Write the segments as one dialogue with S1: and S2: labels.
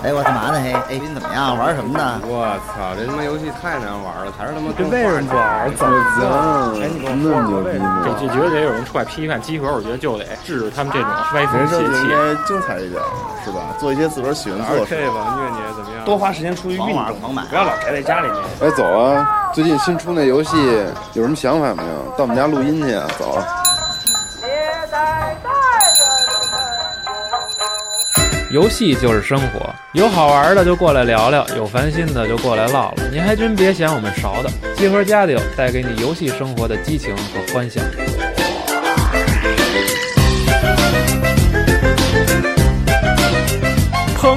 S1: 哎，我干嘛呢？嘿，哎，你怎么样？玩什么呢？
S2: 我操，这他妈游戏太难玩了，还是他妈
S3: 这为什么不玩？怎么
S4: 啊
S2: 怎
S3: 那么牛逼
S5: 就
S3: 呢？
S5: 就觉得得有人出来批判集合，我觉得就得制止他们这种歪风
S3: 人生
S5: 邪
S3: 应
S5: 气。
S3: 该精彩一点，是吧？做一些自个儿喜欢做的事。
S2: 这吧，虐你怎么样？
S6: 多花时间出去运
S1: 狂玩
S6: 动，
S1: 狂买
S6: 不要老宅在家里面。
S3: 哎，走啊！最近新出那游戏有什么想法没有？到我们家录音去啊！走啊！
S7: 游戏就是生活，有好玩的就过来聊聊，有烦心的就过来唠唠。您还真别嫌我们勺的，集合家里有带给你游戏生活的激情和欢笑。
S5: 朋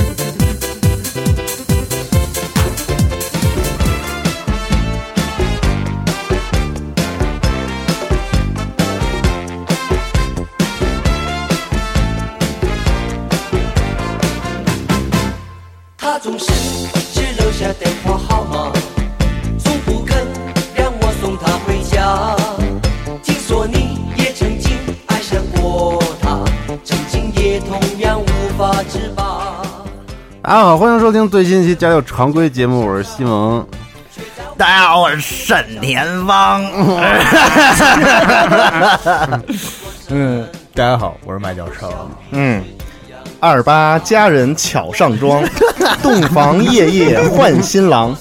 S8: 他总是只留下电话号码，从不肯让我送他回家。听说你也曾经爱上过他，曾经也同样无法自拔。
S4: 大家好，啊欢迎收听最新一期《家教常规》节目，我是西蒙。
S1: 大家好，我是沈田 汪。
S4: 嗯，大家好，我是麦教授。
S3: 嗯，二八佳人巧 上妆，洞房夜夜换新郎。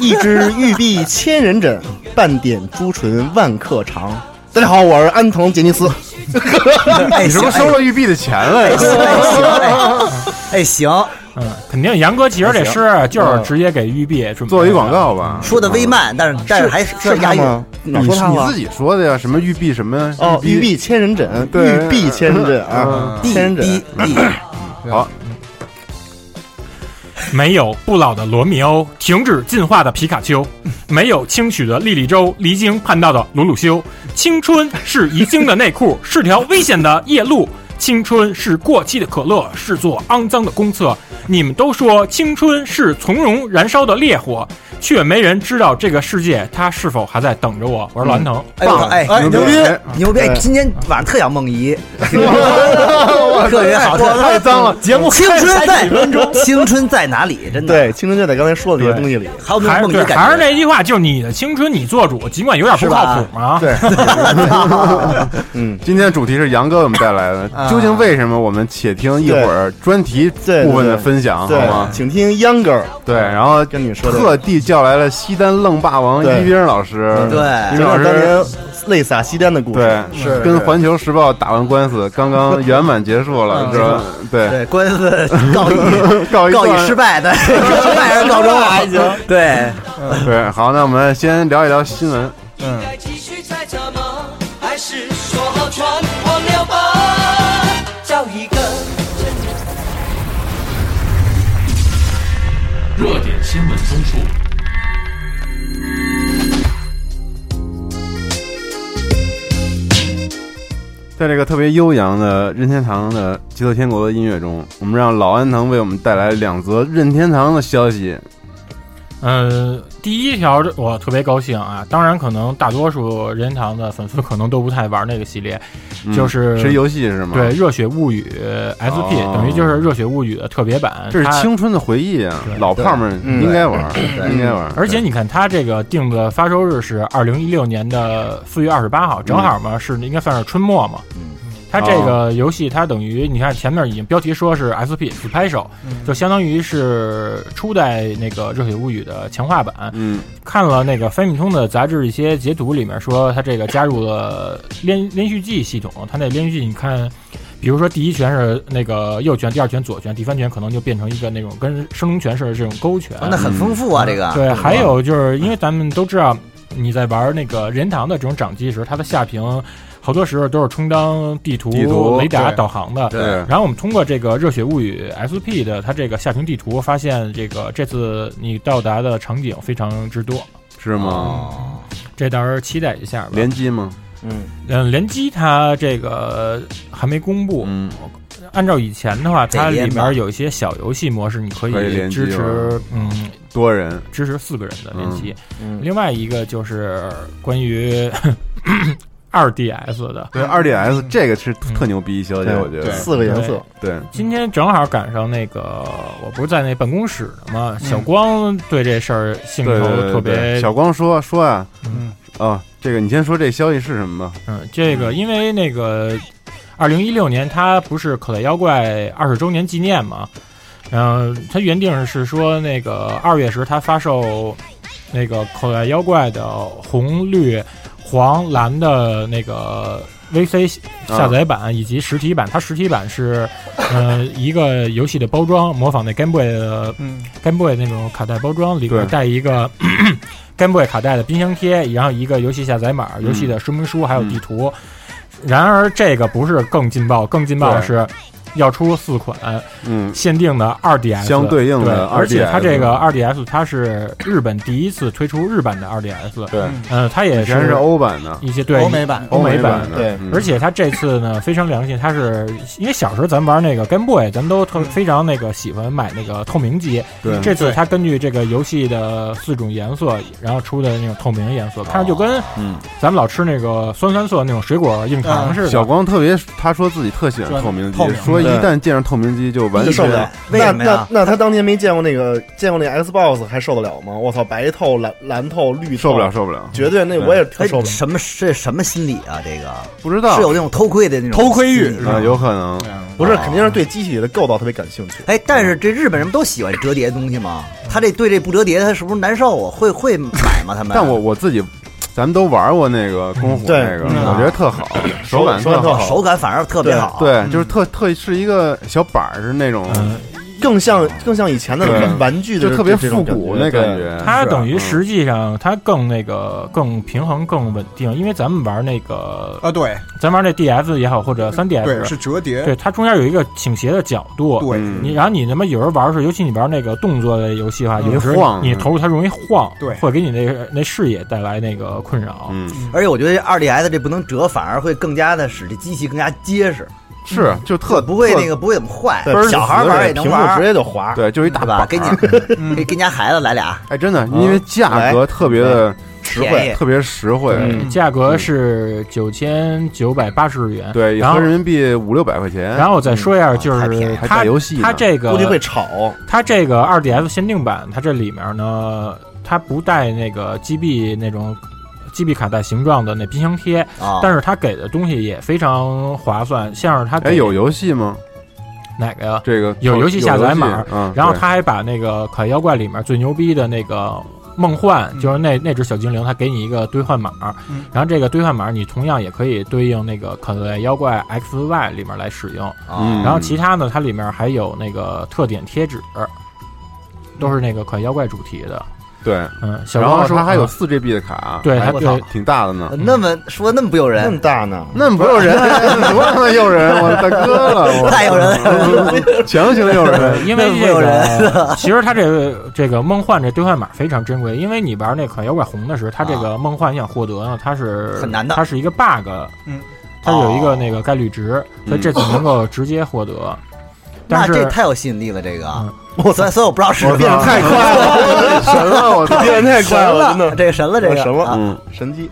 S3: 一支玉臂千人枕，半点朱唇万刻长。大家好，我是安藤杰尼斯。
S4: 你是不是收了玉碧的钱了呀？
S1: 哎，行，
S5: 嗯，肯定杨哥其实这诗啊就是直接给玉碧准备
S4: 做一广。告吧，
S1: 说的微慢，但是但是还是押韵。
S4: 你你自己说的呀？什么玉碧什么？
S6: 嗯
S3: 哦，玉碧千人枕，
S4: 对
S3: 玉碧千人枕啊，
S1: D
S3: 千人
S1: D
S6: 嗯
S3: 枕。
S1: D，
S5: 没有不老的罗密欧，停止进化的皮卡 丘，没有清许的莉莉周，离经叛道的鲁鲁修。青春是遗精的内裤， 是条危险的夜路。青春是过期的可乐，是做肮脏的公厕。你们都说青春是从容燃烧的烈火，却没人知道这个世界它是否还在等着我。我是栾腾，
S1: 哎我靠哎
S4: 哎
S1: 牛 逼
S4: 牛逼
S1: 牛逼！哎
S3: 哎
S1: 今天晚上特想梦 遗，特
S4: 特
S1: 别好，特别好
S4: 太脏了。节目
S1: 青春在青春在哪里？真的，
S3: 对，青春就在刚才说的这些东西里。
S1: 还有没有
S5: 还是
S1: 梦遗
S5: 对，
S1: 感觉？
S5: 还是那句话，就是你的青春你做主，尽管有点不靠谱啊。
S3: 对，
S4: 今天的主题是杨哥给我们带来的，究竟为什么？我们且听一会儿专题
S3: 对
S4: 部分的分享，好
S3: 对，
S4: 吗？
S3: 请听 Younger
S4: 对，然后
S3: 跟你说的，
S4: 特地叫来了西单愣霸王
S3: 对
S4: 一冰老师，
S1: 对
S4: 一
S3: 就
S4: 冰
S3: 是当
S4: 老师。
S3: 年泪洒西单的故
S4: 对
S3: 事，，
S4: 是跟环球时报打完官司，刚刚圆满结束了，是吧？对，
S1: 对官司告一
S4: 告一
S1: 告
S4: 段
S1: 一失败，对，失败人告中了，还行。对，
S4: 对，好，那我们先聊一聊新闻。
S8: 应该继续猜测吗？还是说好全忘了吧？找一个真人。
S9: 热点新闻综述。
S4: 在这个特别悠扬的任天堂的《极乐天国》的音乐中，我们让老安藤为我们带来两则任天堂的消息。
S5: 呃，第一条我特别高兴啊！当然，可能大多数任天堂的粉丝可能都不太玩那个系列，
S4: 嗯
S5: 就是
S4: 是游戏是吗？
S5: 对《热血物语》SP，、
S4: 哦
S5: 等于就是《热血物语》的特别版。
S4: 这是
S5: 它，
S4: 青春的回忆啊
S5: 对，
S4: 老炮们
S3: 嗯
S4: 应该玩，应该玩。
S5: 而且你看它这个定的发售日是二零一六年的四月二十八号，
S4: 嗯
S5: 正好嘛、是应该算是春末嘛。它这
S4: 哦
S5: 个游戏，它等于你看前面已经标题说是 SP Special，、就
S4: 嗯
S5: 相当于是初代那个《热血物语》的强化版。
S4: 嗯，
S5: 看了那个飞米通的杂志一些截图，里面说它这个加入了连连续技系统，它那连续技你看，比如说第一拳是那个右拳，第二拳左拳，第三拳可能就变成一个那种跟升龙拳似的这种勾拳。
S1: 哦那很丰富啊，这个。
S5: 对，还有就是因为咱们都知道你在玩那个任天堂的这种掌机时，它的下屏好多时候都是充当地图、
S4: 地图
S5: 雷达、
S4: 对
S5: 导航的。
S4: 对，
S5: 然后我们通过这个《热血物语》SP 的它这个下屏地图，发现这个这次你到达的场景非常之多。
S4: 是吗？
S5: 这到时候期待一下吧。
S4: 联机吗？
S3: 嗯
S5: 嗯，联机它这个还没公布。
S4: 嗯，
S5: 按照以前的话，它
S1: 得
S5: 里
S1: 连吧
S5: 面有一些小游戏模式，你可
S4: 可以联机
S5: 支持嗯
S4: 多人，
S5: 支持四个人的联机。
S3: 嗯，
S5: 另外一个就是关于 二 DS 的，
S4: 对二 DS 这个是特牛逼消息，
S3: 对
S4: 我觉得
S3: 四个颜色，
S4: 对，
S5: 今天正好赶上那个，我不是在那办公室呢吗？小光对这事儿兴头
S4: 嗯对对
S5: 特
S4: 对对。
S5: 别，
S4: 小光说说啊，
S5: 嗯
S4: 啊，这个你先说这消息是什么吧？
S5: 嗯，这个因为那个二零一六年它不是可乐妖怪二十周年纪念嘛，嗯、它原定是说那个二月时它发售那个可乐妖怪的红绿黄蓝的那个 VC 下载版以及实体版，它实体版是呃一个游戏的包装，模仿那 Game Boy 的
S6: 嗯
S5: Game Boy 那种卡带包装，里面
S4: 对
S5: 带一个 Game Boy 卡带的冰箱贴，然后一个游戏下载码、游戏的说明书，还有地图。然而，这个不是更劲爆，更劲爆的是要出四款
S4: 嗯，
S5: 限定的 2DS，
S4: 相对应的
S5: 而且
S4: 2DS
S5: 它这个 2DS 它是日本第一次推出日版的 2DS，
S4: 对，
S5: 嗯，它也
S4: 全是欧版的，
S5: 一些对
S1: 欧美版
S5: 欧美
S4: 版
S5: 版。
S4: 的，
S3: 对
S4: 嗯
S5: 而且它这次呢非常良心，它是因为小时候咱们玩那个 Game Boy，咱们都特非常那个喜欢买那个透明机，
S4: 对
S5: 这次它根据这个游戏的四种颜色，然后出的那种透明颜色，看着就跟
S4: 嗯，
S5: 咱们老吃那个酸酸涩那种水果硬糖似的。
S4: 小光特别，他说自己特喜欢透明机
S6: 透，明
S4: 说一
S3: 对
S4: 旦见上透明机就完
S3: 就受
S4: 全
S3: 不了。
S1: 为
S3: 那
S1: 什么呀哎
S3: 那那他当年没见过那个见过那 Xbox 还受得了吗？我操，白透、蓝蓝透、绿透，
S4: 受不了，，受不了，
S3: 绝对那我也特受不了。
S1: 什么这什么心理啊？这个
S4: 不知道
S1: 是有那种偷窥的那种
S6: 偷窥欲
S1: 心理吗
S4: 啊，有可能
S3: 不是，肯定是对机体的构造特别感兴趣。
S1: 哎，但是这日本人不都喜欢折叠的东西吗？他这对这不折叠，他是不是难受啊？会会买吗？他们？哦
S4: 但我我自己，咱们都玩过那个公虎
S3: 对
S4: 那个，
S3: 嗯
S4: 我觉得特好，手感
S3: 手感特
S4: 好。
S3: 好
S1: 手感反而特别好。，
S4: 对，就是特特是一个小板儿，是那种
S5: 嗯，
S3: 更像更像以前的
S4: 对
S3: 玩具的
S4: 就
S3: 这，
S4: 特别
S3: 这
S4: 复
S3: 种
S4: 古那
S3: 感
S4: 感
S3: 对
S4: 觉。
S5: 它
S4: 是
S5: 等于
S4: 嗯
S5: 实际上它更那个更平衡更稳定，因为咱们玩那个
S6: 啊，对
S5: 咱玩那 DS 也好或者
S6: 对，
S5: 3DS，
S6: 是折叠，
S5: 对它中间有一个倾斜的角度，
S6: 对
S4: 嗯
S5: 你然后你他妈有时候玩的时候，尤其你玩那个动作类游戏的话，
S6: 嗯
S5: 有时候
S4: 晃
S5: 你投入它容易晃，
S6: 对
S5: 会给你那那视野带来那个困扰。
S4: 嗯
S1: 而且我觉得二 DS 这不能折，反而会更加的使这机器更加结实，
S4: 是就特
S1: 不会
S4: 特
S1: 那个不会怎么坏
S3: 对，
S1: 小孩
S3: 死
S1: 玩
S3: 了
S1: 也能
S3: 屏幕直
S1: 玩，
S3: 接就滑。
S4: 对，就是一大
S1: 对
S4: 把
S1: 吧？给你 给给你家孩子来俩，
S4: 哎，真的，因为价格特别的
S1: 实惠。
S4: 特别实惠，
S5: 对嗯价格是九千九百八十日元，
S4: 对，
S5: 然
S4: 合
S5: 后
S4: 人民币五六百块钱。
S5: 然后我再说一下，
S1: 嗯
S5: 就
S1: 还便宜
S5: 是
S4: 还
S5: 它
S4: 带游戏呢
S5: 它这个
S3: 估计会吵，
S5: 它这个二 DS 限定版，它这里面呢，它不带那个 GB 那种 GB 卡带形状的那冰箱贴，
S1: 啊，
S5: 但是它给的东西也非常划算，像是它
S4: 哎，
S5: 给
S4: 有游戏吗？
S5: 哪个呀？
S4: 这个
S5: 有游戏下载码
S4: 有游戏嗯，
S5: 然后
S4: 对
S5: 他还把那个《可爱妖怪》里面最牛逼的那个梦幻，
S4: 嗯
S5: 就是那那只小精灵，他给你一个兑换码，
S6: 嗯
S5: 然后这个兑换码你同样也可以对应那个《可爱妖怪 X Y》里面来使用。
S1: 啊
S4: 嗯
S5: 然后其他呢，它里面还有那个特点贴纸，都是那个《可爱妖怪》主题的。
S4: 对，
S5: 嗯，小
S4: 然
S5: 光
S4: 后啊
S5: 说
S4: 它还
S3: 啊
S4: 有
S5: 嗯
S4: 四 GB 的卡，
S5: 对
S4: 还
S5: 它对
S4: 挺大的呢。
S1: 那么说那么不诱
S3: 那么
S1: 人，
S3: 大呢？
S4: 那么不 诱人，多他妈诱人！我大哥了，我 嗯
S1: 太诱人了。
S4: 强行诱人。
S5: 呃因为
S1: 那
S5: 这
S1: 不有
S5: 个，其实它这个这个梦幻这兑换码非常珍贵，因为你玩那款妖怪红的时候，它这个梦幻你想获得呢，它是
S1: 很难的
S5: 它是一个 bug，
S6: 嗯，
S5: 它是有一个那个概率值，所以这次能够直接获得。但
S1: 那这
S5: 是
S1: 太有吸引力了，这个
S5: 嗯，
S1: 我虽然虽然我不知道是什么，
S3: 太快 了，
S4: 神了，我操！
S3: 变得太
S1: 神
S3: 快了，真
S1: 了，
S3: 的
S1: 这个神了，这个
S3: 神了
S1: 啊
S4: 嗯，
S3: 神机。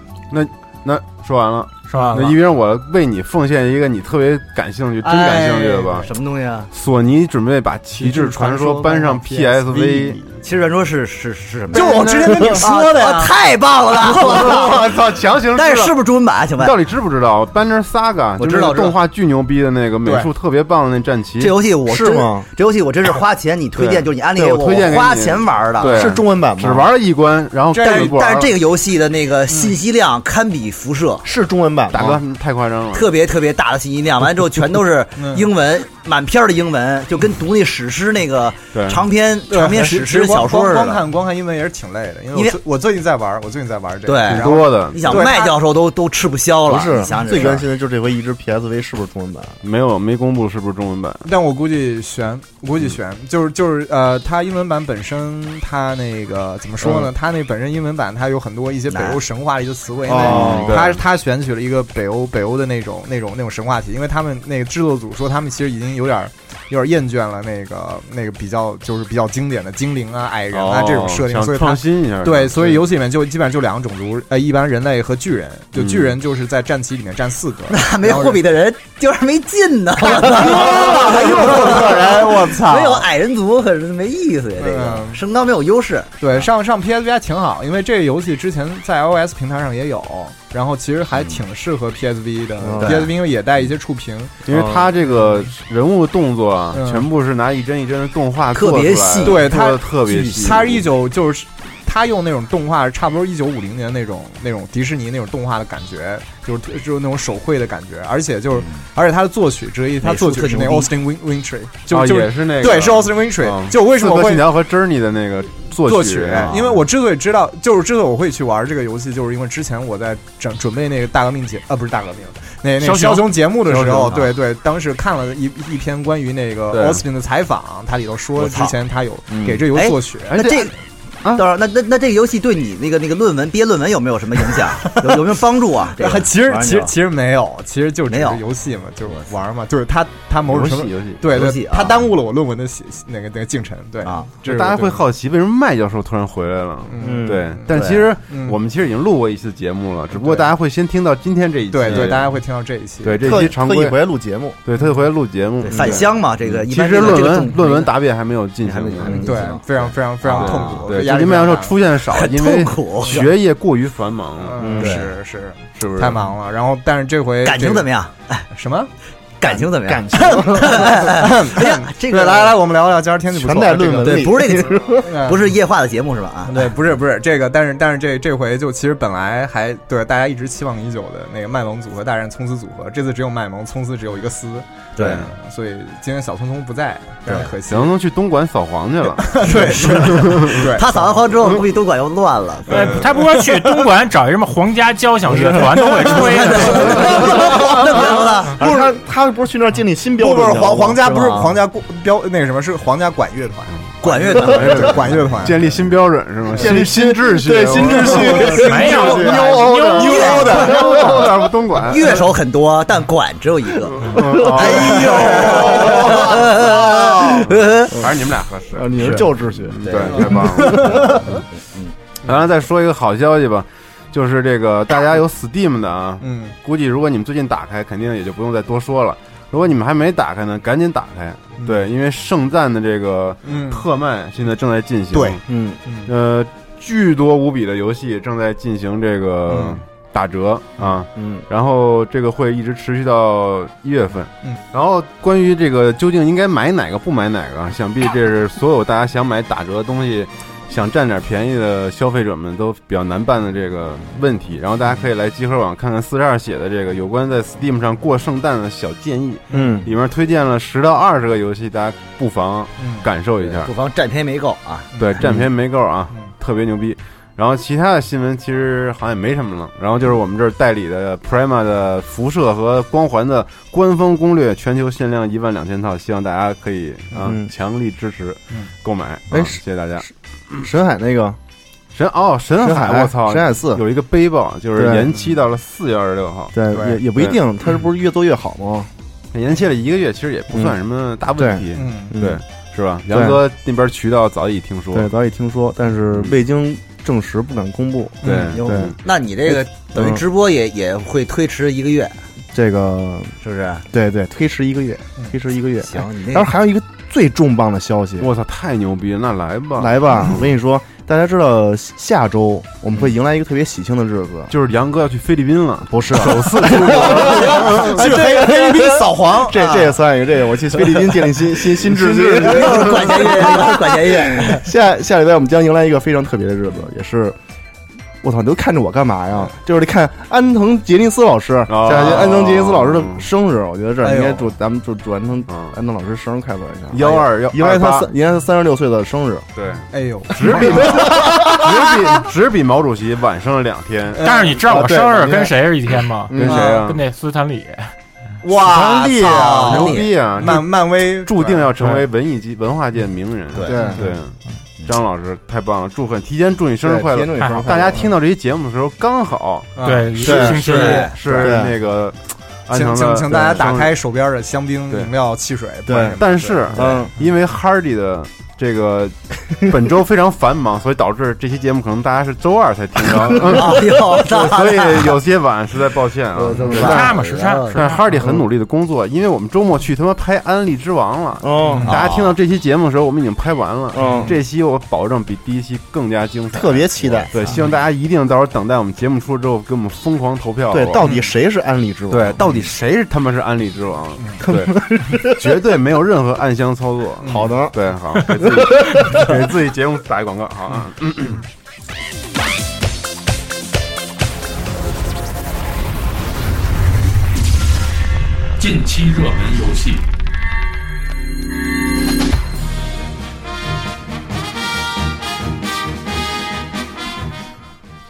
S4: 那说完了，
S5: 是
S3: 啊
S5: 吧？
S4: 那一斌，我为你奉献一个你特别感兴趣、嗯真感兴趣的吧
S1: 哎。什么东西啊？
S4: 索尼准备把《旗帜传说》搬上 PSV，
S1: 其实人说是是是什么？
S6: 就是我之前跟你说的
S1: 啊啊
S6: 呀，
S1: 太棒了！
S4: 我操，强行知道！
S1: 但是是不是中文版？请
S4: 你
S1: 问
S4: 到底知不知道《Banner Saga》
S1: 我
S4: 就
S1: 知
S4: 是
S1: 道
S4: 那个动画巨牛逼的那个美术特别棒的那战旗
S1: 这？游戏我
S3: 是
S1: 真
S3: 吗？
S1: 这游戏我真是花钱，你推荐
S4: 对
S1: 就是你安利
S4: 对
S1: 给
S4: 我推荐给你
S1: 花钱玩的。
S4: 对
S3: 是中文版吗？
S4: 只玩了一关，然后
S1: 但
S4: 根本
S1: 是
S4: 不玩
S1: 但
S4: 了
S1: 是这个游戏的那个信息量堪比辐射，
S3: 是中文版吗？
S4: 大哥你太夸张了，
S1: 特别特别大的信息量。完了之后全都是英文、满篇儿的英文，就跟读那史诗那个
S4: 对
S1: 长篇长篇史诗小说似
S6: 光光
S1: 的。
S6: 看光看英文也是挺累的，因
S1: 因
S6: 为我
S1: 为
S6: 最我最近在玩，我最近在玩这个，
S1: 对
S4: 挺
S6: 然后
S4: 多的
S1: 你，想
S6: 对
S1: 麦教授都都吃不消了，
S3: 不是
S1: 你想
S3: 最关
S1: 关
S3: 心的就是这回移植 PSV 是不是中文版？
S4: 没有没公布是不是中文版，
S6: 但我估计悬，我估计悬，就是就是呃，它英文版本身，它那个怎么说呢？它那本身英文版它有很多一些北欧神话的一些词汇，因为
S3: 哦
S6: 它
S4: 对
S6: 它选取了一个北欧北欧的那种那种那种神话体，因为他们那个制作组说他们其实已经有点儿有点厌倦了那个那个比较就是比较经典的精灵啊、矮人啊、
S4: 哦
S6: 这种设定，
S4: 想
S6: 所以它
S4: 创新一下，
S6: 对，所以游戏里面就基本上就两个种族，呃，一般人类和巨人，就巨人就是在战旗里面占四个，
S1: 那没货币的人就是没劲呢，
S4: 哎
S3: 又是个 人，我操
S1: 没有矮人族可是没意思呀，这个
S6: 嗯
S1: 升高没有优势。
S6: 对，上上 PSV 还挺好，因为这个游戏之前在 iOS 平台上也有，然后其实
S4: 嗯
S6: 还挺适合 PSV 的。
S3: 嗯
S6: PSV 因为也带一些触屏，
S4: 因为他这个人物动作啊
S6: 嗯，
S4: 全部是拿一帧一帧的动画
S1: 特
S4: 做出
S1: 别
S4: 来
S1: 细
S4: 的
S6: 对
S4: 做
S6: 它
S4: 得特别细，
S6: 它是一九就是它用那种动画，差不多一九五零年那种那种迪士尼那种动画的感觉，就是就是那种手绘的感觉，而且就是、
S4: 嗯
S6: 而且它的作曲之一，它
S1: 美术
S6: 作曲是
S1: 特
S6: 那
S1: 牛逼
S6: Austin Win Wintree，就、
S4: 啊
S6: 就
S4: 也是那个
S6: 对是 Austin Wintree，、
S4: 嗯
S6: 就为什么
S4: 刺客
S6: 会
S4: 信条和 Journey 的那个作
S6: 作
S4: 曲啊
S6: 曲，，因为我之所以知道，就是之所以我会去玩这个游戏，就是因为之前我在准准备那个大革命节啊，不是大革命，那那
S5: 枭
S6: 个
S5: 雄
S6: 枭雄节目的时
S1: 枭雄
S6: 候，
S1: 啊
S6: 对对，当时看了一一篇关于那
S4: 对
S6: 个 Austin 的采访，他里头
S1: 我
S6: 说
S1: 操
S6: 之前他有
S4: 嗯
S6: 给这游戏作曲，
S4: 哎
S1: 那这
S4: 啊
S1: 到时候那那那这个游戏对你那个那个论文毕业论文有没有什么影响？有有没有帮助 啊？这
S6: 还
S1: 个
S6: 其实
S1: 玩儿
S6: 其实
S1: 就
S6: 其实没有，其实就是只
S1: 没有
S6: 是游戏嘛，就是玩嘛，就是他他某种
S4: 游
S6: 程
S4: 戏
S6: 度
S4: 游戏。
S6: 对
S1: 游戏
S6: 对，
S1: 啊
S6: 他耽误了我论文的写那个那个进程，对
S1: 啊，
S6: 这
S4: 就是大家
S6: 我对
S4: 会好奇为什么麦教授突然回来了，
S6: 嗯
S4: 对，但
S1: 对
S4: 其实
S6: 嗯
S4: 我们其实已经录过一次节目了，只不过
S6: 对
S4: 大家会先听到今天这一期，
S6: 对对，大家会听到这一期，
S4: 对这
S3: 特
S4: 期常
S3: 特意
S4: 规
S3: 回，来录节目，
S4: 对特意回来录节目
S1: 对，返乡嘛，这个一
S4: 嗯其
S1: 般
S4: 实
S1: 这个
S4: 论
S1: 这个
S4: 文
S1: 总
S4: 论文答辩还没有进行
S1: 还没还没
S4: 呢，
S6: 对
S1: 嗯
S6: 非常非常非常
S1: 啊
S6: 痛苦，
S4: 对，
S6: 压力
S4: 就因为
S6: 非
S4: 要
S6: 常
S4: 说
S6: 大
S4: 出现的少，因
S1: 痛
S4: 为
S1: 苦。
S4: 学业过于繁忙了，
S6: 嗯，
S1: 对
S6: 是是，
S4: 是不是？
S6: 太忙了。然后，但是这回
S1: 感情怎么
S6: 样？
S1: 样？
S6: 什 么？
S1: 感情怎么 样？
S3: 感情
S1: 哎呀，这
S6: 对
S1: 个
S6: 来来，我们聊聊，今儿天气不错。
S3: 全在论文
S1: 对，
S3: 里。
S1: 不是这个
S6: 这 个
S1: 不。是夜话的节目是吧？啊，
S6: 嗯对，不是不是这个，但是但是这这回就其实本来还对大家一直期望已久的那个麦蒙组合大战葱丝组合，这次只有麦蒙，葱丝只有一个丝，
S1: 对，
S6: 嗯所以今天小聪聪不在，非常可惜。
S4: 行，能去东莞扫黄去了，
S6: 对， 是，对，
S1: 他扫完黄之后，估计都管又乱 了。
S5: 呃，他不说去东莞找一什么皇家交响乐团都会吹的，
S1: 那啊不行 了，
S3: 不是他，他不是去那儿建立新标
S6: 不
S3: 准
S6: 不
S3: 吗？
S6: 是皇皇家，不是
S3: 吧
S6: 皇家标那个什么，是皇家管乐团，
S1: 管乐团
S6: 对，管乐 团，
S4: 建立新标准是吗？
S3: 建立
S4: 新秩序，
S3: 对新秩序，
S5: 没有
S3: 新秩序
S5: 妞欧的
S3: 妞欧的
S4: 我咋不东 莞？
S1: 乐手很多，但管只有一个。
S4: 哎
S1: 哎呦，
S4: 呦，还是你们俩合适
S3: 啊，你是旧秩序，
S4: 对，太棒了。嗯然后再说一个好消息吧，就是这个大家有 Steam 的啊，
S6: 嗯，
S4: 估计如果你们最近打开，肯定也就不用再多说了。如果你们还没打开呢，赶紧打开。
S6: 嗯
S4: 对，因为圣赞的这个
S6: 嗯
S4: 特卖现在正在进行，
S6: 对，
S3: 嗯，
S4: 呃，巨多无比的游戏正在进行这个
S6: 嗯
S4: 打折啊，
S3: 嗯，
S4: 然后这个会一直持续到一月份，
S6: 嗯，
S4: 然后关于这个究竟应该买哪个不买哪个啊，想必这是所有大家想买打折的东西。想占点便宜的消费者们都比较难办的这个问题，然后大家可以来集合网看看四十二写的这个有关在 Steam 上过圣诞的小建议，
S3: 嗯，
S4: 里面推荐了十到二十个游戏，大家不妨
S6: 嗯
S4: 感受一下。
S1: 不妨占便宜没够啊。
S4: 对，占便宜没够啊
S6: 嗯，
S4: 特别牛逼。然后其他的新闻其实好像也没什么了。然后就是我们这儿代理的 Prima 的辐射和光环的官方攻略，全球限量一万两千套，希望大家可以啊、
S3: 嗯
S4: 强力支持
S6: 嗯
S4: 购买。
S3: 哎
S4: 啊
S3: 是
S4: 谢谢大家。
S3: 嗯沈海那个，
S4: 神哦，神
S3: 沈海，
S4: 我操，
S3: 沈海四，
S4: 有一个背包，啊就是
S3: 对
S4: 延期到了四月二十六号，
S3: 对，
S6: 对
S3: 也也不一定，他这不是越做越好吗？
S4: 延期了一个月，其实也不算什么大问题，
S6: 嗯，
S3: 嗯
S4: 对，是吧？
S3: 对
S4: 杨哥那边渠道早已听说，
S3: 对，早已听说，但是未经证实，不敢公布。
S4: 对
S6: 嗯
S1: 哟
S3: 对
S1: 那你这个等于直播也也会推迟一个月，
S3: 这个，
S1: 是不是？
S3: 对对，推迟一个月，推迟一个月。哎，
S1: 行，你那
S3: 然后还有一个最重磅的消息，
S4: 我操，太牛逼了，那来吧，
S3: 来吧，我跟你说，大家知道下周我们会迎来一个特别喜庆的日子，
S4: 就是杨哥要去菲律宾了，
S3: 不是？
S4: 嗯
S3: 啊
S4: 首次
S3: 去黑黑律宾扫黄，这
S1: 啊
S3: 这也算一个，这个我去菲律宾建立新新新秩序。
S1: 又是管弦乐，又是管弦乐，
S3: 下下礼拜我们将迎来一个非常特别的日子，也是我操，你都看着我干嘛呀？就是得看安藤杰尼斯老师，
S4: 哦
S3: 下期安藤杰尼斯老师的生日，我觉得这儿应该祝咱们祝祝安藤
S4: 嗯哎
S3: 安藤老师生日快乐一下。
S4: 幺二幺
S3: 因为他
S4: 八
S3: 三，因为他三十六岁的生日，
S4: 对，
S6: 哎呦，
S4: 只比 只比只比毛主席晚生了两天，
S5: 但是你知道我生日跟谁是一天吗？
S4: 跟谁啊
S5: 跟？那斯坦李，
S1: 哇
S4: 厉啊，
S1: 操
S4: 牛逼啊！这
S6: 漫漫威
S4: 注定要成为文艺界文化界名人。
S1: 对
S3: 对
S4: 对，张老师太棒了，祝贺，提前祝你生日快
S3: 对天！
S4: 乐
S3: 祝你生日快乐
S4: 大家听到这期节目的时候，刚好
S6: 啊
S5: 对，
S3: 是
S5: 星期
S6: 是
S4: 是
S3: 对
S4: 那个安
S6: 请
S4: 藤
S6: 请
S4: 的
S6: 请大家打。
S4: 生日
S6: 开手边的香槟、
S4: 对
S6: 饮料、汽水。
S3: 对
S6: 不然什么
S4: 但是，
S3: 嗯，
S4: 因为 Hardy 的这个本周非常繁忙，所以导致这期节目可能大家是周二才听到，嗯
S1: 哎呦，
S4: 所以有些晚，实在抱歉啊。
S5: 时差嘛，时差。
S6: 嗯
S5: 时
S4: 但
S5: 差
S4: 是 Hardy 很努力的工作，因为我们周末去他妈拍《安利之王》了。
S3: 哦，
S4: 大家听到这期节目的时候，我们已经拍完了。
S3: 嗯
S4: 这期我保证比第一期更加精彩，
S3: 特别期待。
S4: 对，希望大家一定到时候等待我们节目出之后，给我们疯狂投票。
S3: 对
S4: 好，吧
S3: 到底谁是安利之王？
S4: 对，到底谁是他妈是安利之王？
S3: 嗯
S4: 对，绝对没有任何暗箱操作。
S3: 好的
S4: 对，好，给 自己给自己节目打一广告，好啊。
S9: 近期热门游戏。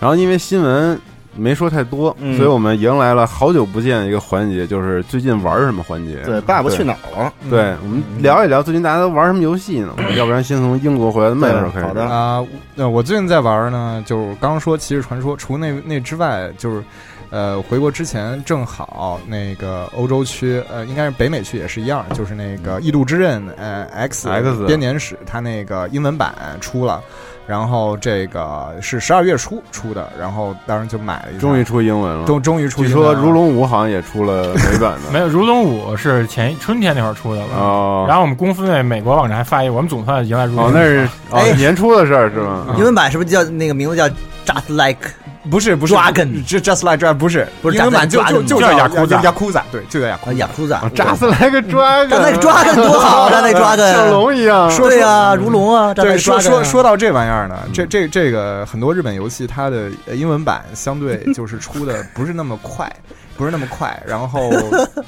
S4: 然后因为新闻没说太多，
S3: 嗯
S4: 所以我们迎来了好久不见的一个环节，就是最近玩什么环节。
S3: 对，爸爸去哪儿了？
S4: 对，我们聊一聊最近大家都玩什么游戏呢？
S6: 嗯
S4: 要不然先从英国回来的妹妹开始。
S3: 好的
S6: 啊、那我最近在玩呢，就是刚刚说《骑士传说》，除那那之外，就是呃，回国之前正好那个欧洲区，呃，应该是北美区也是一样，就是那个《异度之刃》呃 X
S4: X
S6: 编年史，它那个英文版出了，然后这个是十二月初出的，然后当时就买了一台，
S4: 终于出英文了。
S6: 终终于出
S4: 据
S6: 英文
S4: 说
S6: 了，
S4: 《如龙五》好像也出了美版的。
S5: 没有《如龙五》是前春天那会儿出的吧？
S4: 哦，
S5: 然后我们公司那美国网站还发一个，我们总算迎来如龙五
S4: 哦，那是
S1: 哎
S4: 哦年初的事儿是吗？
S1: 英文版是不是叫那个名字叫 Just Like
S6: 不是不是
S1: Dragon
S6: 这 Just Like Dragon 不是
S1: 不是
S6: 英文版就
S1: Dragon，
S6: 就就
S5: 叫
S6: 雅
S5: 雅库
S6: 雅
S5: 扎
S6: 雅库扎，对，就叫雅
S1: 啊
S6: 库扎。
S1: 雅库扎？
S4: 扎斯来个抓个，
S1: 扎那抓个多 好，扎那抓
S6: 嗯
S4: 像
S1: 个，
S4: 龙一样。
S6: 说
S1: 对啊，如龙啊，扎那
S6: 对，
S1: 抓
S6: 说
S1: 个。
S6: 说说到这玩意儿呢，这这这个很多日本游戏它的呃英文版相对就是出的不是那么快，不是那么快。然后，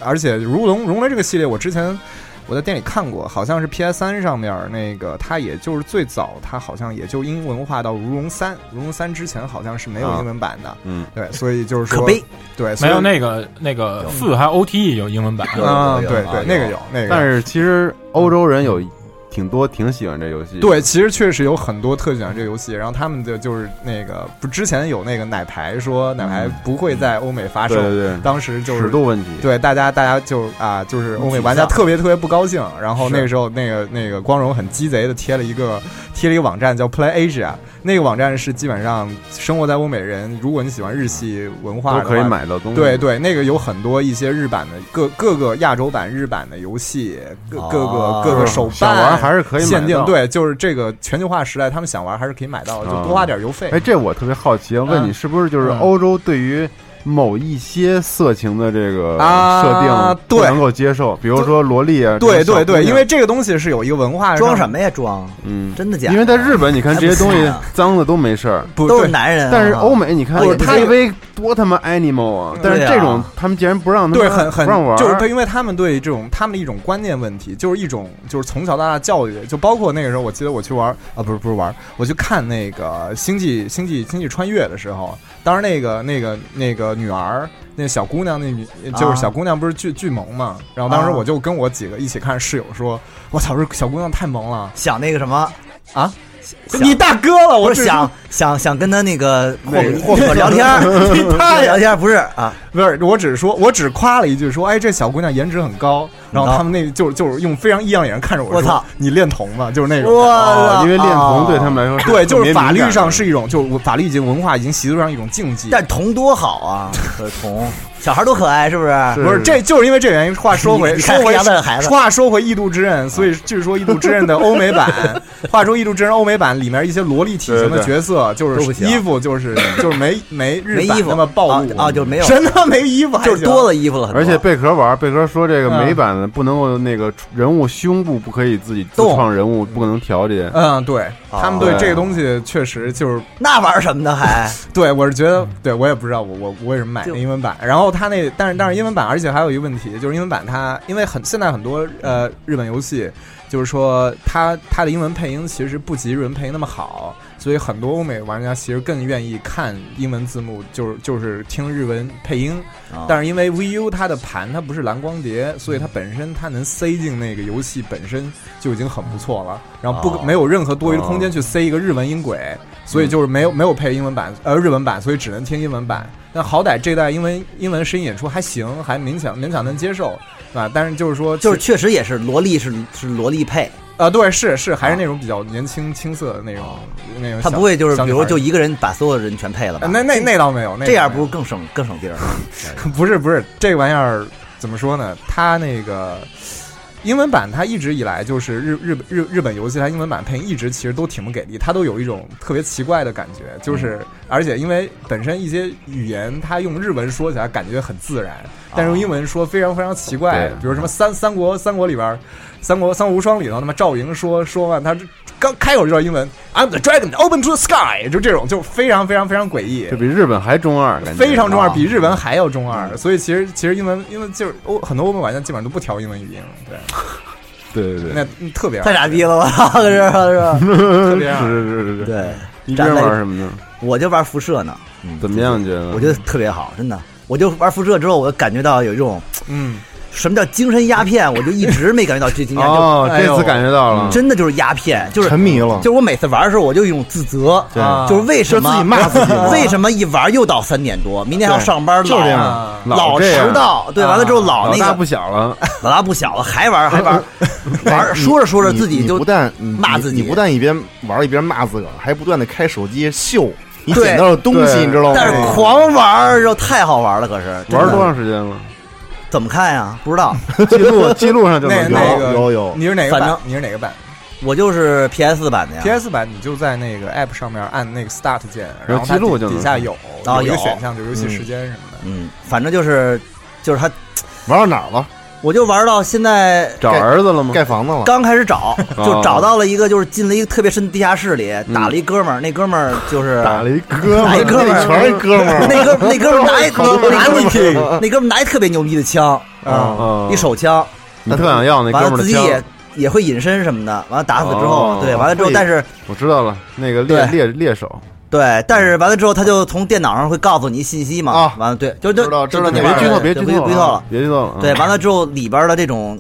S6: 而且《如龙》《如龙》这个系列，我之前我在店里看过，好像是 PS 三上面那个，它也就是最早，它好像也就英文化到《如龙三》，《如龙三》之前好像是没有
S4: 啊
S6: 英文版的。
S4: 嗯，
S6: 对，所以就是说，
S1: 可悲，
S6: 对，所
S5: 没
S6: 以
S5: 有那个那个四还有 OTE 有英文版，
S1: 有
S6: 啊，
S1: 有
S6: 对
S1: 有
S6: 对，
S1: 有
S6: 那个有那个有，
S4: 但是其实欧洲人有挺多挺喜欢这游戏。
S6: 对，其实确实有很多特喜欢这个游戏，然后他们的就是那个不之前有那个奶牌说奶牌不会在欧美发售，
S4: 嗯对对
S6: 当时就
S4: 对，
S6: 是
S4: 尺度问题。
S6: 对大家大家就啊就是欧美玩家
S1: 沮丧
S6: 特别特别不高兴，然后
S1: 是
S6: 那个时候那个那个光荣很鸡贼的贴了一个贴了一个网站叫 Play Asia，那个网站是基本上生活在欧美人，如果你喜欢日系文化
S4: 都
S6: 的话
S4: 可以。买到东西。
S6: 对对，那个有很多一些日版的各各个亚洲版、日版的游戏，各各个
S1: 哦
S6: 各个手
S4: 想
S6: 办，
S4: 玩还是可以买
S6: 限定
S4: 到。
S6: 对，就是这个全球化时代，他们想玩还是可以买到的，就多花点邮费。
S4: 哎，这我特别好奇，问你是不是就是
S6: 嗯
S4: 欧洲对于某一些色情的这个
S6: 啊
S4: 设定不
S6: 对
S4: 能够接受，比如说萝莉啊，
S6: 对
S4: 这种
S6: 对
S4: 小
S6: 对，
S4: 姑娘
S6: 因为这个东西是有一个文化
S1: 装
S6: 上
S1: 什么呀装？
S4: 嗯，
S1: 真的假的？
S4: 因为在日本你看这些东
S1: 还不
S4: 西
S1: 是啊
S4: 脏的都没事儿，
S6: 不
S1: 都
S6: 对
S1: 是男人啊，
S4: 但是欧美你看
S6: 不是嗯哦他
S4: KV 多他妈 animal 啊，但是
S1: 对啊
S4: 这种他们竟然不让他
S6: 对
S4: 们
S6: 很很
S4: 不让玩儿，
S6: 就是对，因为他们对这种他们的一种观念问题，就是一种就是从小到大教育，就包括那个时候，我记得我去玩啊，不是不是玩，我去看那个《星际星际星际穿越》的时候，当时那个那个那个女儿。那小姑娘，那女就是
S1: 啊
S6: 小姑娘，不是巨巨萌嘛？然后当时
S1: 啊
S6: 我就跟我几个一起看室友说：“我操，这小姑娘太萌了
S1: 想那个什么，
S6: 啊！
S1: 想
S6: 你大哥了，我
S1: 不是
S6: 只
S1: 想想想跟他那个
S6: 霍
S1: 霍霍聊天儿，
S6: 他呀
S1: 聊天儿不是啊？
S6: 不是，我只是说，我只夸了一句说，哎，这小姑娘颜值很高。然后他们那就就是用非常异样的眼神看着我，
S1: 嗯我操，
S6: 你恋童吗？就是那种。
S1: 我啊
S4: 哦因为恋童对他
S1: 们，
S4: 们来说
S6: 对，
S4: 特
S6: 就
S4: 别
S6: 是法律
S4: 敏感
S6: 上
S4: 的
S6: 是一种，就是我法律已经文化已经习俗上一种禁忌。
S1: 但童多好啊，可童小孩多可爱，是不是？
S6: 不是，这就是因为这原因。话说回，
S1: 你
S6: 说
S1: 看
S6: 回
S1: 黑鸭蛋的孩子
S6: 话说回《异度之刃》，所以据说《异度之刃》的欧美 版，话说《异度之刃》欧美版里面一些萝莉体型
S4: 对对
S6: 的
S4: 对
S6: 角色，就
S1: 都不
S6: 是
S1: 行
S6: 衣服就是就是没没日
S1: 没
S6: 版
S1: 衣服
S6: 那么暴露
S1: 啊啊就没有
S6: 真的没衣服还
S1: 就是
S6: 行
S1: 多了衣服了很多，
S4: 而且贝壳玩，贝壳说这个
S6: 嗯
S4: 美版的的，不能够那个人物胸部不可以自己自创人物，不可能调节。
S6: 嗯，对他们对
S4: 哦
S6: 这个东西确实就是
S1: 那玩什么呢还？
S6: 对，我是觉得，对我也不知道我我我为什么买
S1: 就
S6: 那英文版。然后它那，但是但是英文版，而且还有一个问题，就是英文版它因为很现在很多呃日本游戏，就是说它它的英文配音其实不及日文配音那么好，所以很多欧美玩家其实更愿意看英文字幕，就是就是听日文配音。
S1: 啊
S6: 但是因为 VU 它的盘它不是蓝光碟，所以它本身它能塞进那个游戏本身就已经很不错了，然后不、
S1: 哦
S6: 没有任何多余的空间去塞一个日文音轨，所以就是没有没有配英文版呃日文版，所以只能听英文版。但好歹这代英文英文声音演出还行，还勉强勉强能接受，对吧？但是就是说
S1: 就是
S6: 其
S1: 确实也是萝莉是是萝莉配，
S6: 啊、对，是是还是那种比较年轻青涩的
S4: 哎
S6: 那种、那种小，
S1: 他不会就是
S6: 小
S1: 比
S6: 女
S1: 如
S6: 孩
S1: 就一个人把所有人全配了吧
S6: 呃？那那那倒没有，那
S1: 这样
S6: 倒没
S1: 不
S6: 有
S1: 是更省更省地儿吗？
S6: 不是不是，这个玩意儿怎么说呢？它那个英文版，它一直以来就是日日日日本游戏，它英文版配音一直其实都挺不给力，它都有一种特别奇怪的感觉，就是、而且因为本身一些语言，它用日文说起来感觉很自然，但是用英文说非常非常奇怪，
S4: 对
S6: 比如什么三三国三国里边儿。三国三国无双里头，他妈赵云说说完，他刚开口就叫英文，I'm the dragon, open to the sky，就这种，就非常非常非常诡异。
S4: 这比日本还中二，感觉啊
S6: 非常中二，比日文还要中二。所以其实其实英文，因为就是欧很多欧美玩家基本上都不调英文语音了，对，
S4: 对对
S6: 那
S4: 对，
S6: 嗯特别
S1: 太傻逼了吧？ 是吧是吧？
S6: 特别二
S4: 嗯是是是是是。
S1: 对，
S4: 你这玩什么呢？
S1: 我就玩辐射呢，
S4: 怎么样？你觉得？
S1: 嗯我觉得特别好，真的。我就玩辐射之后，我就感觉到有一种
S6: 嗯，
S1: 什么叫精神鸦片，我就一直没感觉到这今天就嗯
S4: 哦，
S6: 哎
S4: 这
S6: 呦
S4: 次感觉到了，
S1: 真的就是鸦片，就是
S3: 沉迷了
S1: 就是我每次玩的时候，我就有一种自责，
S4: 对
S6: 啊
S1: 就是为什么
S3: 就自己 骂自己嘛
S1: 为什么一玩又到三点多，明天还要上班，
S3: 就是这样
S1: 老
S6: 啊
S1: 老
S4: 这样
S1: 迟到，对，
S6: 啊
S1: 完了之后老
S4: 老
S1: 那
S4: 大
S1: 个
S4: 不小了，
S1: 老大不小了，还玩还玩玩，
S3: 哎你
S1: 说着说着
S3: 你
S1: 自己
S3: 你
S1: 就
S3: 不但你
S1: 骂
S3: 你
S1: 自己
S3: 你不但一边玩儿一边骂自个儿，还不断的开手 机秀你
S1: 对
S3: 捡到的东西，
S4: 对
S3: 你知道吗？
S1: 但是狂玩儿，然后太好哦玩了，可是真
S4: 玩
S1: 的
S4: 多长时间了？
S1: 怎么看呀？不知道，
S4: 记录记录上就
S6: 那
S3: 有
S4: 能
S6: 那
S4: 有。
S6: 个
S3: 有有
S6: 你是哪个
S1: 反
S6: 版
S1: 正？
S6: 你是哪个版
S1: 我就是 PS 版的呀。
S6: ？PS 版你就在那个 App 上面按那个 Start 键，
S4: 然
S6: 然
S4: 后
S6: 后
S4: 记录
S6: 它
S4: 就能
S6: 底底下有
S1: 啊
S6: 哦有一个
S1: 有
S6: 选项，就是游戏时间什么的。
S1: 嗯，反正就是就是他，
S3: 玩到哪儿了？
S1: 我就玩到现在
S4: 找儿子了吗？
S3: 盖房子了。
S1: 刚开始找，就找到了一个，就是进了一个特别深的地下室里，打了一哥们儿，那哥们儿就是
S4: 打了一
S1: 嗯
S4: 哥们
S1: 打一
S4: 儿，
S1: 哥们
S3: 那
S1: 儿，
S3: 全是哥们儿，
S1: 那哥那哥们儿拿一拿一
S3: 挺
S1: 那哥们儿拿一特别牛逼的枪，哦
S6: 啊
S4: 嗯
S1: 一手枪，
S4: 你特想要那
S1: 完
S4: 哥
S1: 了
S4: 们
S1: 自
S4: 儿的
S1: 己也
S4: 枪，
S1: 也会隐身什么的，完了打死之
S4: 哦
S1: 后，对，完了之后，
S4: 会
S1: 但是
S4: 我知道了，那个猎猎猎手，
S1: 对，但是完了之后，他就从电脑上会告诉你信息嘛，
S3: 啊
S1: 完了对，就就
S3: 知道知道
S1: 就
S4: 别
S1: 那玩
S3: 哪
S1: 意儿
S4: 剧透，别
S1: 就
S4: 剧
S1: 别
S4: 透
S1: 剧透了，
S4: 别剧透了。
S1: 对，
S4: 嗯
S1: 完了之后里边的这种，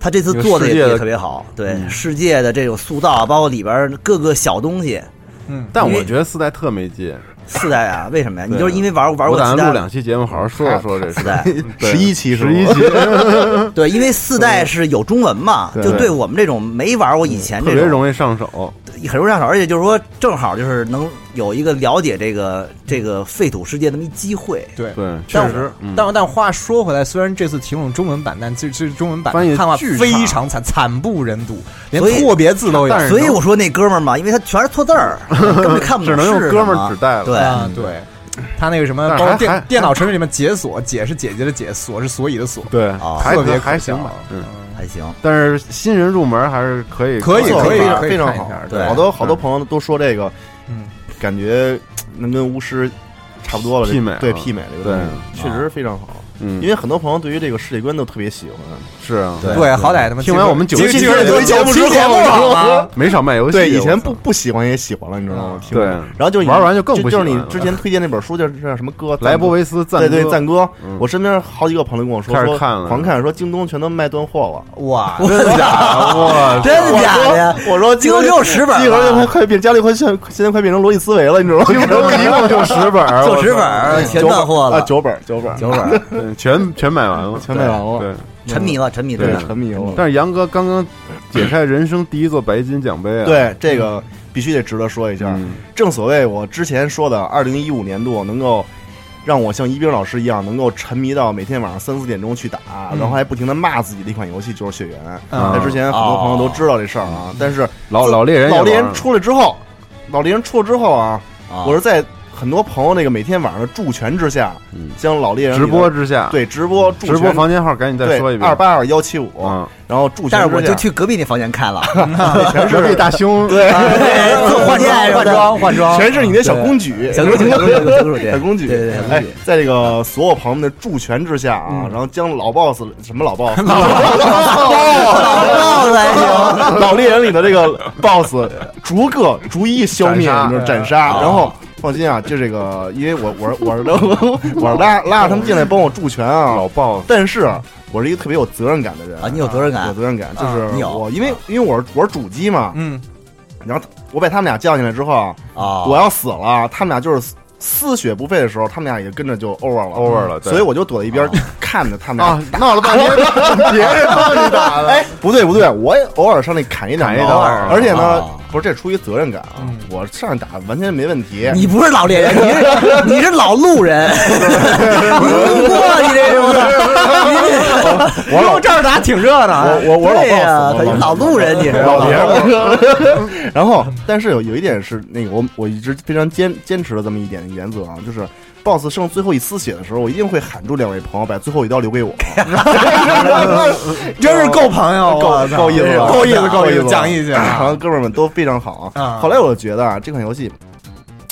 S1: 他这次做的
S4: 有世界
S1: 也
S4: 的
S1: 也特别好，对、世界的这种塑造，包括里边各个小东西，
S6: 嗯，
S4: 但
S1: 因
S4: 我
S1: 为
S4: 觉得四代特没劲。
S1: 四代啊，为什么呀？
S4: 对
S1: 你就是因为玩玩
S4: 我
S1: 过
S4: 打
S1: 四
S4: 算录
S1: 代，
S4: 两期节目，好好说说说这
S1: 四
S4: 事。
S1: 代，
S4: 对
S3: 11期是吗
S4: 十一期，
S1: 对，因为四代是有中文嘛，
S4: 对
S1: 就对我们这种没玩过以前
S4: 特
S1: 这
S4: 别
S1: 种
S4: 容易上手。
S1: 很容易上手，而且就是说正好就是能有一个了解这个这个废土世界那么一机会，
S6: 对。
S4: 对，确
S6: 但我
S4: 实，嗯
S6: 但但话说回来，虽然这次提供中文版，但其实其实中文版
S4: 翻译
S6: 汉化
S4: 巨
S6: 非
S4: 差
S6: 常惨，惨不忍睹，连
S1: 所以
S6: 错别字都有。
S4: 但是
S1: 所以我说那哥们儿嘛，因为他全是错字 儿，根本看不
S4: 只
S1: 懂
S4: 能用
S1: 是
S4: 哥
S1: 什
S4: 们
S1: 么
S4: 儿指代了
S1: 对，
S3: 嗯
S6: 啊，对，他那个什么，
S4: 但是
S6: 包括
S4: 还还
S6: 电电脑程序里面解锁，解是姐姐的解，锁是所以的锁，
S4: 对，
S1: 哦
S4: 还
S6: 特别
S4: 还
S6: 可
S4: 行
S6: 笑
S4: 吧，嗯。
S1: 还行。
S4: 但是新人入门还是可以，
S6: 可以
S3: 不错
S6: 可以
S3: 非常
S6: 可以
S3: 非常
S6: 看一
S3: 好
S6: 下。
S1: 对
S3: 好多好多朋友都说这个，
S6: 嗯，
S3: 感觉能跟巫师差不多了，这
S4: 媲美了
S3: 对媲美这个东
S1: 对
S3: 西，确实非常好。
S4: 嗯，
S3: 因为很多朋友对于这个世界观都特别喜欢，
S4: 是啊，
S1: 对
S6: 对，好歹他们
S4: 听完我们九十期
S6: 节
S4: 节目
S6: 目之后好吗？
S4: 没少卖游戏。
S3: 对以前
S4: 我操
S3: 不不喜欢也喜欢了，你知道吗？听
S4: 对嗯
S3: 了然后就你
S4: 玩完就更不喜
S3: 就
S4: 欢
S3: 是你
S4: 了
S3: 之前推荐那本书叫叫什么歌？
S4: 莱博
S3: 维。
S4: 维斯赞
S3: 对对，
S4: 歌
S3: 赞歌
S4: 嗯，
S3: 我身边好几个朋友跟我说，
S4: 开始
S3: 说
S4: 看了
S3: 狂看，说京东全都卖断货了。
S6: 哇，
S4: 真的假的？哇，
S1: 真的假的呀？
S3: 我说
S1: 京东只有10本儿
S3: 集合就
S1: 了
S3: 快快变，家里快现现在快变成罗辑思维了，你知道吗？
S4: 一共一共就十本儿，
S1: 就十本儿全断货
S3: 啊，
S1: 了，
S3: 九本儿九本儿，
S1: 九本儿
S4: 本，全全买完了，
S3: 全卖完了，
S4: 对，
S1: 沉迷了，沉迷真
S3: 对，
S1: 的
S3: 沉迷了。
S4: 但是杨哥刚刚解开人生第一座白金奖杯啊，，
S3: 对这个必须得值得说一下
S4: 嗯。
S3: 正所谓我之前说的，二零一五年度能够让我像一冰老师一样，能够沉迷到每天晚上三四点钟去打，
S4: 嗯
S3: 然后还不停的骂自己的一款游戏就是《血
S4: 啊
S3: 缘》。
S6: 嗯
S3: 在之前很多朋友都知道这事儿
S4: 哦
S3: 啊，但是
S4: 老老猎人也
S3: 老猎人
S4: 玩了
S3: 出来之后，老猎人出了之后啊，
S1: 啊
S3: 我是在很多朋友那个每天晚上的助拳之下，
S4: 嗯
S3: 将老猎人
S4: 直播之下，，
S3: 对直播助拳
S4: 直播房间号赶紧再说一遍，
S3: 二八二幺七五，
S4: 啊，
S3: 然后助拳之下，
S1: 但是我就去隔壁那房间 看了，
S4: 全是大胸，对，
S6: 哎
S1: 换装换装换装，
S3: 全是你的小公举，
S1: 小公举小公举小公举
S3: 小公举，
S1: 对对对小公
S3: 哎
S1: 举，
S3: 在这个所有朋友们的助拳之下啊，然后将老 boss 什么老 boss，
S1: 帽子还 行，
S3: 老猎人里的这个 boss 逐个逐一消灭，
S4: 斩杀哎
S3: 就是斩杀。然后放心啊，就这个，因为我我我是我是 拉拉着他们进来帮我助拳啊
S4: 老，爆，
S3: 但是我是一个特别有责任感的人
S1: 啊你有责任感
S3: 有责任感，就是
S1: 你有
S3: 我因为因为我是我是主机嘛，
S6: 嗯，
S3: 然后我把他们俩叫进来之后啊，
S1: 啊，
S3: 我要死了，他们俩就是丝血不费的时候，他们俩也跟着就 over 了
S4: over 了对
S3: 所以我就躲在一边看着他们
S4: 啊
S3: 俩。，
S4: 闹了半天， 别人帮你打的，
S3: 哎，不对不对，我也偶尔上那砍一两
S4: 砍一
S3: 刀
S4: 刀啊，
S3: 而且呢
S1: 啊，
S3: 不是这出于责任感啊，我上去打完全没问题。
S1: 你不是老猎人，你是你是老路 人，你路过啊你这是吗？你
S3: 我老
S1: 这儿打挺热闹啊，
S3: 我我我老
S1: 对呀
S3: boss，我老
S1: 老路人你是
S3: 老
S1: 吧
S3: 爷们儿。 然后，但是有有一点是那个我我一直非常坚坚持的这么一点原则啊，就是 boss 剩最后一丝血的时候，我一定会喊住两位朋友把最后一刀留给我。
S6: 真是够朋友，
S3: 呃够
S6: 我操
S3: 够意思
S6: 真是
S3: 了
S6: 够意思，
S3: 够
S6: 够意
S3: 意思
S6: 思，
S3: 了
S6: 讲义气
S3: 然后
S6: 啊！
S3: 哥们儿们都非常好。
S6: 啊
S3: 后来我就觉得啊，这款游戏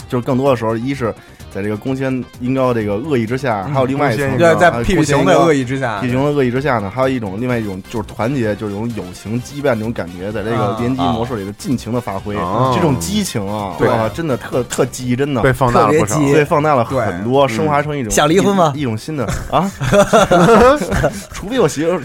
S3: 就是更多的时候，一是在这个公轩阴高这个恶意之下，
S6: 嗯
S3: 还有另外一层
S4: 公轩
S6: 对，
S4: 阴
S6: 在屁股熊的恶意之下
S3: 屁，熊的恶意之下呢，还有一种另外一种就是团结，就是有种友情羁绊这种感觉，在这个
S6: 啊
S3: 联机模式里的尽情的发挥，
S4: 啊
S3: 这种激情啊，
S6: 对
S3: 哇真的特特激，真的
S4: 被放大了不少
S1: 特别，激
S3: 对放大了很多，
S4: 对
S3: 升华成一种
S1: 嗯想离婚吗
S3: 一一种新的 啊，除非我媳妇儿，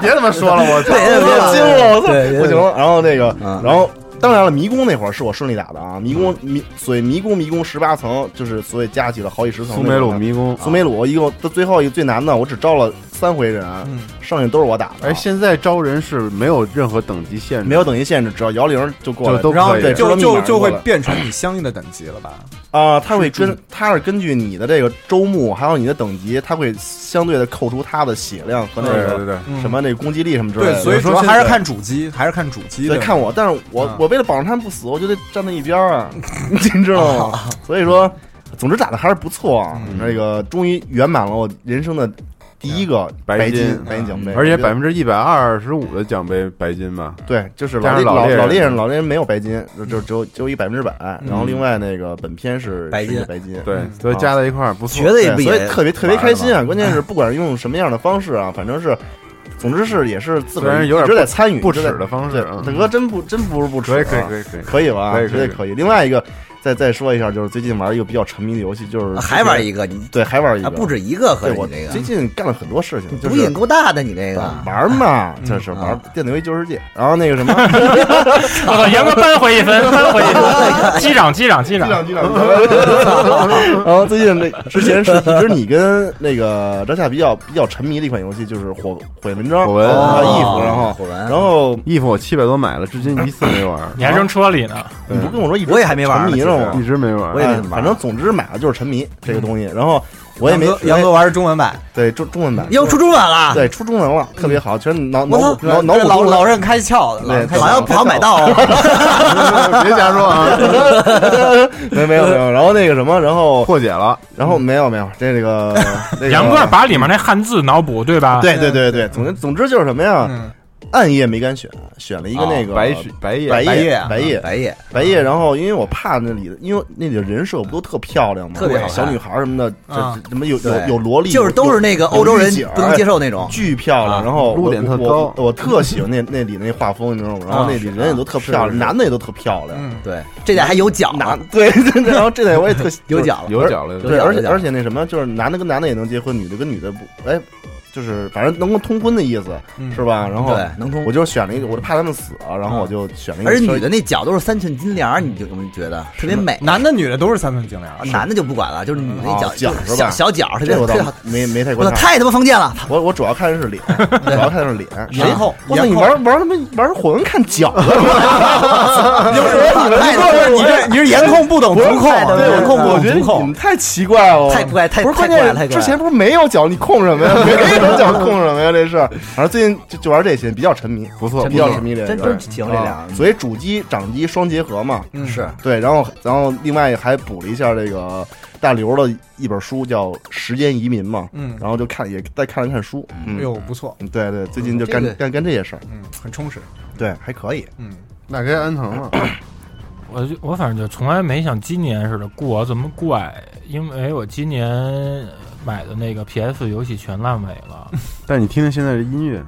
S4: 别他妈说了，我操
S1: 对对对
S3: 惊了，我操
S1: 对对
S3: 不行了。然后那个
S1: 嗯，
S3: 然后。当然了，迷宫那会儿是我顺利打的啊，迷宫迷，所以迷宫迷宫十八层，就是所以加起了好几十层
S4: 苏
S3: 那
S4: 梅
S3: 种
S4: 鲁
S3: 的。
S4: 迷宫，嗯
S3: 苏梅鲁一共到最后一个最难的，我只招了三回人，
S6: 嗯
S3: 剩下都是我打的。啊
S4: 哎，现在招人是没有任何等级限制，
S3: 没有等级限制，只要摇铃就过来
S4: 就。都
S6: 然后
S4: 可
S6: 就
S4: 以
S3: 知道密
S6: 就
S3: 码
S6: 就
S3: 过
S6: 会
S3: 来
S6: 变成你相应的等级了吧？
S3: 啊，他会根，他是根据你的这个周目，还有你的等级，他会相对的扣除他的血量和那
S4: 对对
S3: 个
S4: 对，
S6: 嗯
S3: 什么那个攻击力什么之类的。
S6: 对，所以主
S3: 说
S6: 要
S3: 现
S6: 还是
S3: 在
S6: 看主机，还是看主机
S3: 对
S6: 的。
S3: 看我，但是我
S6: 啊
S3: 我为了保证他们不死，我就得站在一边儿啊，你知道吗？所以说，总之打的还是不错啊。那个终于圆满了我人生的第一个
S4: 白
S3: 白
S4: 金
S3: 金嗯白金奖杯，
S4: 而且
S3: 我觉得
S4: 百分之一百二十五的奖杯白金吧，
S3: 对，就是
S4: 加
S3: 老
S4: 上
S3: 老
S4: 老猎人
S3: 老猎人，老嗯猎人没有白金，就就只有只有一百分之百。然后另外那个本片是
S1: 白金
S3: 是一个白金，
S4: 对，所以
S3: 啊
S4: 加在一块儿不错
S1: 绝，对不
S3: 对，所以
S1: 也
S3: 特别特
S1: 完
S3: 别
S1: 了
S3: 开心啊！关键 是不管用什么样的方式啊，反正是，总之是也是自个
S4: 虽
S3: 儿
S4: 然有点
S3: 一直在参与，
S4: 不
S3: 一直在
S4: 耻的方式
S3: 对
S4: 啊，
S3: 大哥真不真不是不耻
S4: 可
S3: 啊，
S4: 以可以可以可以，
S3: 可以吧？
S4: 可以
S3: 绝
S4: 可以
S3: 对可以。另外一个再再说一下，就是最近玩一个比较沉迷的游戏，就是
S1: 还玩一个你
S3: 对，还玩一
S1: 啊，
S3: 个
S1: 不。止一个，合
S3: 对
S1: 着
S3: 我
S1: 你
S3: 最
S1: 这
S3: 近干了很多事情，
S1: 个
S3: 就
S1: 毒
S3: 是
S1: 瘾够大的，你这个
S4: 啊
S3: 玩 嘛，
S4: 嗯
S3: 就是玩
S1: 啊
S3: 电子游戏《旧世界》，然后那个什么，
S5: 我严哥扳回一分，扳回一分，击掌击掌击掌，
S3: 然后最近那之前是一直你跟那个张夏比较比较沉迷的一款游戏，就是火毁文章，
S4: 火纹
S3: 啊
S1: 哦
S3: 衣服，然后
S1: 火纹
S3: 然后
S4: 衣服 E 我七百多买了，至今一次没玩儿，
S5: 你还扔车里呢，
S3: 你不跟我说一直
S1: 我也还没玩呢
S3: 沉迷了
S4: 一
S3: 吗？
S4: 直没玩
S1: 我也没
S4: 儿。
S3: 哎
S1: 怎么玩嗯
S3: 反正总之买了就是沉迷这个东西，然后我也
S6: 杨
S3: 没哎
S6: 哥，杨哥玩的中文版，
S3: 对中中文版
S1: 又出中文了，
S3: 对出中文了，特别好，全脑
S1: 嗯我
S3: 脑
S1: 操
S3: 脑脑补
S6: 老
S3: 中文
S6: 老任开窍了，老任
S3: 对
S6: 开窍
S1: 好像不好买到啊，
S4: 别瞎说啊，
S3: 没没有 没有，然后那个什么，然后
S4: 破解了，
S3: 然后没有没有这 个那个
S5: 杨哥把里面那汉字脑补对吧？，
S3: 对对
S1: 嗯
S3: 对对，总之总之就是什么呀？
S6: 嗯，
S3: 暗夜没敢选，选了一个
S1: 啊
S3: 那个
S4: 白雪白夜
S3: 白
S6: 白夜
S3: 夜
S6: 啊
S3: 白夜
S1: 白夜
S3: 白夜，然后因为我怕那里的，因为那里的人设不都特漂亮吗？
S1: 特别好看
S3: 小女孩儿什么的，
S6: 啊
S3: 这什么有有
S1: 对
S3: 有萝莉，
S1: 就是都是那个
S3: 有
S1: 欧洲人
S3: 有御姐儿
S1: 不能接受那种
S3: 巨漂
S1: 啊
S3: 亮。然后我
S4: 露点特
S3: 我
S4: 高
S3: 我我特喜欢那那里那画风，你知道吗？然后那里
S1: 是啊
S3: 人也都特漂亮，男的也都特漂亮。
S6: 嗯
S1: 对，这点还有脚啊呢，
S3: 男对，对对然后这点我也特
S1: 有奖了
S4: 有奖了，
S1: 有
S3: 对，
S1: 奖
S3: 而
S1: 有
S3: 且
S1: 奖
S3: 而且那什么，就是男的跟男的也能结婚，女的跟女的不，哎，就是反正能够通婚的意思
S6: 嗯
S3: 是吧？然后
S1: 对，能通
S3: 我。就选了一个，我就怕他们死啊，然后我就选了一个，
S1: 而且女的那脚都是三寸金莲儿，你就有没有觉得特别美？
S6: 男的女的都是三寸金莲儿，
S1: 男的就不管了，就是女的那脚
S3: 哦脚
S1: 就是
S3: 是
S1: 小
S3: 吧
S1: 小脚，特别
S3: 这我
S1: 特
S3: 倒
S1: 别好。
S3: 没没啊太
S1: 我
S3: 观
S1: 操，
S3: 察。
S1: 太他妈封建了！
S3: 我我主要看 的是脸，主要看的是脸。谁
S6: 然 后
S3: 我操，
S6: 然
S3: 你
S6: 后
S3: 玩玩他妈玩火纹看脚 了？
S1: 太
S6: 不 是你这你是颜控不懂足控啊，
S3: 对，
S6: 颜控不
S3: 我
S6: 懂
S3: 觉得
S6: 足
S3: 你
S6: 控
S3: 们，太奇怪了，
S1: 太怪太
S3: 不是
S1: 太
S3: 关
S1: 怪了太
S3: 键
S1: 怪了
S3: 之前不是没有脚，你控什么呀？没有么叫控什么呀？这是， 反正最近就就玩这些，比较沉迷，
S4: 不错，
S3: 沉
S4: 不
S3: 迷
S4: 错
S3: 了。沉迷这个
S1: 真真行这俩
S3: 啊，所以主机、掌机双结合嘛，
S5: 嗯
S1: 是
S3: 对，然后然后另外还补了一下这个大刘的一本书，叫《时间移民》嘛，
S6: 嗯
S3: 然后就看也再看了看书，嗯
S6: 哎，呦，不错，
S3: 对对，最近就干
S1: 这个
S3: 干干这些事儿，
S6: 嗯，很充实，
S3: 对，还可以，
S6: 嗯，
S4: 那该安藤了，
S5: 我就我反正就从来没像今年似的过这么怪，因为我今年买的那个 PS 游戏全烂尾了，
S4: 但你听听现在的音乐，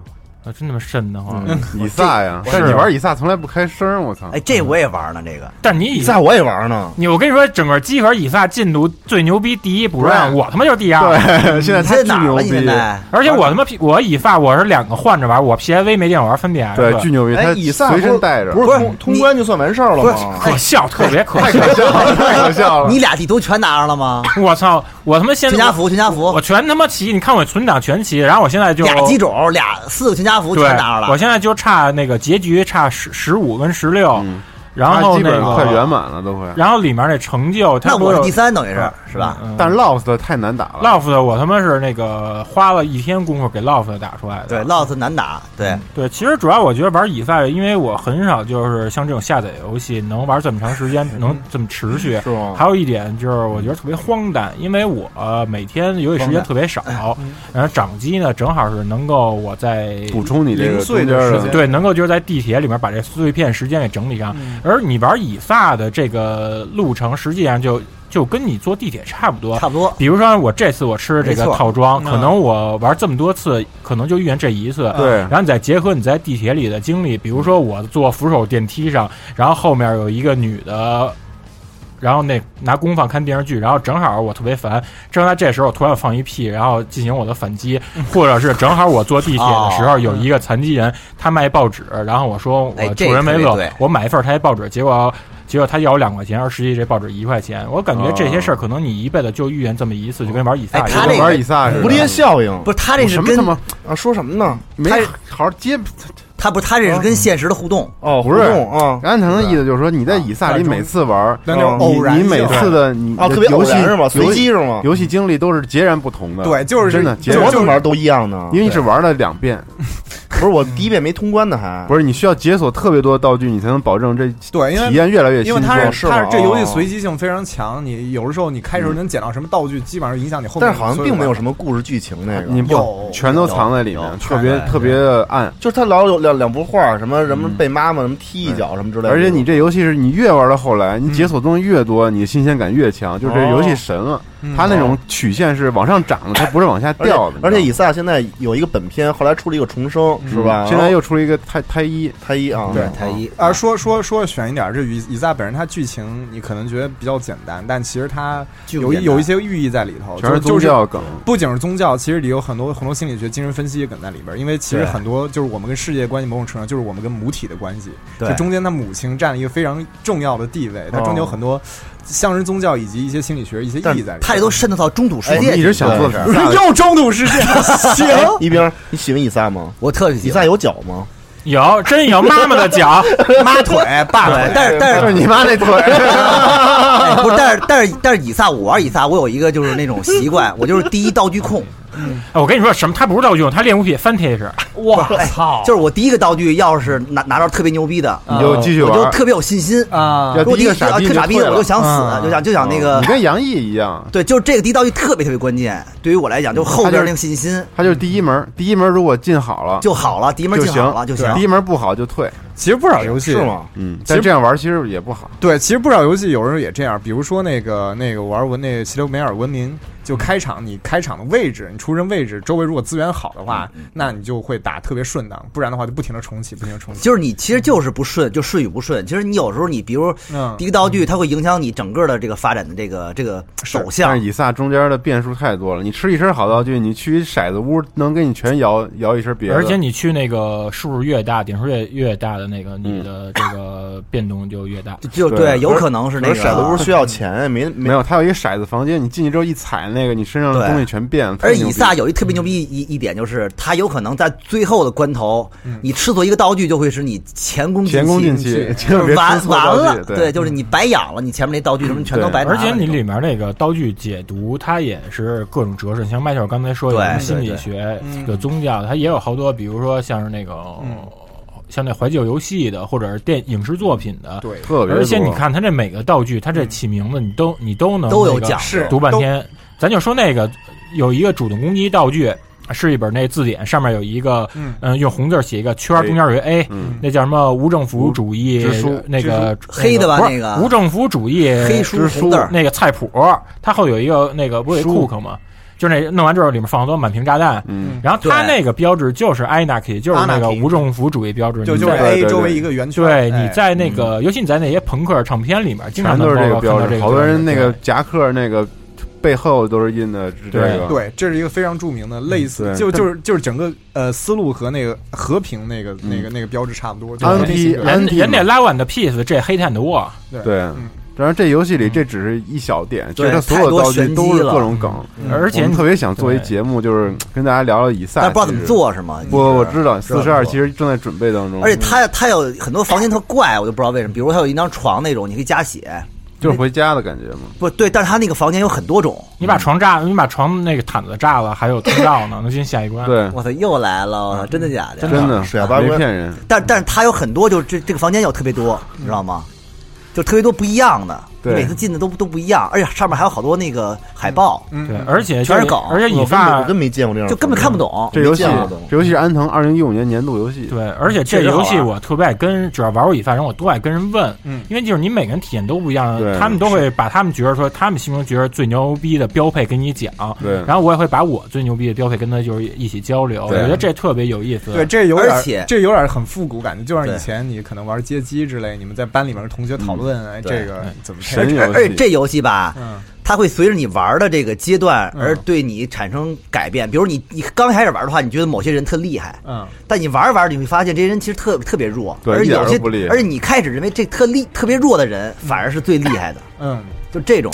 S5: 啊，真他妈瘆得慌。
S4: 以撒呀，但你玩以撒从来不开声，我操
S1: 哎，！这我也玩呢，这个
S5: 但你以
S3: 在我也玩呢，
S5: 你我跟你说，整个机核以发进度最牛逼，第一不让
S4: 对
S5: 我他妈就是第二，
S4: 对， 现在
S1: 你
S4: 他
S1: 在
S4: 巨
S1: 哪儿
S4: 牛
S1: 了？你现
S4: 逼，
S1: 在
S5: 而且我他妈 P- 我以发我是两个换着玩，我 PSV 没电玩，分别 S，
S4: 对，巨牛逼，
S3: 哎，
S4: 他
S3: 以撒
S4: 随身带着，
S3: 不是
S1: 不是
S3: 通通
S1: 你
S3: 关就算完事儿了吗？
S5: 可笑，特别可
S4: 太
S5: 笑。
S4: 可笑了，太可 笑 了
S1: 你。俩地图全拿上了吗？
S5: 我操！我他妈现
S1: 全
S5: 在
S1: 家福，全家福
S5: 我，全他妈齐，你看我存档全齐，然后我现在就
S1: 俩机种，俩四个全家福
S5: 对
S1: 全拿上，
S5: 我
S1: 了。
S5: 现在就差那个结局差十十五跟十六，
S4: 嗯
S5: 然后
S4: 基
S5: 那
S4: 本上快
S5: 个，
S4: 圆满了，都快。
S5: 然后里面那成就，它
S1: 那
S5: 不
S1: 我
S5: 是
S1: 是
S5: 有
S1: 第三，等于是是吧？
S5: 嗯
S4: 但是 Lost 太难打了
S5: Loft 的我他妈是那个花了一天功夫给 Loft 打出来的。
S1: 对，loss 难打，对，
S5: 对，其实主要我觉得玩以赛，因为我很少就是像这种下载游戏能玩这么长时间，能这么持续。
S3: 是吗？
S5: 还有一点就是，我觉得特别荒诞，因为我、呃每天游戏时间特别少，然后掌机呢正好是能够我在
S4: 补充你这个
S6: 零碎
S4: 中间
S6: 的时
S4: 的
S6: 间
S5: 对能够就是在地铁里面把这碎片时间给整理上，而你玩以萨的这个路程实际上就就跟你坐地铁差不多，
S1: 差不多。
S5: 比如说我这次我吃这个
S1: 没错
S5: 套装，
S6: 嗯
S5: 可能我玩这么多次，可能就遇见这一次。
S4: 对
S5: 然后你再结合你在地铁里的经历，比如说我坐扶手电梯上，然后后面有一个女的。然后那拿功放看电视剧，然后正好我特别烦，正在这时候突然放一屁，然后进行我的 反击，或者是正好我坐地铁的时候有一个残疾人，他卖报纸，然后我说
S1: 哎
S5: 我
S1: 这
S5: 助人为
S1: 特
S5: 乐
S1: 别对，
S5: 我买一份他一报纸，结果结果他要我两块钱，而实际这报纸一块钱，我感觉这些事儿可能你一辈子就遇见这么一次，就跟玩以撒
S1: 哦哎
S5: 一
S1: 他
S5: 样
S1: 这。
S4: 跟玩以撒似
S3: 蝴蝶
S4: 的。
S3: 效应
S1: 不是他这是
S4: 什么
S1: 跟
S4: 他妈
S3: 啊？说什么呢？
S4: 没好好接？
S1: 他不是他这是跟现实的互动，
S3: 哦，
S4: 不是
S3: 互动啊
S4: 安藤的意思就是说，你在以撒里每次玩，
S6: 但那种
S4: 你
S6: 偶然
S4: 你
S6: 性
S4: 每次的你
S3: 啊，
S4: 的
S3: 特别偶
S4: 游戏
S3: 然是吗？随
S4: 游
S3: 机
S4: 戏
S3: 是吗？
S4: 游戏经历都是截然不同的。
S6: 对就是
S4: 真的
S6: 就
S4: 截
S6: 是
S4: 然
S3: 我
S4: 不
S3: 怎
S4: 同
S3: 么玩都一样呢？
S4: 因为你是玩了两遍，
S3: 不是我第一遍没通关呢，还
S4: 不是你需要解锁特别多的道具，你才能保证这
S6: 对，因
S4: 体
S6: 为
S4: 验越来越
S6: 因
S4: 新
S6: 为
S4: 鲜。
S6: 它
S3: 是
S6: 是它是
S3: 吗
S6: 这游戏
S3: 哦
S6: 随机性非常强，你有的时候你开时候能捡到什么道具，基本上影响你后面。
S3: 但是好像并没有什么故事剧情那个，
S4: 你不
S6: 有
S4: 全都藏在里
S1: 有有
S4: 面，特别特别的暗。
S3: 就是他老有两两幅画，什么什么
S4: 嗯
S3: 被妈妈什么踢一脚什么之类的。
S4: 而且你这游戏是你越玩到后来，你解锁东西越多，你新鲜感越强，就是这游戏神了。它那
S1: 哦
S4: 种曲线是往上涨的，它不是往下
S3: 而且
S4: 掉的。
S3: 而且
S4: 你
S3: 以
S4: 知
S3: 撒现在有一个本片，后来出了一个重生，是
S4: 道吗
S3: 吧？
S4: 现在又出了一个太太一，
S3: 太一啊，
S6: 对
S1: 太一
S6: 啊，说说说选一点，这以以撒本身它剧情你可能觉得比较简单，但其实它
S1: 巨
S6: 有
S1: 简单
S6: 一有一些寓意在里头，
S4: 全是
S6: 就就
S4: 宗教梗。
S6: 不仅是宗教，其实里有很多很多心理学、精神分析也梗在里边儿。因为其实
S3: 对
S6: 很多就是我们跟世界关系，某种程度上就是我们跟母体的关系。
S1: 对
S6: 就中间他母亲占了一个非常重要的地位，它中间有很多像是宗教以及一些心理学、一些意
S3: 但
S6: 义在里边。
S1: 他这都渗透到中土世
S4: 我
S1: 界
S4: 们一
S1: 去。
S4: 直想做的
S3: 对
S4: 是
S6: 是啊又中土世界，行
S3: 哎一冰，你喜欢以撒吗？
S1: 我特别
S3: 以
S1: 哦喜
S3: 撒
S1: 欢，
S3: 有脚吗？
S5: 有真有妈妈的脚，
S6: 妈腿、爸
S1: 对
S6: 腿，
S1: 但是但是
S4: 就是你妈那腿，
S1: 哎，不是，但是但是但是以撒，我玩以撒，我有一个就是那种习惯，我就是第一道具控，
S5: 哎我跟你说什么？他不是道具，他练武癖翻贴是。我操
S1: 就是我第一个道具要是拿拿到特别牛逼的，
S4: 你就继续
S1: 哦我就。
S4: 玩
S1: 特别有信心。
S6: 啊
S4: 要
S1: 如果
S4: 第一个
S1: 啊
S4: 傻逼
S1: 特傻逼
S4: 就退
S1: 的，
S4: 了
S1: 我就想
S6: 嗯
S1: 死，就想就想那个
S4: 你，跟杨毅一样，
S1: 对，就是这个第一道具特别特别关键，对于我来讲，就是后边那个信心
S4: 他就是第一门，第一门如果进好了
S1: 就好了，第一门进好了
S4: 行，
S1: 就行。
S4: 第一门不好就退。
S5: 嗯
S6: 其实不少游戏
S3: 是？吗？
S4: 嗯，但这样玩其实也不好。
S6: 对，其实不少游戏有时候也这样，比如说那个那个玩文那个《齐刘梅尔文明》，就开场你开场的位置，你出生位置周围如果资源好的话，那你就会打特别顺当，不然的话就不停的重启，不停的重启。
S1: 就是你其实就是不顺，就顺与不顺。其实你有时候你比如
S6: 嗯
S1: 第一个道具，它会影响你整个的这个发展的这个这个走
S4: 但
S1: 向
S4: 是。以撒中间的变数太多了，你吃一身好道具，你去一骰子屋能给你全摇摇一身别的。
S5: 而且你去那个数越大，点数越越大的那个你的这个变动嗯就越大。
S1: 就
S4: 对
S1: 对，有可能是那个
S3: 骰子不是需要钱，没没
S4: 没有，它有一个骰子房间，你进去之后一踩那个，你身上的
S1: 对
S4: 东西全变了。
S1: 而
S4: 太
S1: 以
S4: 牛逼
S1: 撒有一特别牛逼一一点，就是他有可能在最后的关头，你吃错一个道具，就会使你前功
S4: 嗯前功尽
S1: 弃，
S4: 弃，千
S1: 就是
S4: 万别
S1: 完
S4: 吃错
S1: 完
S4: 道
S1: 了
S4: 具。，对，
S1: 就是你白养了，你前面那道具什么全都
S4: 对
S1: 白拿
S5: 而
S1: 了
S5: 且你
S1: 就
S5: 里面那个刀具解读，它也是各种折射。像麦教授刚才说有
S1: 对
S5: 什么心
S1: 对
S5: 理
S1: 对
S5: 学、
S6: 嗯
S5: 有宗教，它也有好多，比如说像是那个、
S6: 嗯
S5: 像那怀旧游戏的，或者是电影视作品的。
S6: 对，
S4: 特别多。
S5: 而且你看它这每个道具，它这起名字你都你都
S1: 嗯
S5: 能
S1: 都有
S5: 那个
S1: 讲究
S6: 是
S5: 读半
S6: 都
S5: 天。咱就说那个有一个主动攻击道具，是一本那字典，上面有一个
S6: 嗯
S5: 嗯用红字儿写一个圈儿，
S4: A
S5: 中间有一个 A，
S4: 嗯，
S5: 那叫什么无政府主义
S4: 支书
S5: 那个
S1: 黑的吧
S5: 不是
S1: 那个
S5: 无政府主义
S1: 黑书红字儿
S5: 那个菜谱，它后有一个那个不是有一 cook 吗？就是那弄完之后里面放好多满屏炸弹，
S4: 嗯，
S5: 然后它
S1: 对
S5: 那个标志就是 anarchy，就是那个
S6: Anarchy
S5: 无政府主义标志，
S6: 就
S5: 你
S6: 就是
S5: 在
S6: A
S4: 对
S6: 周围一个圆圈，
S5: 对，
S6: 哎
S5: 你在那个，尤其你在那些朋克唱片里面，经
S4: 嗯
S5: 常
S4: 全都是
S5: 能
S4: 这个
S5: 够看
S4: 标
S5: 到
S4: 志，
S5: 个
S4: 好多人那个
S5: 对
S4: 夹克那个背后都是印的这
S5: 对
S4: 个。
S6: 对，这是一个非常著名的，类似
S4: 对
S6: 就就是就是整个呃思路和那个和平那个那个那个标志差不多，就是
S4: 安迪
S6: 那个
S5: 人
S4: 安迪
S5: 人
S4: 嘛
S5: 家拉碗的 piece，这黑炭的沃，
S4: 对，
S6: 嗯
S4: 然后这游戏里
S5: 嗯
S4: 这只是一小点，其
S1: 对
S4: 实它所有道具都是各种梗。
S6: 嗯
S5: 而且
S4: 我们
S5: 你
S4: 特别想做一节目，就是跟大家聊聊以赛，
S1: 但不知道怎么。做嗯是吗？
S4: 不，我知
S1: 知道
S4: 道四
S1: 怎
S4: 十
S1: 么
S4: 二
S1: 做
S4: 其实正在准备当中，
S1: 而且
S5: 嗯
S1: 他他有很多房间特怪，我就不知道为什么。比如他有一张床那种，你可以加血，
S4: 就是回家的感觉嘛。
S1: 不对，但是他那个房间有很多种。
S4: 嗯
S5: 你把床炸，你把床那个毯子炸了，还有通道呢，能进下一关。
S4: 对，
S1: 我操，又来了！我操，真的假的？
S4: 嗯真的
S3: 水下八
S4: 没
S3: 关
S4: 骗人。
S1: 但但是他有很多，就这这个房间有特别多，你知道吗？就特别多不一样的，
S4: 嗯对
S1: 每次进的都都不一样，而且上面还有好多那个海报，
S4: 嗯
S5: 对，而且
S1: 全是
S5: 就
S1: 梗
S5: 而且以
S3: 我根本
S5: 发
S3: 我真没见过这样的
S1: 就
S3: 房间，
S1: 根本看不懂。
S4: 这游戏
S3: 没见过，
S4: 这游戏是安藤二零一五年年度游戏。
S5: 对，而且这
S1: 确实好
S5: 游
S1: 玩
S5: 戏我特别爱跟，只要玩过以发人，我都爱跟人问，
S6: 嗯
S5: 因为就是你每个人体验都不一样
S4: 对，
S5: 他们都会把他们觉得说他们心中觉得最牛逼的标配给你讲，
S4: 对
S5: 然后我也会把我最牛逼的标配跟他就是一起交流，我
S4: 对
S5: 觉得这特别有意思。
S6: 对，这有
S1: 而且
S6: 点，这有点很复古感觉，就像
S1: 对
S6: 以前你可能玩街机之类，你们在班里面同学讨论，哎，
S1: 对
S6: 这个怎么
S4: 神
S6: 配
S4: 游
S1: 而且
S4: 戏，
S1: 哎这游戏吧，
S6: 嗯
S1: 它会随着你玩的这个阶段
S6: 嗯
S1: 而对你产生改变。比如你你刚开始玩的话，你觉得某些人特厉害，
S6: 嗯，
S1: 但你玩着玩着你会发现这些人其实特特别弱，
S4: 对
S1: 而
S4: 一点
S1: 有
S4: 都
S1: 些
S4: 不厉害嗯
S1: 而且你开始认为这特厉特别弱的人反而是最厉害的，
S6: 嗯，
S1: 就这种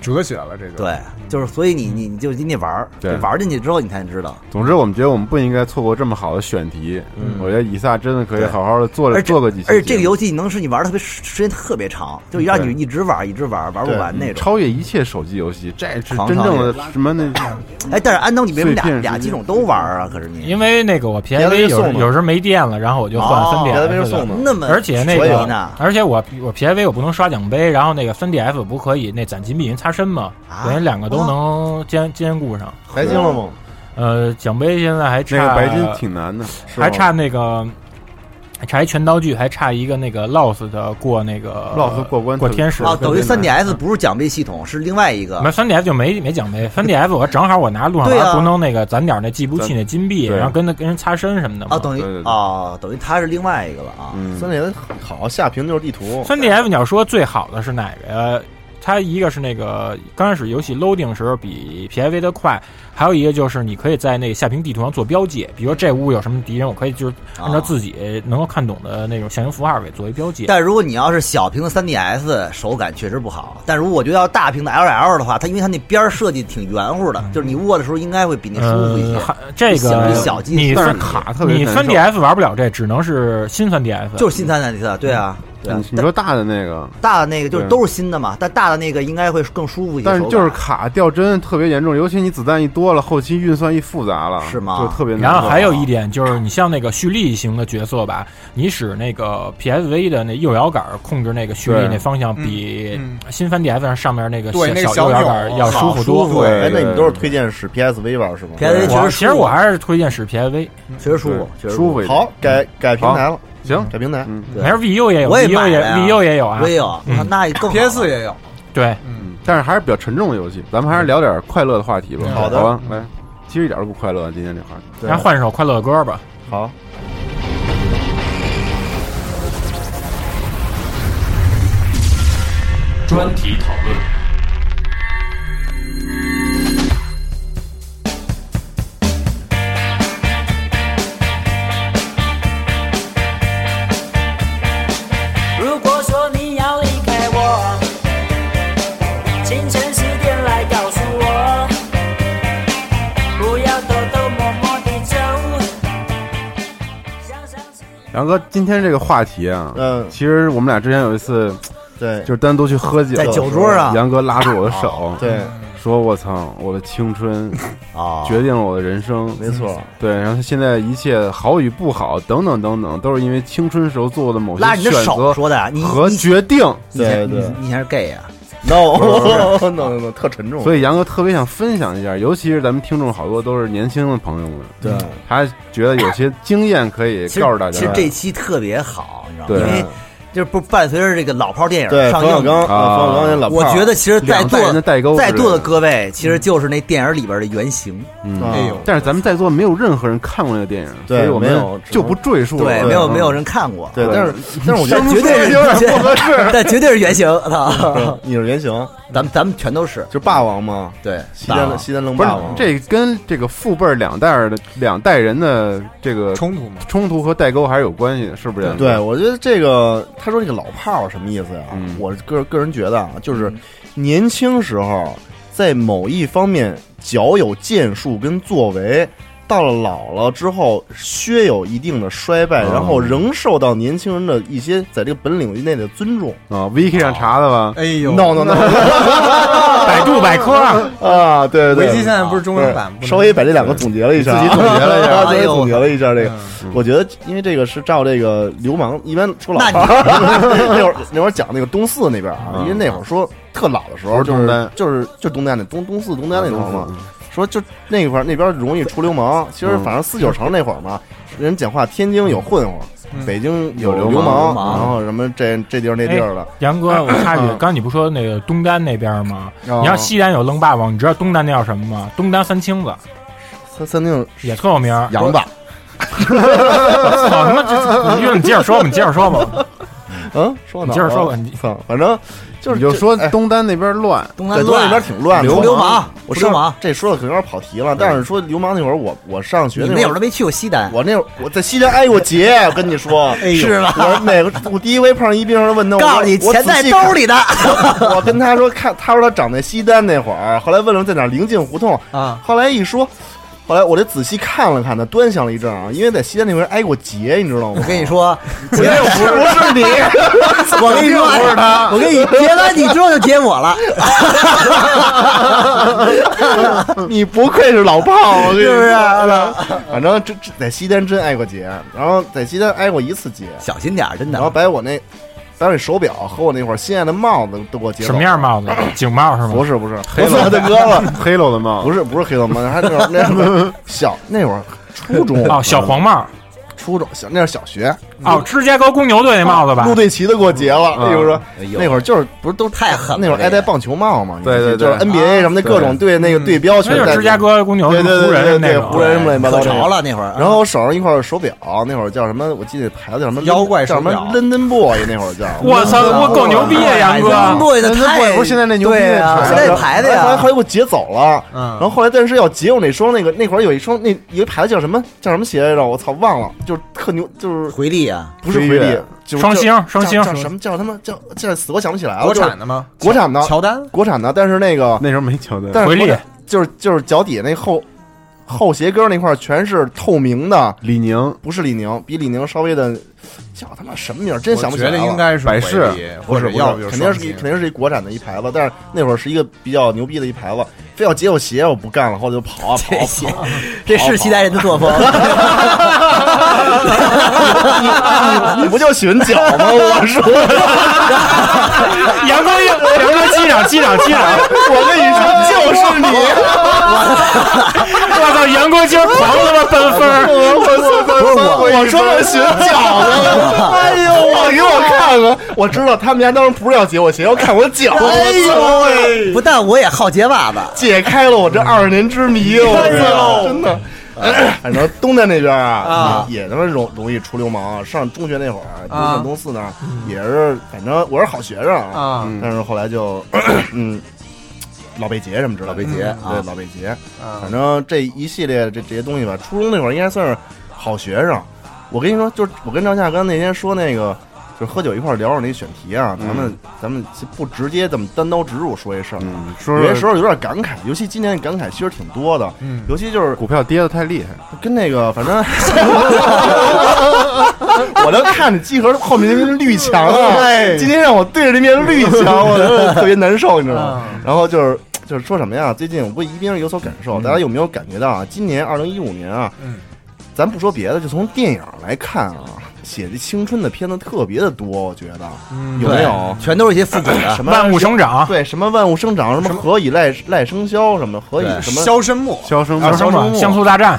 S6: 哲学了这个，
S1: 对，就是所以你你你就你得玩儿，
S4: 对
S1: 就玩进去之后你才知道。
S4: 总之，我们觉得我们不应该错过这么好的选题。
S5: 嗯
S4: 我觉得以撒真的可以
S1: 对
S4: 好好的做
S1: 而且
S4: 做个几期节目，
S1: 而且这个游戏能使你玩的特别时间特别长，就让你一直玩一直玩玩不完那种。
S4: 嗯超越一切手机游戏，这是
S1: 狂
S4: 真
S1: 潮
S4: 正的什么那
S1: 哎，但是安东，你为什么
S4: 碎
S1: 俩
S4: 片时间
S1: 俩机种都玩啊？可是你
S5: 因为那个我 PSV
S3: 别的就
S5: 有
S3: 送了
S5: 有时候没电了，然后我就换分
S1: 哦
S3: 别
S5: 点了
S3: 的没人送的。
S1: 那么
S5: 而且那
S1: 所以
S5: 个
S1: 呢，
S5: 而且我我 PSV 我不能刷奖杯，然后那个 3DS 不可以那攒金币银擦身嘛，
S1: 啊
S5: 等于两个都能兼兼顾上。
S3: 白金了吗？
S5: 呃，奖杯现在还差
S4: 那个白金挺难的，
S5: 还差那个，还差一全刀具，还差一个那个 Lost 的过那个
S4: Lost 过关
S5: 过
S4: 特别
S5: 天使。
S1: 哦，等于
S4: 特别难
S1: 3DS 不是奖杯系统，是另外一个
S5: 没。3 DS 就没没奖杯，3 DS 我正好我拿 路上
S1: 对
S5: 玩
S1: 啊
S5: 不能那个攒点那计步器那金币，
S4: 对
S5: 然后跟他跟人擦身什么的嘛。
S1: 哦，等于
S4: 对对对
S1: 哦，等于它是另外一个了啊。
S4: 嗯
S3: 三，点好下屏就是地图，
S5: 3 DS 你要说最好的是哪个呀？它一个是那个刚开始游戏 loading 时候比 PIV 的快，还有一个就是你可以在那个下屏地图上做标记，比如说这屋有什么敌人，我可以就是按照
S1: 啊
S5: 自己能够看懂的那种象形符号给作为标记。
S1: 但如果你要是小屏的 3DS，手感确实不好。但如果我觉得要大屏的 LL 的话，它因为它那边儿设计挺圆乎的，就是你握的时候应该会比你舒服一些
S5: 呃，。还这个
S1: 比小机
S5: 你
S1: 但
S4: 是
S5: 分
S4: 卡特别
S5: 你
S4: 难
S5: 三
S4: 受
S5: DS 玩不了这，只能是新三 DS，
S1: 就是新 3DS，对啊，对啊
S4: 嗯你。你说大的那个，
S1: 大的那个就是
S4: 对
S1: 都是新的嘛，但大的那个应该会更舒服一些。
S4: 但是就是
S1: 手感
S4: 卡掉帧特别严重，尤其你子弹一多了，后期运算一复杂了，
S1: 是吗
S4: 就特别难
S5: 然
S4: 受。
S5: 后还有一点就是，你像那个蓄力型的角色吧，你使那个 PSV 的那右摇杆控制那个蓄力
S4: 对
S5: 那方向，
S6: 嗯
S5: 比
S6: 嗯
S5: 新翻 DS 上上面那个
S6: 对那个
S5: 小
S6: 小
S5: 右摇
S6: 钮
S5: 杆要舒
S6: 好
S5: 服
S1: 舒
S5: 多。
S1: 服
S4: 对
S3: 哎，那你都是推荐使 PSV 玩是吗
S1: PSV 确实
S5: 我其实
S1: 舒服
S5: 我还是推荐使 PSV，
S1: 确实舒服，确
S4: 对
S1: 实
S4: 舒服一点。
S3: 好，改改平台了，
S4: 行，
S3: 改平台。
S4: 嗯，
S1: 对
S5: 没事 VU 也有
S1: 我也
S5: ，VU
S1: 买
S5: 也
S1: 了呀
S5: VU 也有啊
S1: 我，也有，
S5: 嗯
S1: 那那更好了
S6: p s 也有，
S5: 对，
S6: 嗯，
S4: 但是还是比较沉重的游戏，咱们还是聊点快乐的话题
S1: 嗯
S4: 吧。
S3: 好的
S4: 吧，来，其实一点都不快乐，今天这话题。
S3: 对
S5: 然后换首快乐的歌吧。
S3: 好，
S9: 专题讨论。
S10: 清晨十点来告诉我，不要偷偷摸摸地走。想想是
S4: 然后哥，今天这个话题啊，
S3: 嗯
S4: 其实我们俩之前有一次
S3: 对，
S4: 就是单独去喝酒，
S1: 在酒桌上
S4: 杨哥拉住我的手，
S3: 对，
S4: 说我操，我的青春
S1: 啊，
S4: 决定了我的人生，
S3: 没错，
S4: 对，然后他现在一切好与不好等等等等，都是因为青春时候做的某
S1: 拉你
S4: 些选
S1: 的手
S4: 择
S1: 说的，啊你
S4: 和
S1: 你
S4: 决定。
S1: 你
S3: 对哦
S1: 你
S3: 对
S1: 你才是 gay 啊！
S3: ，no no no no，特沉重，
S4: 所以杨哥特别想分享一下，尤其是咱们听众好多都是年轻的朋友们，
S3: 对，
S4: 他觉得有些经验可以
S1: 其实
S4: 告诉大家。
S1: 其实这期特别好，你知道吗？
S4: 对
S1: 因为就是不伴随着这个老炮电影
S3: 对，
S1: 上
S3: 冯小
S1: 映，
S3: 刚，
S4: 啊
S3: 冯小刚那老炮
S1: 我
S3: 儿
S1: 觉得其实在
S4: 两代
S1: 座
S4: 人的代沟之类
S1: 在
S4: 的
S1: 座的各位其实就是那电影里边的原型，
S4: 嗯
S3: 啊
S6: 哎呦
S4: 但是咱们在座没有任何人看过那个电影，
S3: 对
S4: 所以我
S3: 没有
S4: 们
S3: 只能
S4: 就不赘述了。
S1: 对，没有
S4: 嗯
S1: 没有人看过，
S3: 对，
S4: 对
S3: 但是但是我觉
S1: 但
S3: 得
S1: 绝对是
S3: 有点不合适。
S1: 但绝对是原型，操，
S3: 你是原型，
S1: 咱们咱们全都是，
S3: 就是霸王嘛，
S1: 对，
S3: 西单的西单冷
S4: 不是
S3: 霸王，
S4: 这跟这个父辈儿两代儿的两代人的这个
S6: 冲突嘛，
S4: 冲突和代沟还是有关系的，是不是？
S3: 对，，我觉得这个他说这个老炮儿什么意思呀、啊
S4: 嗯
S3: 我个个人觉得啊，就是年轻时候在某一方面较有建树跟作为，到了老了之后削有一定的衰败，
S4: 哦
S3: 然后仍受到年轻人的一些在这个本领域内的尊重。
S4: 啊，Wiki 上查的吧？
S6: 哎呦
S3: no no no
S5: 百度百科啊，
S3: 啊，对
S6: 维
S3: 对
S6: 基现
S3: 对。
S6: 在不是中文版，不能
S3: 稍微把这两个总结了一下啊，
S4: 自己总结了 一下哎
S3: 自己总结了一下这个，
S6: 嗯
S3: 我觉得，因为这个是照这个流氓，一般说老炮儿 那会儿那会儿讲那个东四那边啊，
S4: 嗯
S3: 因为那会儿说特老的时候，就
S4: 不是东
S3: 是
S4: 单
S3: 就是就东单那东东四东单那头嘛
S4: 嗯，
S3: 说就那块儿那边容易出流氓。其实反正四九城那会儿嘛，人讲话天津有混混，
S6: 嗯
S3: 北京有
S4: 有
S3: 流
S4: 流
S3: 氓，
S4: 氓
S3: 然后什么这这地儿那地儿的，
S5: 杨哥，我插一句，刚刚你不说那个东单那边吗？
S4: 嗯
S5: 你要西单有愣霸王，你知道东单那叫什么吗？东单三清子
S3: 三三定
S5: 也特有名儿。
S3: 洋吧，
S5: 我操他妈这！你就你接着说吧，你接着说吧，
S3: 嗯，说
S5: 你
S3: 哪儿
S5: 接着
S3: 了
S5: 说吧，你
S3: 操，反正就是
S4: 你就说
S3: 哎
S4: 东单那边乱，
S1: 东
S3: 在
S1: 南
S3: 东
S1: 乱
S3: 那边挺乱的，
S1: 流流氓
S3: 我
S1: 流
S3: 上
S1: 氓
S3: 这说的可能有点跑题了，但是说流氓那会儿，我我上学
S1: 你们
S3: 那
S1: 有人
S3: 会儿，
S1: 都没去过西单，
S3: 我那会儿我在西单挨过劫，我跟你说，
S6: 哎呦
S1: 是吧？
S3: 我每个我第一回碰上一病人问他，我
S1: 告诉你，
S3: 我
S1: 钱在兜 里的，
S3: 仔细 看。我跟他说看，他说他长在西单那会儿，后来问了在哪儿临近胡同，
S6: 啊，
S3: 后来一说。后来我得仔细看了看他，端详了一阵啊，因为在西单那回挨过劫，你知道吗
S1: 我？跟你 说，
S3: 我那不是不是你，
S1: 我跟你说，
S4: 不是他
S1: 我跟你截完你之后就截我了，
S3: 你不愧是老炮儿，我跟你
S1: 是啊
S3: 说啊
S1: 不是？
S3: 反正这这在西单真挨过劫，然后在西单挨过一次劫，
S1: 小心点儿，真
S3: 然后
S1: 的。
S3: 把我那把我那手表和我那会儿心爱的帽子都给我劫走
S5: 什么样？帽子？警帽是
S3: 不
S5: 吗？
S3: 是不是，
S4: 黑
S3: 我
S4: 了
S3: 的哥 了，
S4: 黑喽的帽
S3: 不
S4: 子，
S3: 是不是黑色帽，还那会儿那会儿小那会儿初中嗯
S5: 哦，小黄帽。
S3: 初中小那是小学，
S5: 哦，芝加哥公牛队那帽子吧
S3: 陆？队奇都给我劫了，
S4: 嗯
S3: 比如说
S1: 哎呦
S3: 那会儿就是
S1: 不是都太狠了？
S3: 那会儿
S1: 这个
S3: 爱戴棒球帽嘛，
S4: 对对对
S3: 就是 NBA 什么的各种队那个对标
S5: 那
S3: 全
S5: 就是
S3: 戴
S5: 芝加哥公牛
S3: 对对对
S5: 湖人
S3: 对
S5: 那哦
S3: 对湖
S5: 种。
S3: 人什么乱七八糟
S1: 可
S3: 这个
S1: 潮了那会儿。
S3: 然后我手上一块手表，那会儿叫什么？我记得牌子叫什么？
S6: 妖怪
S3: 叫
S6: 手
S3: 什么
S6: 表
S3: London Boy？那会儿叫。
S1: 啊
S5: 我操，我够牛逼
S1: 哎
S5: 啊，杨
S1: 咱
S5: 哥！
S1: 落下的
S4: 咱这
S1: 太
S4: 不是现在那牛逼
S1: 对
S4: 那
S1: 啊，
S4: 牌
S1: 现在牌的
S3: 后来后
S1: 呀
S3: 来，给我劫走了。
S6: 嗯
S3: 然后后来但是要劫我那双那个那会儿有一双那有一牌子叫什么叫什么鞋来着？我操忘了，就是特牛，就是
S1: 回力 啊，
S3: 不是回
S4: 飞
S3: 力
S4: 跃，
S3: 就是
S5: 双星
S3: 叫
S5: 双星
S3: 叫什么叫他妈叫叫死活想不起来了。
S6: 国
S3: 就是啊
S6: 产的吗？
S3: 国产的
S6: 乔丹，
S3: 国产的，但是那个
S4: 那时候没乔丹，
S3: 但是
S5: 回力
S3: 国产就是就是脚底下那后后鞋跟儿那块儿全是透明的，
S4: 李宁
S3: 不是李宁，比李宁稍微的叫他妈什么名儿？真想
S6: 我
S3: 不起来
S6: 觉得
S3: 了。
S6: 应该是
S4: 百事
S6: 回力，
S3: 不
S6: 或
S3: 是
S6: 者
S3: 不
S6: 要不
S3: 是，
S6: 就是
S3: 肯定
S6: 双
S3: 是一
S6: 星
S3: 肯定是一国产的一牌子，但是那会儿是一个比较牛逼的一牌子，非要劫我鞋，我不干了，后来就 跑啊跑
S1: 这些
S3: 啊
S1: 这是西单人的作风。
S3: 跑 啊，你不就喜欢脚吗？我说，
S5: 杨哥，杨哥，击掌，击掌，击掌！
S3: 我跟你说，就是你，
S5: 我操，杨哥今儿狂他妈奔分儿！
S3: 我说我喜欢脚呢。哎呦，我给我看看，我知道他们家当时不是要劫我鞋，要看我脚。哎呦喂，
S1: 不但我也好结袜子，
S3: 解开了我这二十年之谜， 我
S6: 哎
S3: 操，真的。反正东单那边啊，也也他妈容容易出流氓。上中学那会儿，东
S6: 啊
S3: 三东四那儿也是，反正我是好学生啊，
S6: 啊
S3: 但是后来就， 嗯，老被劫什么之类的，老被嗯
S1: 劫啊
S3: 对，老被劫。
S6: 啊
S3: 反正这一系列这这些东西吧，初中那会儿应该算是好学生。我跟你说，就是我跟张夏刚那天说那个，就是喝酒一块儿聊聊那选题啊，咱们咱们不直接这么单刀直入说一事儿，
S4: 嗯，
S3: 有
S4: 说
S3: 些时
S4: 说
S3: 候有点感慨，尤其今年感慨其实挺多的，
S6: 嗯
S3: 尤其就是
S4: 股票跌的太厉害，
S3: 跟那个反正， 我都看着集合后面那面绿墙啊，
S6: 对
S3: 今天让我对着那面绿墙，我真的特别难受，你知道吗？
S6: 嗯
S3: 然后就是就是说什么呀？最近我不一定有所感受，大家有没有感觉到啊？今年二零一五年啊，
S6: 嗯
S3: 咱不说别的，就从电影来看啊，写这青春的片子特别的多，我觉得、
S6: 嗯
S3: 有没有
S1: 全都是一些复古的，
S3: 什么
S5: 万物生
S1: 啊
S5: 长，
S3: 对什么万物生长，什么何以赖赖声箫，什么何以
S1: 对
S3: 什么
S6: 肖申莫，
S4: 肖申
S3: 啊
S4: 克
S3: 肖申
S5: 么
S3: 莫
S5: 像素大战，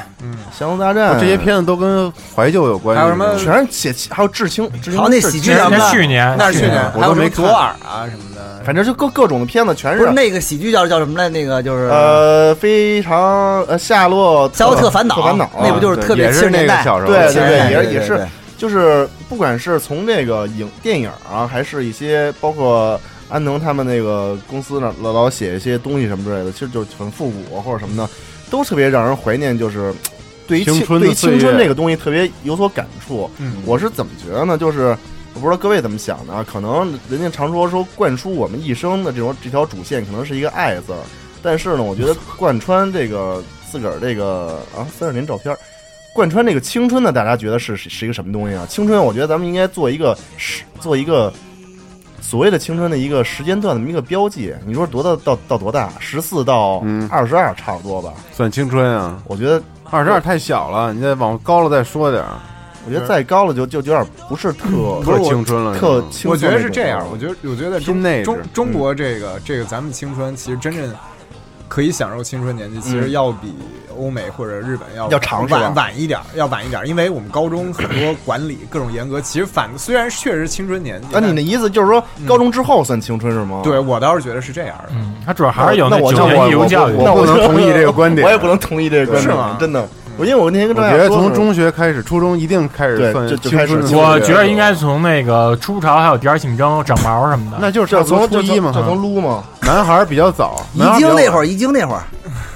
S3: 降龙大
S1: 哦
S3: 战啊嗯
S4: 这些。片子都跟怀旧有关系，
S6: 还有什么
S3: 全是写，还有致青，致青
S1: 好那喜剧叫
S5: 那
S1: 什
S5: 是
S1: 么？
S5: 去年
S6: 那是去年，
S4: 我
S6: 还
S4: 都
S6: 有什
S4: 没
S6: 么
S4: 看
S6: 左耳啊什么的，
S3: 反正就各各种的片子全
S1: 不
S3: 是
S1: 是那个喜剧叫叫什么来？那个就是
S3: 哎呃非常呃夏洛
S1: 夏洛特烦恼
S3: 特烦恼啊
S1: 那不就是
S4: 对
S1: 特别
S4: 也
S1: 70
S4: 是那
S1: 年
S4: 个
S1: 代
S4: 小时候
S3: 对对
S4: 的片
S1: 对
S4: 子，
S3: 对，
S1: 对
S3: 也是也
S1: 对
S3: 是
S1: 对，
S3: 就是不管是从这个影电影啊，还是一些包括安藤他们那个公司呢，老老写一些东西什么之类的，其实就是很复古或者什么的，都特别让人怀念，就是。对于
S4: 青春的
S3: 对于青
S4: 岁
S3: 春
S4: 月
S3: 这个东西特别有所感触，
S6: 嗯
S3: 我是怎么觉得呢？就是我不知道各位怎么想的啊，可能人家常说说灌输我们一生的这种这条主线，可能是一个爱字儿，但是呢，我觉得贯穿这个自个儿这个啊三十年照片儿，贯穿这个青春呢，大家觉得是是是一个什么东西啊？青春，我觉得咱们应该做一个时做一个。所谓的青春的一个时间段，这么一个标记，你说多大到到多大？十四到
S4: 嗯
S3: 二十二，差不多吧。
S4: 算青春啊，
S3: 我觉得，
S4: 二十二太小了，你再往高了再说点儿，
S3: 我觉得再高了就就就有点不是特
S4: 不是嗯青春了，
S3: 特
S4: 你知
S3: 青
S6: 我
S3: 涩
S6: 觉
S3: 那
S6: 得
S3: 种
S6: 是这样，我觉得我觉得中
S4: 拼内
S6: 中
S4: 是
S6: 中国这个这个咱们青春，其实真正可以享受青春年纪，其实要比欧美或者日本要
S3: 要长是吧
S6: 晚晚一点儿，要晚一点儿，因为我们高中很多管理各种严格，其实反虽然确实青春年纪，
S3: 啊，你哦的意思就是说
S6: 嗯
S3: 高中之后算青春是吗？
S6: 但对我倒是觉得是这样的。
S5: 嗯，它主要还是有
S3: 那我
S5: 九
S4: 道
S5: 年
S4: 我
S5: 义务教育
S4: 我。不能同意这个观点
S3: 我也不能同意这个观点，
S6: 是吗
S3: 真的，我因为我那天跟
S4: 我
S3: 张
S4: 觉
S3: 亚
S4: 得
S3: 说
S4: 从
S3: 是
S4: 中学开始，初中一定开
S3: 对
S4: 始算
S3: 就就
S4: 青
S3: 开始
S4: 春的岁嗯月了。
S5: 我觉得应该从那个初潮还有第二性征、长毛什么的。
S4: 那就是
S3: 就
S4: 差不多
S3: 从
S4: 初
S3: 就
S4: 一
S3: 从
S4: 嘛，
S3: 就从撸嘛，
S4: 男孩儿比较早，
S1: 遗
S4: 男孩
S1: 精
S4: 比较
S1: 那
S4: 晚
S1: 会儿，遗精那会儿，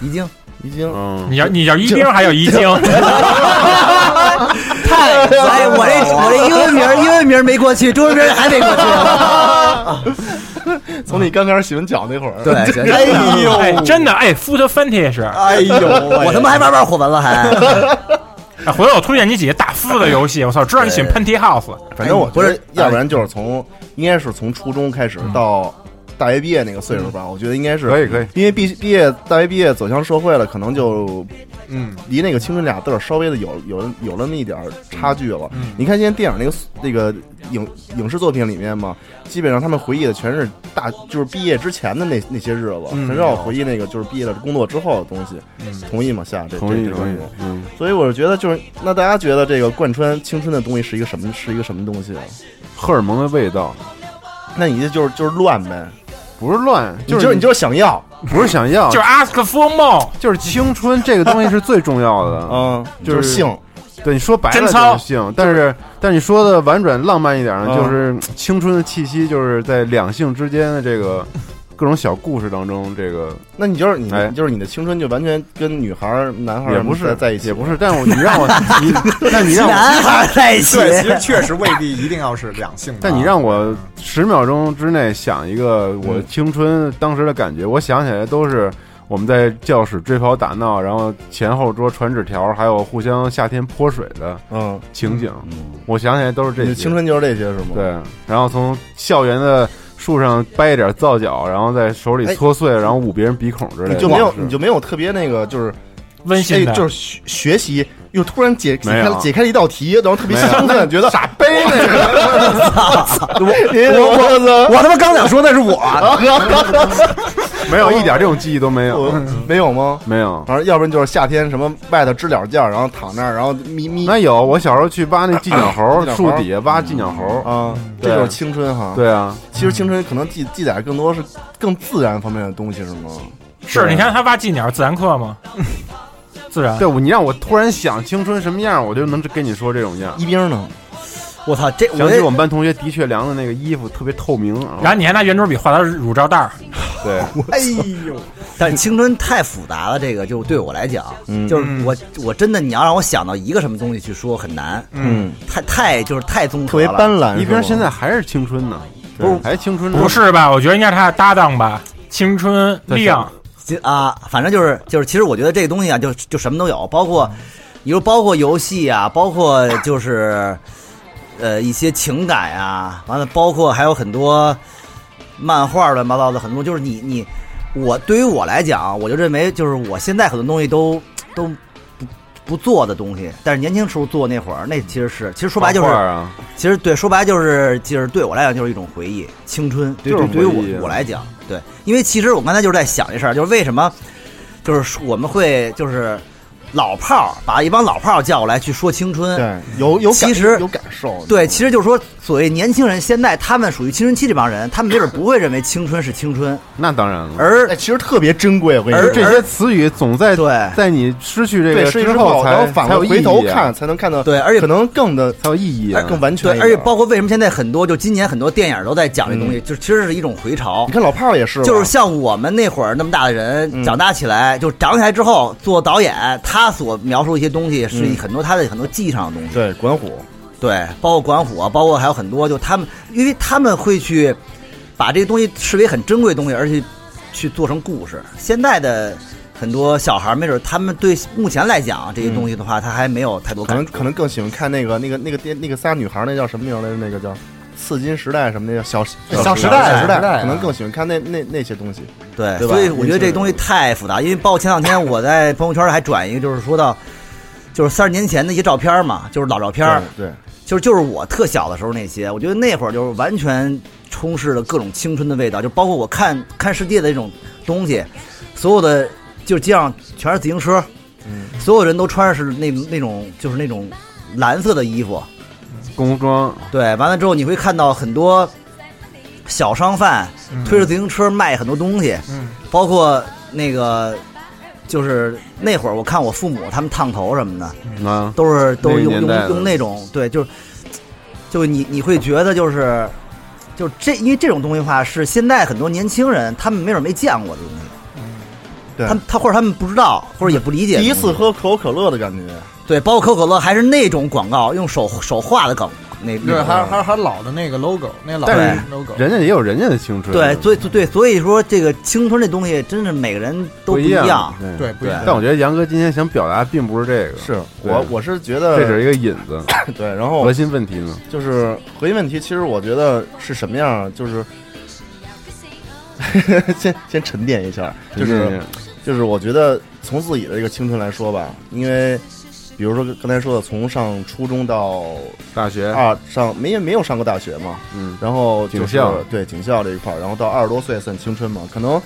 S1: 遗精
S3: 已经
S4: 嗯，
S5: 你要你要一丁还有一精，
S1: 太
S3: 啊
S1: 哎，我这我这英文名英文名没过去，中文名还没过去。
S3: 从你刚开始洗完脚那会儿，
S1: 对，
S6: 哎呦，
S5: 哎，真的哎，Foot Fetish，
S6: 哎呦，
S1: 我他妈还玩玩火纹了，还
S5: 哎回头我推荐你几个大夫的游戏，我操，知道你喜欢 Panty House，
S3: 反正我觉
S1: 不
S3: 得哎
S1: 是
S3: 要不然就是从应该是从初中开始到大学毕业那个岁数吧，我觉得应该
S4: 嗯可
S3: 是。
S4: 以可以，
S3: 因为毕毕业大学毕业走向社会了，可能就
S6: 嗯，
S3: 离那个青春俩字儿稍微的有有有那么一点儿差距了。你看现在电影那个速那个影影视作品里面嘛，基本上他们回忆的全是大就是毕业之前的那那些日子，
S6: 嗯
S3: 很少回忆那个就是毕业了工作之后的东西。同意吗？夏这
S4: 同意
S3: 这这个
S4: 同意
S3: 观点，
S4: 嗯，
S3: 所以我是觉得就是那大家觉得这个贯穿青春的东西是一个什么是一个什么东西啊？
S4: 荷尔蒙的味道
S3: 那你这就是就是乱呗，
S4: 不是乱，
S3: 你
S4: 是
S3: 就你就是想要，
S4: 不是想要，
S5: 就是 Ask for More，
S4: 就是青春这个东西是最重要的。
S3: 嗯，
S4: 就是
S3: 是性，
S4: 对，你说白
S5: 贞
S4: 了
S5: 操
S4: 就是性，但是但你说的婉转浪漫一点呢，
S3: 嗯
S4: 就是青春的气息，就是在两性之间的这个各种小故事当中，这个
S3: 那你就是你的
S4: 哎
S3: 就是你的青春就完全跟女孩儿男孩儿
S4: 也不
S3: 在
S4: 是
S3: 在一起，
S4: 也不是。但我你 让我你，但你让我，
S1: 男孩在一起，
S6: 对，其实确实未必一定要是两性的，啊
S4: 但你让我十秒钟之内想一个我青春当时的感觉，我想起来都是。我们在教室追跑打闹，然后前后桌传纸条，还有互相夏天泼水的
S3: 嗯，
S4: 情景，
S3: 嗯
S4: 我想起来都是这
S3: 你
S4: 些。
S3: 的青春就是这些是吗？
S4: 对，然后从校园的树上掰一点皂角，然后在手里搓碎，然后捂别人鼻孔之类的。
S3: 你就没有
S4: 是
S3: 你就没有特别那个就是
S5: 温馨
S3: 哎
S5: 的，
S3: 就是学学习又突然解解
S4: 没
S3: 开
S4: 有
S3: 了解开了一道题，然后特别兴 奋，觉得傻逼那个。
S1: 我我我他妈刚想说那是我，
S4: 没有一点这种记忆都没有，
S3: 我 没有吗？
S4: 没有。
S3: 反正要不然就是夏天什么外头支点觉，然后躺那儿，然后眯眯
S4: 那有，我小时候去挖那寄鸟猴 嗯
S3: 寄，鸟猴
S4: 树底下挖寄鸟猴。
S3: 啊，
S4: 对
S3: 这就是青春哈。，
S4: 对啊，
S3: 其实青春可能记记载更多是更自然方面的东西，是吗？
S5: 是你看他挖寄鸟，自然课吗？自然
S4: 对，我你让我突然想青春什么样，我就能跟你说这种样。
S3: 一冰呢？
S1: 我操，这我
S4: 想起
S1: 这
S4: 我们班同学的确良的那个衣服特别透明，然后啊
S5: 然后你还拿圆珠笔画他乳罩带儿，
S6: 对，
S1: 哎呦！但是青春太复杂了，这个就对我来讲，
S3: 嗯
S1: 就是我我真的你要让我想到一个什么东西去说很难，
S3: 嗯，
S1: 太太就是太综
S3: 特
S1: 合了，
S3: 别斑斓。是
S4: 一
S3: 吗
S4: 边现在还是青春呢，
S1: 不是
S4: 还是青春呢，
S5: 不是吧？我觉得应该是他的搭档吧，青春
S4: 嗯对
S5: 亮。
S1: 其啊，反正就是就是，其实我觉得这个东西啊，就就什么都有，包括你说包括游戏啊，包括就是呃一些情感啊，完了包括还有很多漫画乱七八糟的很多，就是你你我对于我来讲，啊我就认为就是我现在很多东西都都不不做的东西，但是年轻时候做那会儿，那其实是其实说白就是
S4: 画啊，
S1: 其实对，说白就是就是对我来讲就是一种回忆，青春。对
S4: 就是
S1: 对，对于
S4: 回忆啊
S1: 我我来讲，对，因为其实我刚才就是在想这事儿，就是为什么，就是我们会就是老炮儿把一帮老炮儿叫过来去说青春，
S3: 对有有感
S1: 其实
S3: 有感受，
S1: 对，其实就是说所谓年轻人现在他们属于青春期这帮人，他们没准不会认为青春是青春，
S4: 那当然了。
S1: 而
S3: 哎，其实特别珍贵。我跟你说，
S1: 而
S4: 这些词语总在
S1: 对
S4: 在你失去这
S3: 对
S4: 个
S3: 是之
S4: 后
S3: 然后
S4: 才
S3: 反
S4: 才有
S3: 过
S4: 意义啊
S3: 回头看，才能看到，
S1: 对而且
S3: 可能更的哎
S4: 才有意义啊。
S3: 更完全
S1: 对
S3: 一，点。
S1: 而且包括为什么现在很多就今年很多电影都在讲这东西，就其实是一种回潮
S3: 你。看老炮儿也是吧，
S1: 就是像我们那会儿那么大的人，
S3: 嗯
S1: 长大起来就长起来之后做导演，他所描述一些东西是
S3: 嗯
S1: 很多他的很多记忆上的东西，
S3: 对管虎，
S1: 对，包括管虎啊，包括还有很多，就他们，因为他们会去把这个东西视为很珍贵的东西，而且去做成故事。现在的很多小孩儿，没准他们对目前来讲这些东西的话，他还没有太多
S3: 可
S1: 感
S3: 能
S1: 触。
S3: 可能更喜欢看那个那个那个电那个仨女孩儿，那叫什么名儿来着？那个叫。刺金时代什么那叫小
S6: 小时
S3: 时
S6: 代
S3: 小时
S6: 时代啊
S3: 代，可能更喜欢看那那那些东西。
S1: 对，
S3: 对吧
S1: 所以我觉得这东西太复杂，因为包括前两天我在朋友圈还转一个，就是说到，就是三十年前的一些照片嘛，就是老照片儿，
S3: 对，对
S1: 就是就是我特小的时候那些，我觉得那会儿就是完全充斥了各种青春的味道，就包括我看看世界的这种东西，所有的就是街上全是自行车，所有人都穿着是那那种就是那种蓝色的衣服，
S4: 工装
S1: 对，完了之后你会看到很多小商贩推着自行车卖很多东西，
S6: 嗯
S1: 包括那个就是那会儿我看我父母他们烫头什么的，
S3: 嗯
S4: 啊，
S1: 都是都是用
S4: 那个年代
S1: 用
S4: 的
S1: 用那种对，就是就是你你会觉得就是就这，因为这种东西的话是现在很多年轻人他们没准没见过的东西，
S3: 嗯对
S1: 他们他或者他们不知道或者也不理解的
S3: 第
S1: 东西。
S3: 一次喝可口可乐的感觉，
S1: 对，包括可口可乐还是那种广告，用手手画的梗那那
S6: 对，
S1: 种
S6: 还还还老的那个 logo，那老
S1: 但
S6: 的
S1: 是
S6: logo，
S4: 人家也有人家的青春。啊
S1: 对，所以对所以说这个青春这东西真是每个人都
S4: 不
S1: 不一
S4: 一啊
S1: 样。。
S6: 对，不一
S1: 对
S6: 样。
S4: 但我觉得杨哥今天想表达并不是这个，
S3: 是哦
S4: 对
S3: 我我是觉得
S4: 这只是一个引子，
S3: 对，然后
S4: 核心问题呢？
S3: 就是核心问题，其实我觉得是什么样儿，就是 先先沉淀一下，就是就是我觉得从自己的这个青春来说吧，因为比如说刚才说的，从上初中到
S4: 大学，
S3: 二上没没有上过大学嘛，
S4: 哎嗯，
S3: 然后就是
S4: 警校
S3: 对警校这一块儿，然后到二十多岁算青春嘛，可能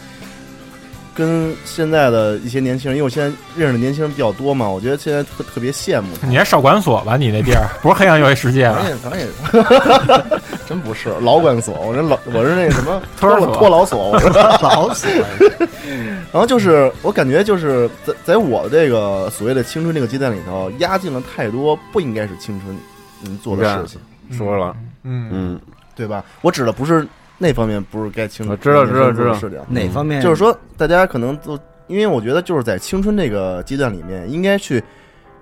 S3: 跟现在的一些年轻人，因为我现在认识的年轻人比较多嘛，我觉得现在特特别羡慕他们
S5: 你还少管所吧？你那地儿不是黑暗游戏世界
S3: 咱
S5: 吗？
S4: 啊
S3: 也咱也， 真不是劳管所，我是老我是那个什么
S5: 托儿所
S3: 托老所，我是老
S4: 哎
S3: 所。 然后就是我感觉就是在在我这个所谓的青春这个阶段里头，压进了太多不应该是青春嗯做的事情，
S4: 说了，
S6: 嗯，
S4: 嗯，
S3: 对吧？我指的不是那方面，不是该青春，
S4: 我知道
S3: 年轻人
S4: 知道
S3: 做的事情，
S1: 哪方面
S3: 就是说大家可能都因为我觉得就是在青春这个阶段里面，应该去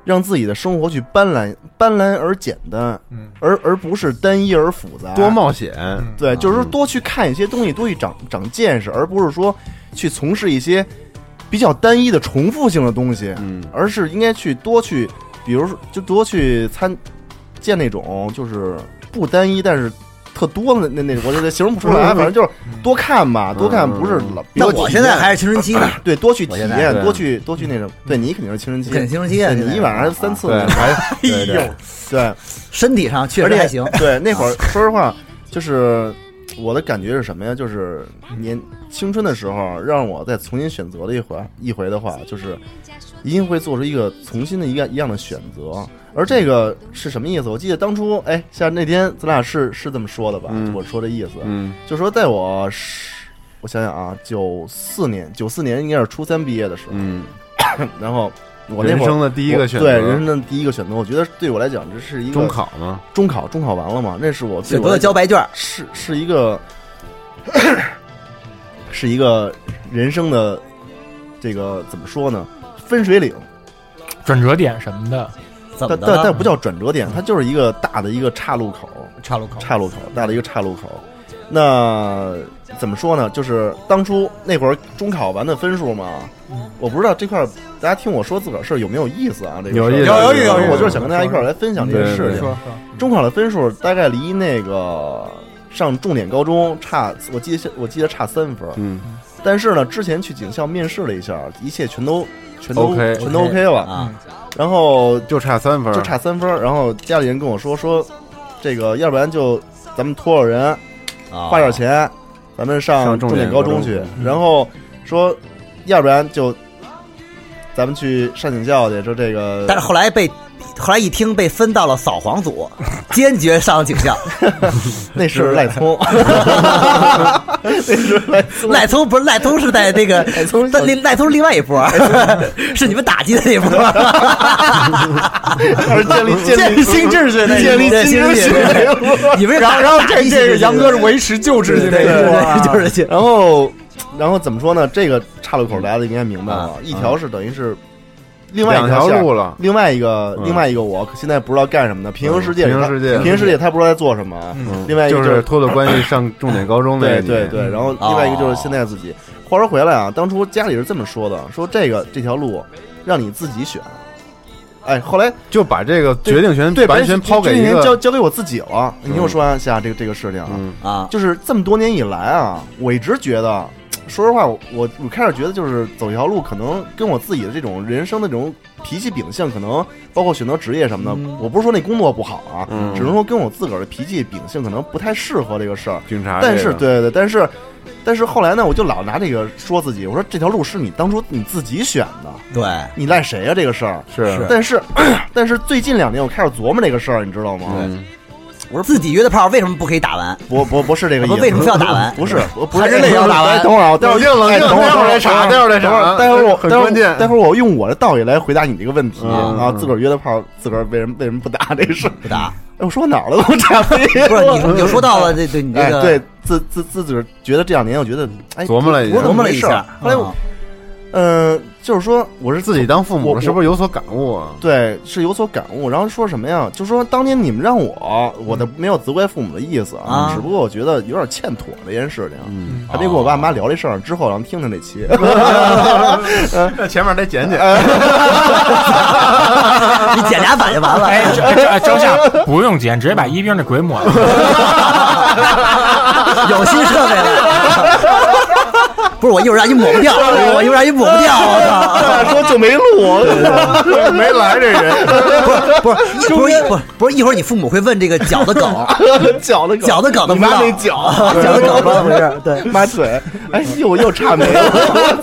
S3: 让自己的生活去斑斓、斑斓而简单，
S6: 嗯，
S3: 而而不是单一而复杂，
S4: 多冒险，
S3: 对，就是说多去看一些东西，多去长长见识，而不是说去从事一些比较单一的重复性的东西，
S4: 嗯，
S3: 而是应该去多去，比如说就多去参见那种就是不单一，但是。特多的那那，我这形容不出来，反正就是多看吧，多看不是老。
S1: 但
S3: 多
S1: 我
S3: 体
S1: 现在
S3: 验
S1: 还是青春期 呢，
S3: 对，多去体
S1: 我现在
S3: 验，
S4: 对嗯
S3: 多去多去那什么。对你肯定是青春期，
S1: 肯定青春期啊
S3: 对
S1: 现在
S3: 你一晚上三次，
S4: 对
S3: 你还
S4: 对对
S3: 对，
S1: 身体上确
S3: 而
S1: 实
S3: 且
S1: 还行。
S3: 对，那会儿说实话，就是我的感觉是什么呀？就是年青春的时候，让我再重新选择了一回一回的话，就是一定会做出一个重新的一个一样的选择。而这个是什么意思？我记得当初，哎，像那天咱俩是是这么说的吧？
S4: 嗯
S3: 我说这意思，
S4: 嗯，
S3: 就说在我十，我想想啊，九四年，九四年应该是初三毕业的时候，
S4: 嗯，
S3: 然后我那
S4: 人
S3: 会儿
S4: 生的第一
S3: 我
S4: 个选
S3: 对人生
S4: 择，
S3: 的第一个选择，我觉得对我来讲，这是一个
S4: 中考嘛，
S3: 中考，中考完了嘛，那是我对
S1: 选
S3: 我
S1: 择
S3: 来
S1: 交
S3: 讲
S1: 白卷儿，
S3: 是是一个 是一个人生的这个怎么说呢？分水岭，
S5: 转折点什么的，
S1: 怎么
S3: 但
S1: 的
S3: 但
S1: 了？
S3: 但不叫转折点，它就是一个大的一个岔路口，
S6: 岔路口，
S3: 岔路口，大的一个岔路口。那怎么说呢？就是当初那会儿中考完的分数嘛，我不知道这块儿大家听我说自个儿事儿有没有意思啊？这个
S4: 有
S3: 事儿
S4: 意思有有有有有
S3: 我就是想跟大家一块儿来分享这个
S4: 对
S3: 事情。
S6: 说说
S3: 中考的分数大概离那个上重点高中差，我记得是我记得差三分儿。
S4: 嗯，
S3: 但是呢，之前去警校面试了一下，一切全都全都
S4: OK
S3: 全都 OK 了。
S1: 啊，
S3: 然后
S4: 就差三分，
S3: 就差三分儿，然后家里人跟我说说，这个要不然就咱们托着人
S1: 啊
S3: 花点钱，咱们上
S4: 上
S3: 重
S4: 重
S3: 点
S4: 点
S3: 高
S4: 高
S3: 中
S4: 中
S3: 去。然后说，要不然就咱们去上警校去。说这个，
S1: 但是后来被，后来一听被分到了扫黄 组，坚决上警校。
S3: 那是 赖聪，那是赖聪。
S1: 赖 聪不是赖聪是在那个赖
S3: 聪
S1: 赖赖聪是另外一波， 是你们打击的那波，
S3: 而建立 建立新秩序，建立
S1: 对
S3: 新秩
S1: 新秩序
S3: 序。
S1: 你们是
S6: 然后
S1: 打
S6: 然后
S1: 打
S6: 这
S1: 击
S6: 这个
S1: 性质
S6: 杨哥是维持旧秩序那
S1: 对对
S6: 一波啊，
S1: 对，就是这
S3: 然后，然后怎么说呢？这个岔路口大家都应该明白了
S1: 啊，
S3: 一条是等于是另外一
S4: 两条
S3: 线
S4: 路了，
S3: 另外一个，
S4: 嗯
S3: 另外一个我可现在不知道干什么的，平行世界，
S4: 平行世界
S3: 平行世界，他不知道在做什么。
S4: 嗯
S3: 另外一个
S4: 就
S3: 就是
S4: 是托了关系上重点高中那
S3: 对
S4: 一
S3: 对
S4: 年
S3: 对，然后另外一个就是现在自己。话说回来啊，当初家里是这么说的，说这个这条路让你自己选。哎，后来
S4: 就把这个决定权
S3: 对
S4: 完全抛给
S3: 这
S4: 一
S3: 这这交
S4: 个，
S3: 交给嗯我自己了。你听我说完下这个这个事情啊，
S4: 嗯，
S1: 啊，
S3: 就是这么多年以来啊，我一直觉得，说实话，我我我开始觉得就是走一条路，可能跟我自己的这种人生的这种脾气秉性，可能包括选择职业什么的，我不是说那工作不好啊，
S4: 嗯
S3: 只能说跟我自个儿的脾气秉性可能不太适合这个事儿。
S4: 警察啊这个，
S3: 但是，对对对，但是，但是后来呢，我就老拿这个说自己，我说这条路是你当初你自己选的，
S1: 对，
S3: 你赖谁啊呀、这个事儿？
S4: 是
S3: 但是， 但是最近两年我开始琢磨这个事儿，你知道吗？
S4: 嗯
S1: 我说自己约的炮为什么不可以打完？
S3: 不不不是这个意思，
S1: 为什么非要打 完
S3: 不是，不不
S1: 还
S3: 是
S1: 是那条打完
S3: 哎 等会儿啊，我待会儿
S4: 冷静冷静
S3: 哎等会儿
S4: 待会儿再查
S3: 等会儿
S4: 待会儿再查
S3: 待会儿我
S4: 很
S3: 待会儿
S4: 关键
S3: 待会儿我用我的道理来回答你这个问题
S4: 嗯
S3: 啊，自个儿约的炮，自个儿为什么为什么不打这事儿？
S1: 不打，
S3: 哎，我说哪儿了？我差不
S1: 不是你你就说到了这对你这
S3: 哎，
S1: 个
S3: 对，自自自个儿觉得这两年，我觉得哎，
S4: 琢磨了一下
S3: 我怎
S1: 琢
S3: 么
S1: 磨了
S3: 回
S1: 一
S3: 事儿
S1: 下，
S3: 后来我
S1: 啊
S3: 嗯，就是说我是
S4: 自己当父母
S3: 我
S4: 了，是不是有所感 悟啊？
S3: 对，是有所感悟。然后说什么呀？就说当年你们让我，我
S4: 嗯
S3: 的没有责怪父母的意思
S1: 啊
S3: 只不过我觉得有点欠妥这件事情。
S4: 嗯，
S3: 还得跟我爸妈聊这事儿，之后然后听听这期。
S4: 那前面得剪
S3: 呃
S4: 剪，
S1: 你剪俩版就完了。
S5: 哎，这这哎周夏不用剪，直接把一兵这鬼抹了。
S1: 有新设备了。 不是我一会儿让你抹 不掉，我一会儿让你抹不掉，我
S3: 哎说就没录，
S4: 没来这 人，
S1: 操！不是，不是，不是，不是，一会儿你父母会问这个饺子 梗，
S3: 脚的
S1: 饺子梗都
S3: 你
S1: 不知
S3: 妈
S1: 道
S3: 那脚，
S1: 饺子梗怎么回 事？对，
S3: 妈嘴，哎呦，又差没 了，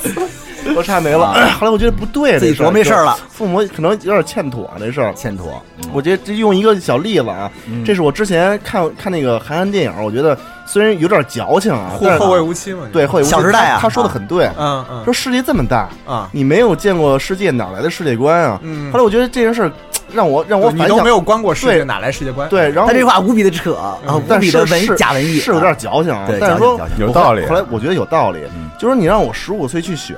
S3: 又差没了。哎后来我觉得不对，
S1: 啊
S3: 啊
S1: 自己
S3: 这事儿
S1: 琢磨事儿了，
S3: 父母可能有点欠妥啊这事儿。嗯
S1: 欠妥。嗯
S3: 我觉得这用一个小例子啊，这是我之前看看那个韩寒电影，我觉得虽然有点矫情啊，
S6: 后
S3: 但是
S6: 后会无期嘛，
S3: 对，后会无期
S1: 小时代啊
S3: 他他说的很对，
S6: 嗯嗯
S3: 说世界这么大，
S6: 啊，
S3: 你没有见过世界，哪来的世界观啊？
S6: 嗯
S3: 后来我觉得这件事儿让我让我
S6: 对你
S3: 反
S6: 都
S3: 响
S6: 没有观过世界，
S3: 对
S6: 哪来世界观？
S3: 对，然后
S1: 他这话无比的扯啊，无
S3: 嗯但
S1: 比
S3: 是
S1: 的文
S3: 是
S1: 假文艺，
S3: 是有点矫情啊
S1: 对，，
S3: 但是说
S1: 矫情矫情
S4: 有道理
S3: 后。来我觉得有道理
S1: 嗯，
S3: 就是你让我十五岁去选，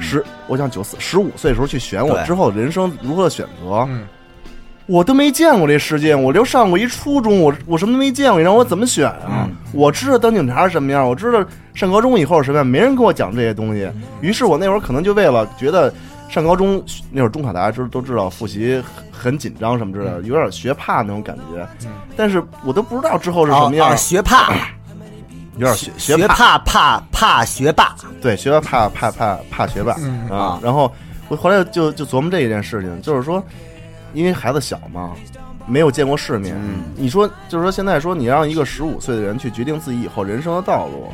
S3: 十我想九四十五岁的时候去选我
S1: 对
S3: 之后人生如何的选择，
S6: 嗯
S3: 我都没见过这世界，我就上过一初中，我我什么都没见过，你让我怎么选
S1: 嗯
S3: 啊？我知道当警察是什么样，我知道上高中以后是什么样，没人跟我讲这些东西。于是我那会儿可能就为了觉得上高中那会儿中考大家知都知道复习很很紧张什么之
S1: 嗯
S3: 类的，有点学怕那种感觉，但是我都不知道之后是什
S1: 哦
S3: 么
S1: 哦
S3: 样，
S1: 学怕，
S3: 有点学学
S1: 学怕
S3: 怕。
S1: 怕怕学霸，
S3: 对，学霸怕怕怕怕学霸
S6: 嗯
S3: 啊
S1: 啊。
S3: 然后我后来就就琢磨这一件事情，就是说，因为孩子小嘛，没有见过世面。
S1: 嗯
S3: 你说，就是说现在说你让一个十五岁的人去决定自己以后人生的道路，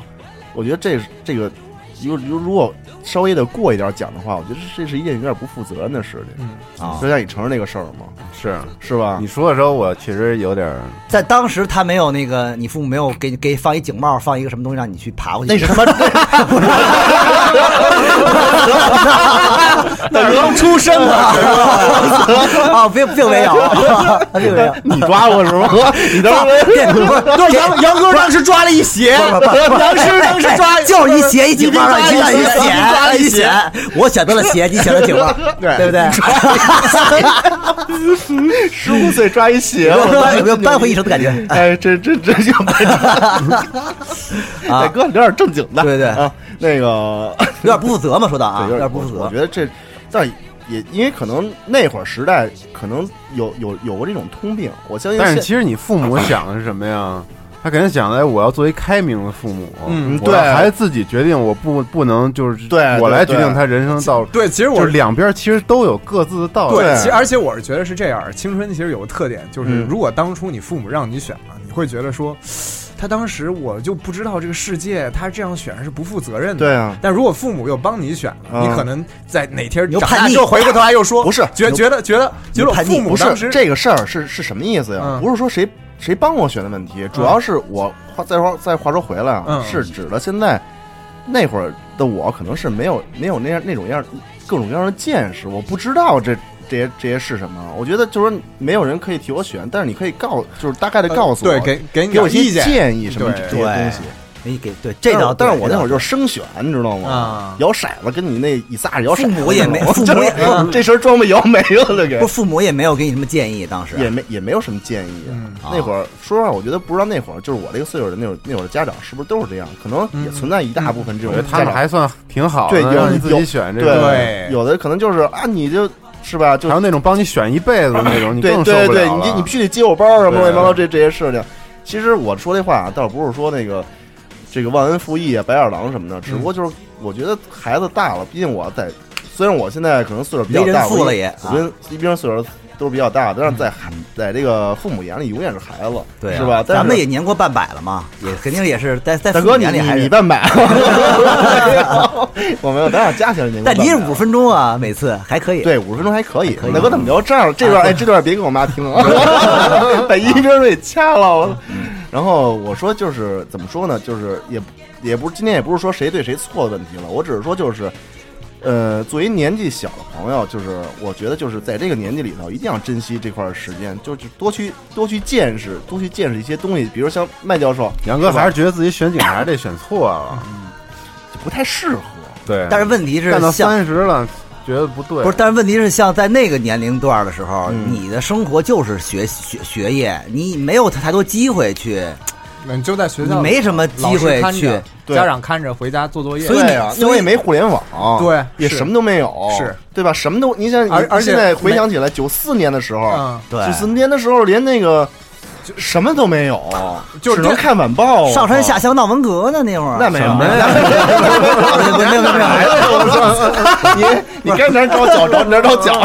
S3: 我觉得这是这个，如如如果稍微的过一点讲的话，我觉得这是一件有点不负责任的事情。
S6: 嗯，
S1: 啊
S3: 就像你承认那个事儿嘛，
S4: 是
S3: 是吧
S4: 你？说的时候，我其实有点儿
S1: 在当时他没有那个，你父母没有给给放一警帽，放一个什么东西让你去爬过去。
S3: 那是他妈，
S1: 大哥出生啊！啊，并并没有，并没有。
S3: 你抓我是吗？ 你当时
S1: 电不是
S3: 不是杨杨哥当时抓了一鞋，
S1: 不不不
S3: 杨师当时抓
S1: 哎就是一鞋一警棒，
S3: 你抓了一
S1: 一
S3: 鞋
S1: 鞋
S3: 你抓了
S1: 一
S3: 一
S1: 鞋
S3: 鞋，
S1: 我选择了鞋，你选择警棒，对不对？
S3: 十五岁抓一鞋，
S1: 有没有
S3: 我
S1: 扳有没有扳回一城的感觉？
S3: 哎，这这这就 大哥，聊点正经的，
S1: 啊对对
S3: 啊，那个
S1: 有点不负责嘛，说的啊，
S3: 对，
S1: 有
S3: 有
S1: 点不
S3: 我
S1: 负责
S3: 我。觉得这，但也因为可能那会儿时代可能有有有过这种通病，我相信
S4: 但
S3: 现。
S4: 是其实你父母想的是什么呀？他肯定想的，哎我要作为开明的父母，
S3: 嗯
S4: 我
S3: 对
S4: 让孩子自己决定，我不不能就是
S3: 对对
S4: 我来决定
S3: 对
S4: 他人生道路。
S6: 对，其实
S4: 就
S6: 我
S4: 是两边其实都有各自的道理。
S6: 对，其而且我是觉得是这样，青春其实有个特点，就是
S3: 嗯
S6: 如果当初你父母让你选啊，你会觉得说，他当时我就不知道这个世界，他这样选是不负责任的。
S3: 对啊
S6: 但如果父母又帮你选了，
S3: 嗯
S6: 你可能在哪天
S1: 你又
S6: 长
S1: 叛
S6: 大
S1: 逆
S6: 之后回过头 来又说，
S3: 不是
S6: 觉
S3: 你
S6: 觉得觉得觉得我
S1: 叛逆
S6: 父母
S3: 不
S6: 当
S3: 是
S6: 时
S3: 这个事儿是是什么意思呀？
S6: 嗯
S3: 不是说谁谁帮我选的问题，主要是我话再话再话说回来啊，
S6: 嗯
S3: 是指的现在那会儿的我，可能是没有没有那样那种样各种各样的见识，我不知道这。这些这些是什么？啊我觉得就是说没有人可以替我选，但是你可以告，就是大概的
S6: 呃
S3: 告诉我，
S6: 对给给你
S3: 给我
S6: 点
S3: 一些
S6: 意见
S3: 建议什么
S6: 对
S3: 这些东西。
S1: 哎，给对这
S3: 但
S1: 倒
S3: 是
S1: 对，
S3: 但是我那会儿
S1: 就
S3: 就是生选，你知道吗？
S6: 啊
S3: 摇骰子跟你那以撒着摇骰
S1: 父
S3: 子那种，
S1: 母也没父母
S3: 我
S1: 也
S3: 这这身装备摇没了，都给
S1: 不，父母也没有给你什么建议，当
S4: 啊
S1: 时
S3: 也没也没有什么建议。
S6: 嗯
S3: 那会儿说实话，我觉得不知道那会儿就是我这个岁数的那会儿那会儿家长是不是都是这样？可能也存在一大部分这
S4: 嗯我
S3: 种
S4: 觉得他
S3: 家
S4: 们
S3: 长，
S4: 还算挺好的，
S3: 对有
S4: 让你自己
S3: 有
S4: 选这个，
S3: 对有的可能就是啊，你就是吧，就
S4: 还有那种帮你选一辈子的那种，你
S3: 对
S4: 更受
S3: 对
S4: 不
S3: 对，
S4: 了
S3: 你
S4: 了
S3: 这你必须得接我包什么
S1: 啊
S4: 对
S3: 乱七八糟这这些事情。其实我说这话啊倒不是说那个这个忘恩负义啊、白眼狼什么的，只不
S1: 嗯
S3: 过就是我觉得孩子大了，毕竟我在虽然我现在可能岁数比较
S1: 为人
S3: 大，
S1: 父
S3: 我
S1: 了也啊嗯
S3: 我跟一边岁数都是比较大的，但是在孩在这个父母眼里永远是孩子，
S1: 对啊
S3: 是吧？但
S1: 咱
S3: 是
S1: 们也年过半百了嘛，也肯定也是在在
S3: 大
S1: 父母
S3: 哥你
S1: 眼里还
S3: 你
S1: 是
S3: 你，半百，我没有，咱俩加起来年过
S1: 但
S3: 半百
S1: 你也是五分钟啊，每次还可以。
S3: 对，五十分钟还可以。
S1: 可以
S3: 大哥怎么聊这
S4: 啊
S3: 儿？这段哎，这段别给我妈听啊， 把一边给掐了。我
S4: 嗯
S3: 然后我说就是怎么说呢？就是也不也不是今天也不是说谁对谁错的问题了，我只是说就是。呃，作为年纪小的朋友，就是我觉得就是在这个年纪里头，一定要珍惜这块儿时间，就是多去多去见识，多去见识一些东西，比如像麦教授
S4: 杨哥还是觉得自己选警察这选错了，
S3: 就不太适合。
S4: 对。
S1: 嗯但是问题是
S4: 干到
S1: 像。
S4: 三十了，觉得不对，
S1: 不是，但是问题是，像在那个年龄段的时候，
S3: 嗯
S1: 你的生活就是学学学业，你没有太多机会去，
S6: 那你就在学
S1: 你
S6: 校
S1: 没什么
S6: 老
S1: 机
S6: 师
S1: 会
S6: 看
S1: 去
S6: 着，
S3: 对
S6: 家长看着回家做作业，
S1: 所以
S3: 对啊，
S1: 你
S3: 那我也没互联网，
S6: 对
S3: 也
S6: 是
S3: 什么都没有，
S6: 是
S3: 对吧？什么都，你想，
S6: 而而且
S3: 现在回想起来，九四年的时候，
S6: 嗯，
S1: 对
S3: 九四年的时候连那个就什么都没有，
S6: 就是
S3: 只能
S6: 这
S3: 看晚报，
S1: 上
S6: 哦
S1: 山下
S3: 我
S1: 乡闹文革呢，那会儿
S3: 靠那没有，
S1: 没有没有没有没有
S3: 哪来的？我说你你该哪儿找脚找哪儿找脚，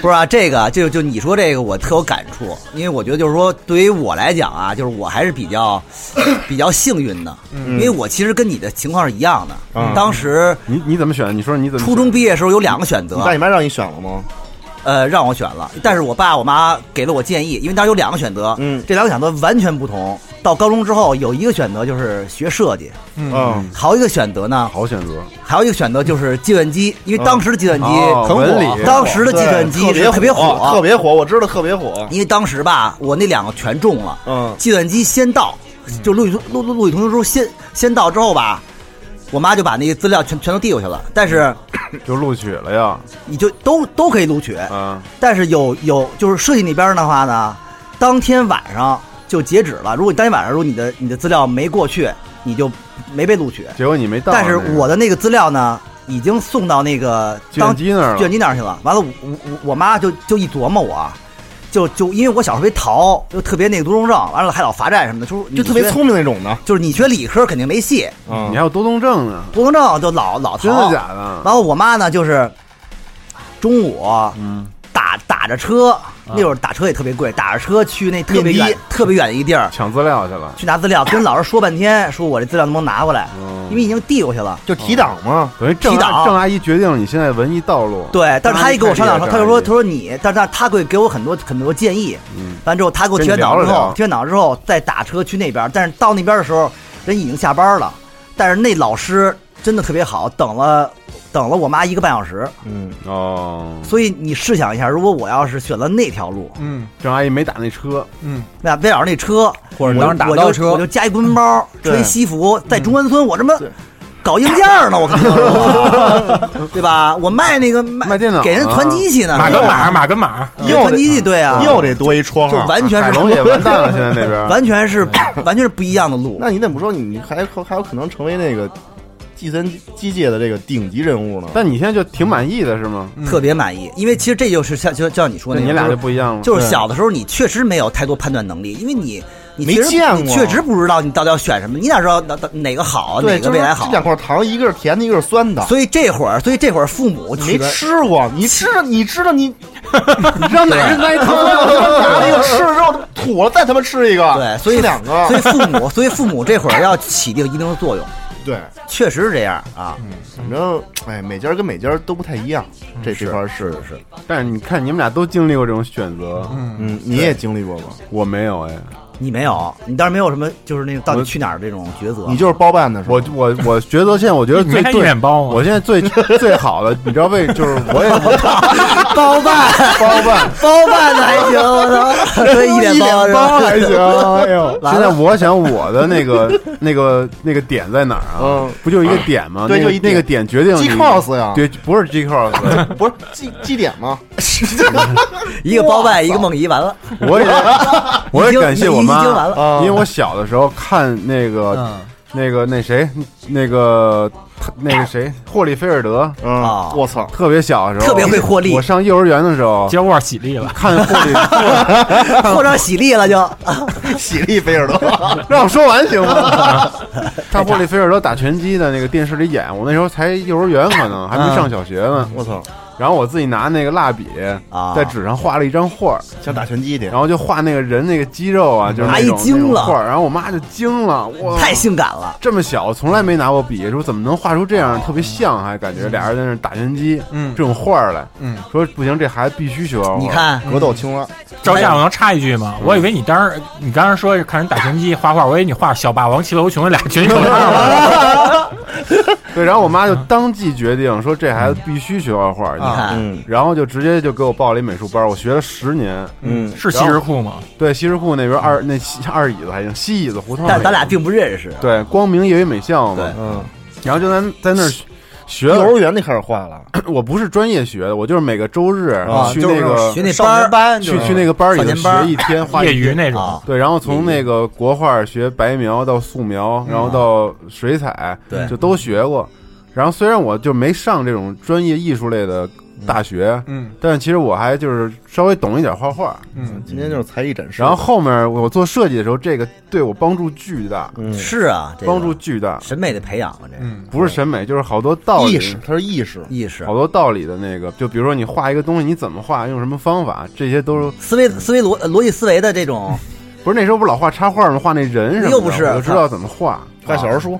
S1: 不是啊，这个就就你说这个，我特有感触，因为我觉得就是说，对于我来讲啊，就是我还是比较 比较幸运的，因为我其实跟你的情况是一样的。当时
S4: 你你怎么选？你说你怎么选
S1: 初中毕业的时候有两个选
S3: 你爸
S1: 择
S3: 你，妈让你选了吗？
S1: 呃，让我选了，但是我爸我妈给了我建议，因为当时有两个选择，
S3: 嗯
S1: 这两个选择完全不同。到高中之后，有一个选择就是学设计，
S3: 嗯，
S1: 还有一个选择呢，
S4: 好选择，
S1: 还有一个选择就是计算机，因为当时的计算机
S4: 哦
S1: 很
S4: 文
S1: 火，
S4: 理
S1: 当时的计算机
S3: 对
S1: 是
S3: 特
S1: 别
S3: 火，特别火，我知道特别火，
S1: 因为当时吧，我那两个全中了，
S3: 嗯
S1: 计算机先到，
S4: 嗯
S1: 就录取录录录取通知书先先到之后吧，我妈就把那个资料全全都递过去了。但是
S4: 就录取了呀，
S1: 你就都都可以录取，
S4: 啊，
S1: 但是有有就是设计那边的话呢，当天晚上就截止了。如果你当天晚上如果你的你的资料没过去，你就没被录取。
S4: 结果你没到那
S1: 但
S4: 个，
S1: 是我的那个资料呢，已经送到那个
S4: 计
S1: 当
S4: 算机那
S1: 计
S4: 儿
S1: 算
S4: 了，
S1: 机那儿去了。完了，我我我我妈就就一琢磨我，啊就就因为我小时候没逃，就特别那个多动症，完了还老罚站什么的，就是
S3: 就特别
S1: 你学，
S3: 聪明那种的，
S1: 就是你学理科肯定没戏，
S3: 嗯
S4: 你还有多动症呢，
S1: 多动症就老老逃。
S4: 真的假的？
S1: 然后我妈呢，就是中午
S4: 嗯，
S1: 打打着车，
S4: 啊
S1: 那会儿打车也特别贵，打着车去那特别
S3: 面的
S1: 远特别远的一个地儿
S4: 抢资料去了，
S1: 去拿资料，跟老师说半天，说我这资料能不能拿回来，
S4: 嗯
S1: 因为已经递过去了。
S3: 就提档嘛，
S4: 等于郑
S1: 提档
S4: 阿郑阿姨决定了你现在文艺道路，
S1: 对，但是他一跟我商量，他
S4: 太厉害
S1: 他就说，
S4: 了
S1: 他说你，但是他他会给我很多很多建议。
S4: 嗯，
S1: 完之后，他给我
S4: 跟
S1: 提
S4: 你
S1: 完档之
S4: 聊了
S1: 后
S4: 聊，
S1: 提完档之后再打车去那边。但是到那边的时候，人已经下班了。但是那老师真的特别好，等了等了我妈一个半小时。
S3: 嗯，
S4: 哦，
S1: 所以你试想一下，如果我要是选了那条路，
S6: 嗯
S4: 郑阿姨没打那车，
S6: 嗯，
S1: 那边角那车，
S3: 或者
S1: 我就
S3: 当时打
S1: 我
S3: 不到
S1: 就
S3: 车
S1: 我就加一公文包，
S3: 对
S1: 穿西服，在中关村，我这么搞硬件呢，我肯定是，对吧？我卖那个卖
S4: 卖电脑
S1: 给人团机器呢，
S5: 马跟马，马跟马，
S1: 给人团机器，对啊，
S3: 又得多一绰
S1: 就
S3: 号。
S1: 完全
S4: 海
S1: 是
S4: 龙也 完蛋了，现在那边
S1: 完全是完全是不一样的路。
S3: 那你怎么说？你还还有可能成为那个计算机界的这个顶级人物呢？
S4: 但你现在就挺满意的是吗？
S1: 特别满意，因为其实这就是像就就像你说嗯
S4: 那
S1: 那个，
S4: 你俩
S1: 就
S4: 就是不一样了，
S1: 就是小的时候你确实没有太多判断能力，因为你你
S3: 没
S1: 其实
S3: 见过
S1: 你确实不知道你到底要选什么，你哪知道哪哪哪个好，
S3: 对，
S1: 啊哪
S3: 就
S1: 个
S3: 是
S1: 未来好
S3: 这？两块糖，一个是甜的，一个是酸的。
S1: 所以这会儿，所以这会儿父母
S3: 没
S1: 取的
S3: 吃过，你吃了，你知道你， 你知道哪个
S4: 哪 是那一套
S3: 拿了一个吃了之后吐了，再他妈吃一个，
S1: 对，所以
S3: 吃两个，
S1: 所以父母，所以父母这会儿要起定一定的作用，
S3: 对，
S1: 确实是这样啊。
S3: 反正哎，每家跟每家都不太一样，这这块儿是是是，
S4: 但是你看你们俩都经历过这种选择，
S3: 嗯，你也经历过吗？
S4: 我没有哎，
S1: 你没有，你当时没有什么，就是那个到底去哪儿这种抉择。
S3: 你就是包办的是吧？
S4: 我我我觉得现在我觉得
S5: 你没
S4: 最
S5: 看一
S4: 对
S5: 脸。包吗？
S4: 我现在最 最好的，你知道为就是我也
S1: 包办，
S4: 包办，
S1: 包办的还行，我操，所以一脸包是吧？
S4: 还行。哎呦，
S1: 完了
S4: 现在我想我的那个 那个那个点在哪儿啊
S3: 嗯？
S4: 不就一个点吗？
S3: 对
S4: 那个
S3: 就一点
S4: 那个点决定你
S3: G-Cross 呀
S4: 对，不是 G cross，
S3: 不是绩绩点吗？
S1: 一个包办，一个梦遗，完了，
S4: 我也我
S1: 已
S4: 也
S1: 经
S4: 感谢我
S1: 已经完
S4: 妈，
S1: 了。
S3: 啊
S4: 因为我小的时候看那个
S6: 嗯，
S4: 那个那谁那个那个谁霍利菲尔德，
S1: 啊
S3: 嗯， 我操，
S4: 特别小的时候
S1: 特别会获利
S4: 我上幼儿园的时候
S5: 结果洗力了，
S4: 看霍利，
S1: 获着喜力了就，
S3: 喜力菲尔德，
S4: 让我说完 行吗？看霍利菲尔德打拳击的那个电视里演，我那时候才幼儿园，可能还没上小学呢。
S3: 嗯我操，
S4: 然后我自己拿那个蜡笔
S1: 啊
S4: 在纸上画了一张画儿，
S3: 像打拳击的
S4: 然，后就画那个人那个肌肉啊，就是
S1: 阿
S4: 那
S1: 姨
S4: 种
S1: 嗯惊
S4: 那种
S1: 了
S4: 画儿。然后我妈就惊了，哇，
S1: 太性感了。
S4: 这么小，从来没拿过笔，说怎么能画出这
S3: 嗯
S4: 样特别像，还感觉俩人在那打拳击，
S6: 嗯
S4: 这种画儿来，
S6: 嗯，
S4: 说不行，这孩子必须学画画。
S1: 你，看，
S3: 嗯格斗青蛙，
S5: 赵夏，我能插一句吗？我以为你当时你刚才说是看人打拳击画画，我以为你画小霸王、骑楼熊俩拳手呢。
S4: 对，然后我妈就当即决定说这孩子必须学画画，你
S1: 你看，
S3: 嗯
S4: 然后就直接就给我报了一美术班，我学了十年。
S3: 嗯，
S5: 是西直库吗？
S4: 对，西直库那边二那西二椅子还行，西椅子胡同那边。
S1: 但咱俩并不认识。
S4: 对光明业余美校嘛，
S3: 嗯，
S4: 然后就在在那儿学
S3: 幼
S4: 了。
S3: 儿园那开始画了，
S4: 我不是专业学的，我就是每个周日
S3: 啊
S4: 去
S6: 就是
S4: 那
S6: 那
S4: 个
S1: 学那
S6: 少
S1: 班
S6: 年
S1: 儿
S6: 班
S4: 去去那个班儿
S1: 少
S4: 里
S1: 年班儿
S4: 学一天，画一
S5: 业余
S4: 天
S5: 那种
S1: 啊，
S4: 对，然后从那个国画学白描到素描，然后到水彩，
S1: 嗯对
S4: 就都学过。然后虽然我就没上这种专业艺术类的大学，
S6: 嗯
S4: 但是其实我还就是稍微懂一点画画。
S6: 嗯
S3: 今天就是才艺展示，
S4: 然后后面我做设计的时候，这个对我帮助巨大，
S3: 嗯，
S1: 是啊，这个
S4: 帮助巨大，
S1: 审美的培养啊，这个
S6: 嗯，
S4: 不是审美，就是好多道理
S3: 意识，它是意识，
S1: 意识
S4: 好、多道理的那个，就比如说你画一个东西，你怎么画，用什么方法，这些都是
S1: 思维、思维逻逻辑思维的这种
S4: 不是那时候不老画插画吗？画那人什么的，
S1: 又不是？
S4: 我就知道怎么画。
S3: 画小人书，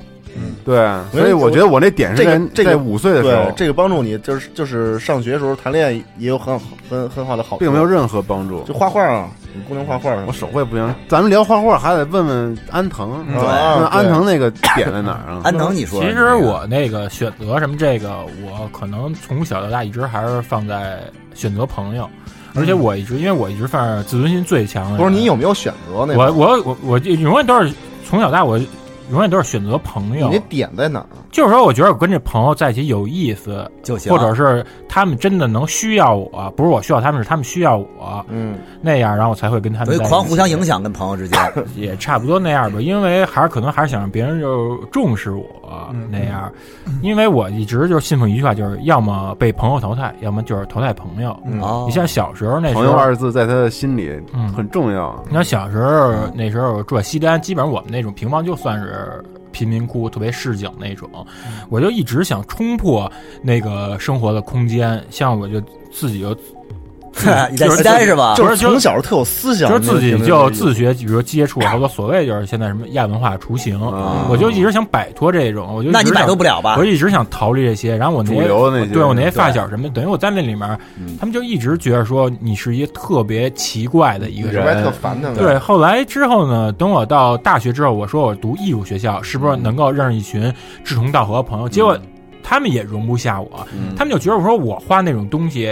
S4: 对，所以我觉得我那点
S3: 这
S4: 是
S3: 个
S4: 在
S3: 这个
S4: 在五岁的时
S3: 对
S4: 候，，
S3: 这个帮助你，就是就是上学的时候谈恋爱也有很好很很好的好处，
S4: 并没有任何帮助
S3: 就。画画啊，你姑娘画画什
S4: 我
S3: 么，
S4: 手绘不行，咱们聊画画还得问问安藤，
S6: 嗯
S4: 是吧
S3: 对
S4: 那安藤那个点在哪儿啊
S1: 安藤，你说的
S5: 嗯其
S1: 这
S5: 实
S1: 个
S5: 我那个选择什么这个，我可能从小到大一直还是放在选择朋友，而且我一直因为我一直算是自尊心最强的人。
S3: 嗯不是你有没有选择那
S5: 我
S3: 个？
S5: 我我我永远都是从小到大我永远都是选择朋
S3: 你
S5: 友
S3: 那，点在哪儿？啊
S5: 就是说我觉得我跟这朋友在一起有意思，
S1: 就行，
S5: 或者是他们真的能需要我，不是我需要他们，是他们需要我
S3: 嗯，
S5: 那样，然后我才会跟他
S1: 等
S5: 们
S1: 于
S5: 在一起
S1: 狂互相影响，跟朋友 之间。
S5: 也差不多那样吧，因为还是可能还是想让别人就重视我
S6: 嗯
S5: 那样，因为我一直就是信奉一句话，就是要么被朋友淘汰，要么就是淘汰朋友。
S6: 嗯
S1: 哦，
S5: 你像小时候那时
S4: 朋友
S5: 候，
S4: 二字在他的心里
S5: 嗯
S4: 很重要。
S5: 你像小时候那时候住在西单，基本上我们那种平房就算是贫民窟，特别市井那种，
S1: 嗯
S5: 我就一直想冲破那个生活的空间，像我就自己就
S1: 你 在西单是吧？
S5: 啊就
S3: 就是是从小特有思想，
S5: 就是自己
S3: 那
S5: 就
S3: 个
S5: 自学，比如说接触好多所谓就是现在什么亚文化雏形，
S4: 啊
S5: 我就一直想摆脱这种，我就一直
S1: 那你摆
S5: 想
S1: 脱不了吧
S5: 我？一直想逃离这些，然后我那
S4: 主流的那些
S5: 对我那些
S4: 对
S5: 发小什么的，等于我在那里面，他们就一直觉得说你是一个特别奇怪的一个
S3: 是不是还特
S5: 人。
S3: 烦他们？啊
S5: 对，后来之后呢？等我到大学之后，我说我读艺术学校，是不是能够认识一群志同道合的朋友？结果他们也容不下我，
S4: 嗯
S5: 他们就觉得说我画那种东西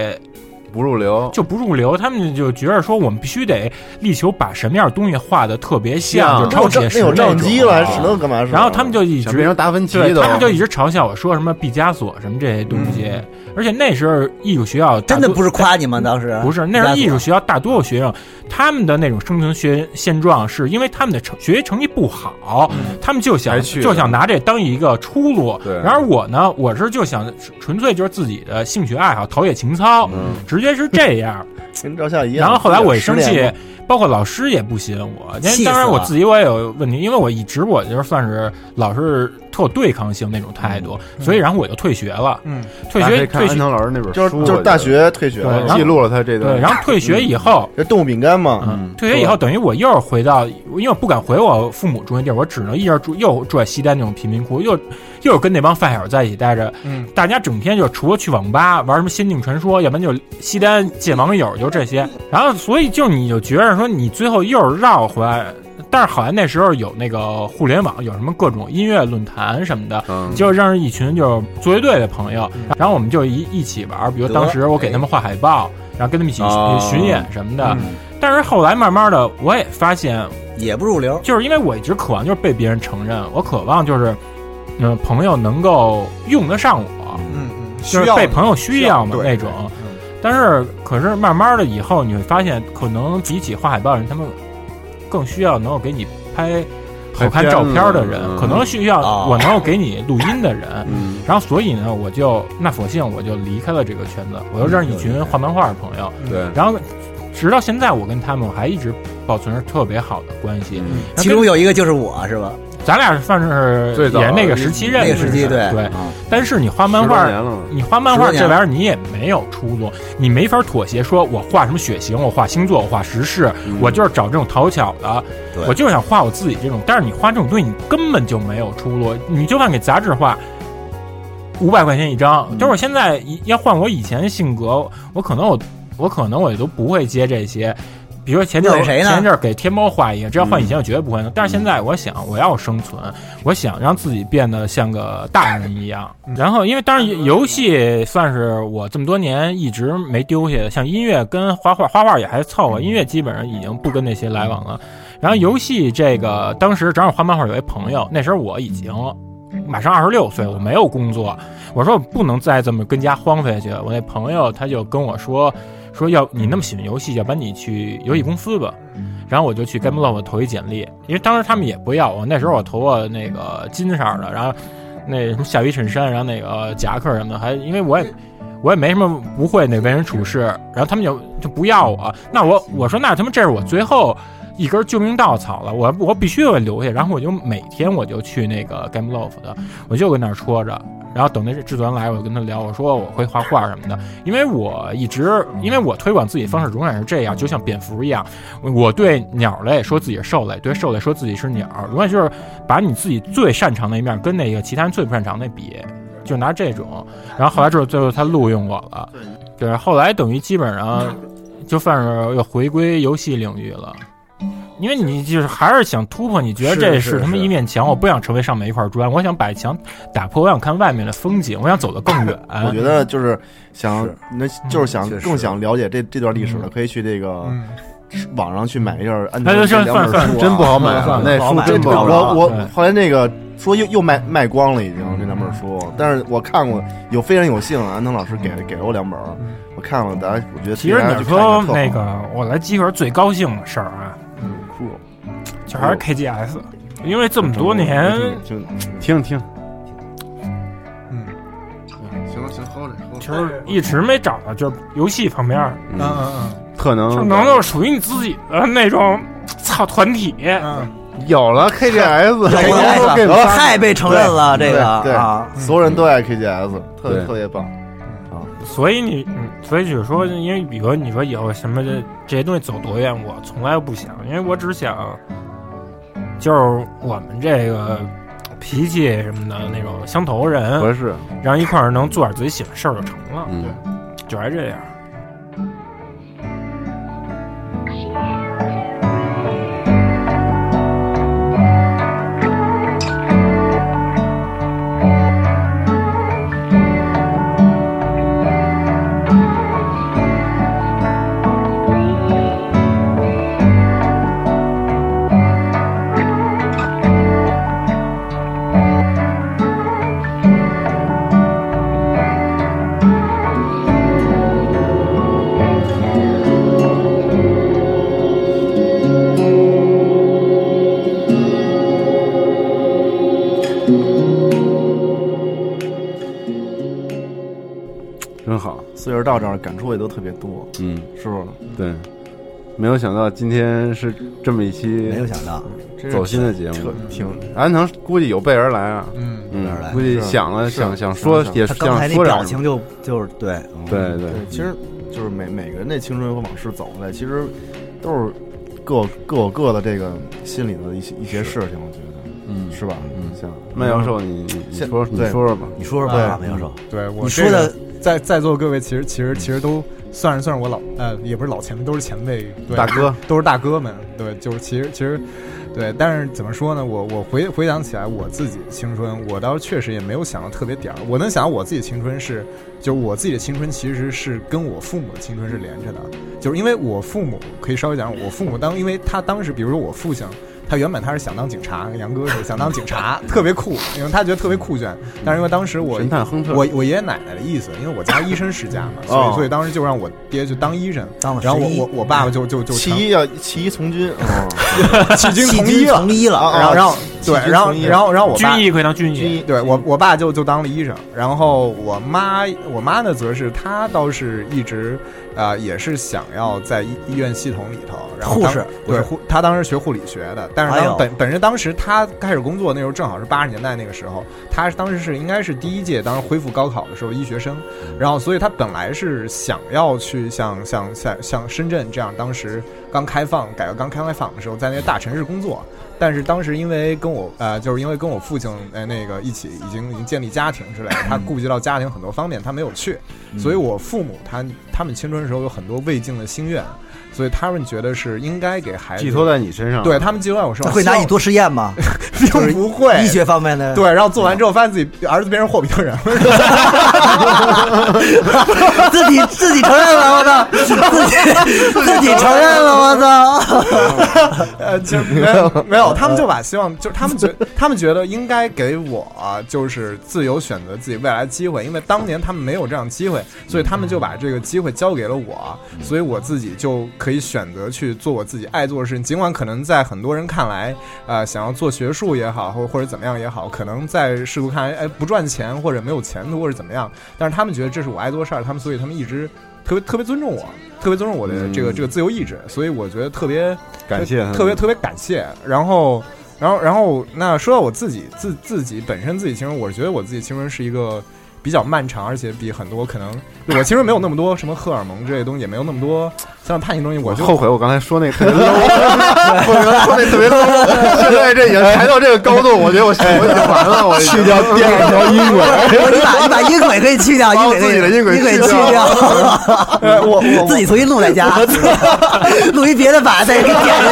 S4: 不入流，
S5: 就不入流，他们就觉得说我们必须得力求把什么样的东西画的特别
S3: 那
S4: 像
S5: 像，就超
S3: 有照
S5: 写
S3: 那
S5: 实
S3: 有照
S5: 种啊
S3: 机了，还使那干嘛使？
S5: 然后他们就一
S4: 想
S5: 直
S4: 变成达芬奇
S5: 对，
S4: 都，
S5: 他们就一直嘲笑我说什么毕加索什么这些东西，而且那时候艺术学校大
S1: 真的
S5: 多
S1: 不是夸你吗？当时
S5: 不是，那时候艺术学校大多数学生，他们的那种生存学现状，是因为他们的成学习成绩不好，他们就想
S4: 才去的
S5: 就想拿这当一个出路。
S4: 对
S5: 然而我呢，我是就想纯粹就是自己的兴趣爱好，陶冶情操，
S4: 嗯
S5: 直接是这样。
S3: 跟照相一样。
S5: 然后后来我一生
S3: 失
S5: 气
S3: 恋，
S5: 包括老师也不信我，因
S1: 气
S5: 为
S1: 死
S5: 当然我
S1: 了
S5: 自己我也有问题，因为我一直我就是算是老是特有对抗性那种态度，所以然后我就退学了。
S6: 嗯，
S5: 退
S4: 大家可以
S5: 学
S4: 看
S5: 退
S4: 安
S5: 学
S4: 藤老师那本
S3: 就是
S4: 书，
S3: 就是大学退学
S5: 对然
S3: 了
S5: 后，
S4: 记录了他这
S5: 对，
S4: 段，
S5: 然后退学以后。
S3: 就动物饼干嘛，
S5: 嗯
S4: 嗯，
S5: 退学以后等于我又是回到，因为我不敢回我父母住那地儿，我只能一直住又住在西单那种贫民窟，又又是跟那帮发小在一起待着，
S6: 嗯，
S5: 大家整天就除了去网吧玩什么《仙境传说》，要不然就西单见网友，就这些。然后所以就你就觉着说你最后又是绕回来，但是好像那时候有那个互联网，有什么各种音乐论坛什么的，
S4: 嗯，
S5: 就认识一群就是作乐队的朋友，然后我们就一一起玩儿，比如当时我给他们画海报，然后跟他们一起
S4: 哦
S5: 巡演什么
S1: 嗯
S5: 的。但是后来慢慢的，我也发现，
S1: 也不入流，
S5: 就是因为我一直渴望就是被别人承认，我渴望就是，嗯、朋友能够用得上我，
S6: 嗯嗯，
S5: 就
S6: 需
S5: 是
S6: 要
S5: 被朋友需要嘛
S6: 需要对
S5: 那种
S6: 嗯。
S5: 但是可是慢慢的以后，你会发现，可能比起画海报的人，他们更需要能够给你拍好看照片的
S4: 拍片子，
S5: 人
S4: 嗯
S5: 可能需要
S1: 哦
S5: 我能够给你录音的人。
S6: 哦
S4: 嗯
S5: 然后所以呢，我就那索性我就离开了这个圈子，我又认识一群画漫画的朋友，
S4: 对，
S5: 然后直到现在，我跟他们我还一直保存着特别好的关系。
S4: 嗯
S5: 然后
S1: 其中有一个就是我是吧？
S5: 咱俩算是
S4: 最早
S5: 也那个时期认
S1: 那
S5: 识
S1: 个
S5: 的，
S1: 时期对
S5: 对。
S6: 嗯
S1: 啊
S5: 但是你画漫
S4: 10多
S5: 画
S4: 年，了，
S5: 你画漫
S1: 10
S5: 画
S1: 多年
S5: 这玩意儿你也没有出路，你没法妥协，说我画什么血型，我画星座，我画时事，
S4: 嗯
S5: 我就是找这种讨巧的
S1: 对，
S5: 我就是想画我自己这种。但是你画这种东西，你根本就没有出路。你就算给杂志画，五百块钱一张，
S1: 嗯
S5: 就是我现在一要换我以前的性格，我可能我我可能我也都不会接这些。比如说前阵儿
S1: 那给谁呢嗯
S5: 前阵儿给天猫画一个，这要换以前我绝对不会弄。但是现在我想我要生存，我想让自己变得像个大人一样。
S1: 嗯
S5: 然后，因为当然游戏算是我这么多年一直没丢下的，像音乐跟画画，画画也还凑合，
S1: 嗯
S5: 音乐基本上已经不跟那些来往了。然后游戏这个，当时正好画漫画有一朋友，那时候我已经
S1: 嗯
S5: 马上二十六岁，我没有工作，我说我不能再这么跟家荒废下去了。我那朋友他就跟我说，说要你那么喜欢游戏，要不然你去游戏公司吧。然后我就去 Game Love 投一简历，因为当时他们也不要我，那时候我投过那个金色儿的，然后那什么夏威夷衬衫，然后那个夹克什么的，还因为我也我也没什么不会那为人处事，然后他们就就不要我，那我我说那他妈这是我最后一根救命稻草了，我我必须得留下，然后我就每天我就去那个 Game Love 的，我就跟那儿戳着。然后等那制作人来，我就跟他聊，我说我会画画什么的，因为我一直，因为我推广自己方式永远是这样，就像蝙蝠一样，我对鸟类说自己是兽类，对兽类说自己是鸟，永远就是把你自己最擅长的一面跟那个其他人最不擅长的比，就拿这种。然后后来之后，最后他录用我了，对，后来等于基本上就算是又回归游戏领域了。因为你就是还是想突破，你觉得这
S1: 是是
S5: 是他妈
S1: 是
S5: 一面墙，我不想成为上面一块砖，我想把墙打破，我想看外面的风景，我想走得更远。
S3: 我觉得就是想
S1: 是，
S3: 那就是想
S1: 确实
S3: 更想了解这这段历史的，
S5: 嗯
S3: 可以去这个
S6: 嗯，
S3: 网上去买一件儿安
S5: 哎
S3: 藤这
S5: 算
S3: 两本书
S5: 算
S3: 啊，
S5: 算
S4: 真不好买
S1: 算
S4: 啊，
S1: 了
S4: 那
S1: 不好买
S4: 书真不好
S1: 真不好买
S4: 买，
S3: 我我
S5: 啊对
S3: 后来那个说又又卖卖光了，已经这两本书，
S5: 嗯
S3: 但是我看过，有非常有幸啊，安藤老师给给了我两本儿，我看了，大家我觉得
S5: 嗯其实
S3: 大家
S5: 你
S3: 去看一看
S5: 说
S3: 特好
S5: 那个，我来集合最高兴的事儿啊，
S3: 酷，哦
S5: 就还是 KGS，因为这么多年，嗯
S3: 就
S4: 听听，
S2: 行了行，喝着喝
S5: 其
S6: 啊
S5: 实一直没找到，就是游戏旁边儿，
S6: 嗯
S4: 嗯，
S6: 嗯
S4: 特
S5: 就是
S4: 能
S5: 能够属于你自己的那种，操团体。
S6: 嗯
S4: 有了 KGS，
S1: 有了
S4: 都给发
S1: 太被承认了
S3: 对
S1: 这个
S3: 对
S1: 啊，
S3: 所有人都爱 KGS，特别
S4: 对
S3: 特别棒，
S5: 所以你，嗯所以就是说，因为比如你说以后什么这这些东西走多远，我从来不想，因为我只想，就是我们这个脾气什么的那种相投人，
S4: 合适，
S5: 然后一块儿能做点自己喜欢的事儿就成了，
S4: 嗯，
S5: 就还这样。
S4: 真好，
S3: 岁数到这儿，感触也都特别多，
S4: 嗯，
S3: 是不是？
S4: 对，没有想到今天是这么一期
S1: 没有想到，
S3: 真是
S4: 走心的节目
S3: 特，挺
S4: 安藤估计有备而来啊，
S6: 嗯，
S4: 嗯
S1: 备而来，
S4: 估计想了
S3: 是
S4: 想想
S3: 是
S4: 说
S3: 是
S4: 也
S1: 他
S4: 是
S1: 刚才
S4: 想
S1: 那
S4: 说
S1: 表
S4: 点什
S1: 情
S4: 么，
S1: 就就是对，嗯
S4: 对对，
S3: 对，其实就是每每个人的青春和往事走过来，其实都是各有各有各的这个心里的一些一些事情，我觉得
S4: 嗯，
S3: 是吧？
S4: 嗯
S3: 像
S4: 麦教授，你你你
S3: 现
S4: 说你
S3: 对
S4: 说说吧，
S1: 你说说
S3: 对
S1: 吧，梅教授，
S6: 对嗯我
S1: 你
S6: 这
S1: 说
S6: 个
S1: 的
S6: 在在座各位其实其实其实都算是算是我老呃也不是老前辈，都是前辈，对
S4: 大 哥，
S6: 都是大哥们，对，就是其实其实对，但是怎么说呢？我我回回想起来我自己的青春，我倒确实也没有想到特别点儿。我能想到我自己青春是，就是我自己的青春其实是跟我父母的青春是连着的，就是因为我父母可以稍微讲，我父母当因为他当时，比如说我父亲。他原本他是想当警察，跟杨哥是想当警察，特别酷，因为他觉得特别酷炫。但是因为当时我
S4: 神探亨特，
S6: 我我爷爷奶奶的意思，因为我家医生世家嘛，所
S3: 哦
S6: 以所以当时就让我爹去当医生，
S1: 当了
S4: 哦
S6: 然后我
S1: 神医
S6: 我我爸爸就就就
S3: 弃
S6: 成
S3: 医要弃医从军啊，
S6: 弃 军
S1: 嗯弃
S6: 从
S1: 军
S6: 医了，啊
S1: 从医了，
S6: 然后然后对，
S3: 军
S6: 然后
S3: 从医
S6: 然后然后我爸
S5: 军医可以当军医，
S6: 对我我爸就就当了医生，然后我妈我妈呢，则是她倒是一直呃也是想要在医医院系统里头，然后
S1: 护
S6: 当
S1: 士不
S6: 对
S1: 是
S6: 护，她当时学护理学的，但是
S1: 哎
S6: 当
S1: 呦
S6: 本本身当时她开始工作那时候正好是八十年代那个时候，她当时是应该是第一届当时恢复高考的时候医学生，
S1: 嗯
S6: 然后所以她本来是想要去像像像像深圳这样当时刚开放改革刚开放的时候，在那个大城市工作，但是当时因为跟我呃，就是因为跟我父亲呃那个一起已经已经建立家庭之类的，
S1: 嗯
S6: 他顾及到家庭很多方面，他没有去，所以我父母他他们青春时候有很多未尽的心愿，所以他们觉得是应该给孩子
S4: 寄托在你身上，
S6: 对他们寄托在我身
S1: 他
S6: 上，
S1: 会拿你
S6: 希
S1: 做实验吗？
S6: 望并不会
S1: 医学方面的，
S6: 对，然后做完之后发现自己儿子变成霍比特人了，
S1: 自己自己承认了，我 操，自己自己承认了，我操，
S6: 呃，就没有没有，他们就把希望，就是他们觉他们觉得应该给我就是自由选择自己未来的机会，因为当年他们没有这样的机会，所以他们就把这个机会交给了我，所以我自己就可以选择去做我自己爱做的事情。尽管可能在很多人看来，呃，想要做学术也好，或或者怎么样也好，可能在世俗看来，哎，不赚钱或者没有前途或者怎么样，但是他们觉得这是我爱做的事儿，他们所以他们一直特别特别尊重我，特别尊重我的这个
S4: 嗯
S6: 这个自由意志，所以我觉得特别。
S4: 感谢他们
S6: 特别特别感谢。然后，然后，然后，那说到我自己自自己本身自己青春，我觉得我自己青春是一个比较漫长，而且比很多可能我青春没有那么多什么荷尔蒙之类的东西，也没有那么多像叛逆东西，我
S4: 我
S6: 就
S4: 后悔我刚才说 那个特别 low，我刚才说那特别 low，现在这已经抬到这个高度，我觉得我我已经完了，我已经
S3: 去掉第二条音轨，
S1: 你把你把音轨可以去掉，
S4: 把
S1: 音
S4: 我
S1: 轨可以
S4: 自己的音轨
S1: 音轨
S4: 去
S1: 去
S4: 掉
S1: 掉，
S6: 呃我我
S1: 自己重新录在家， 录一别的版再给点上，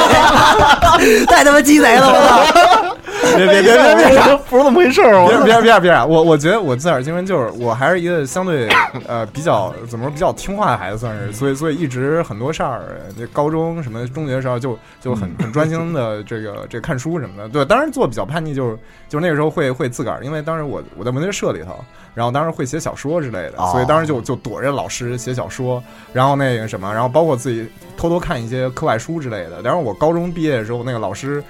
S1: 太他妈鸡贼了，我操！
S6: 别别别别别
S3: 不是那么回事儿，我
S6: 别别别别！我我觉得我自个儿精神就是，我还是一个相对呃比较怎么说比较听话的孩子，算是，所以所以一直很多事儿，这高中什么中学的时候就就很很专心的这个这个看书什么的。对，当然做比较叛逆就是就是那个时候会会自个儿，因为当时我我在文学社里头，然后当时会写小说之类的
S1: 哦，
S6: 所以当时就就躲着老师写小说，然后那个什么，然后包括自己偷偷看一些课外书之类的。然后我高中毕业的时候，那个老师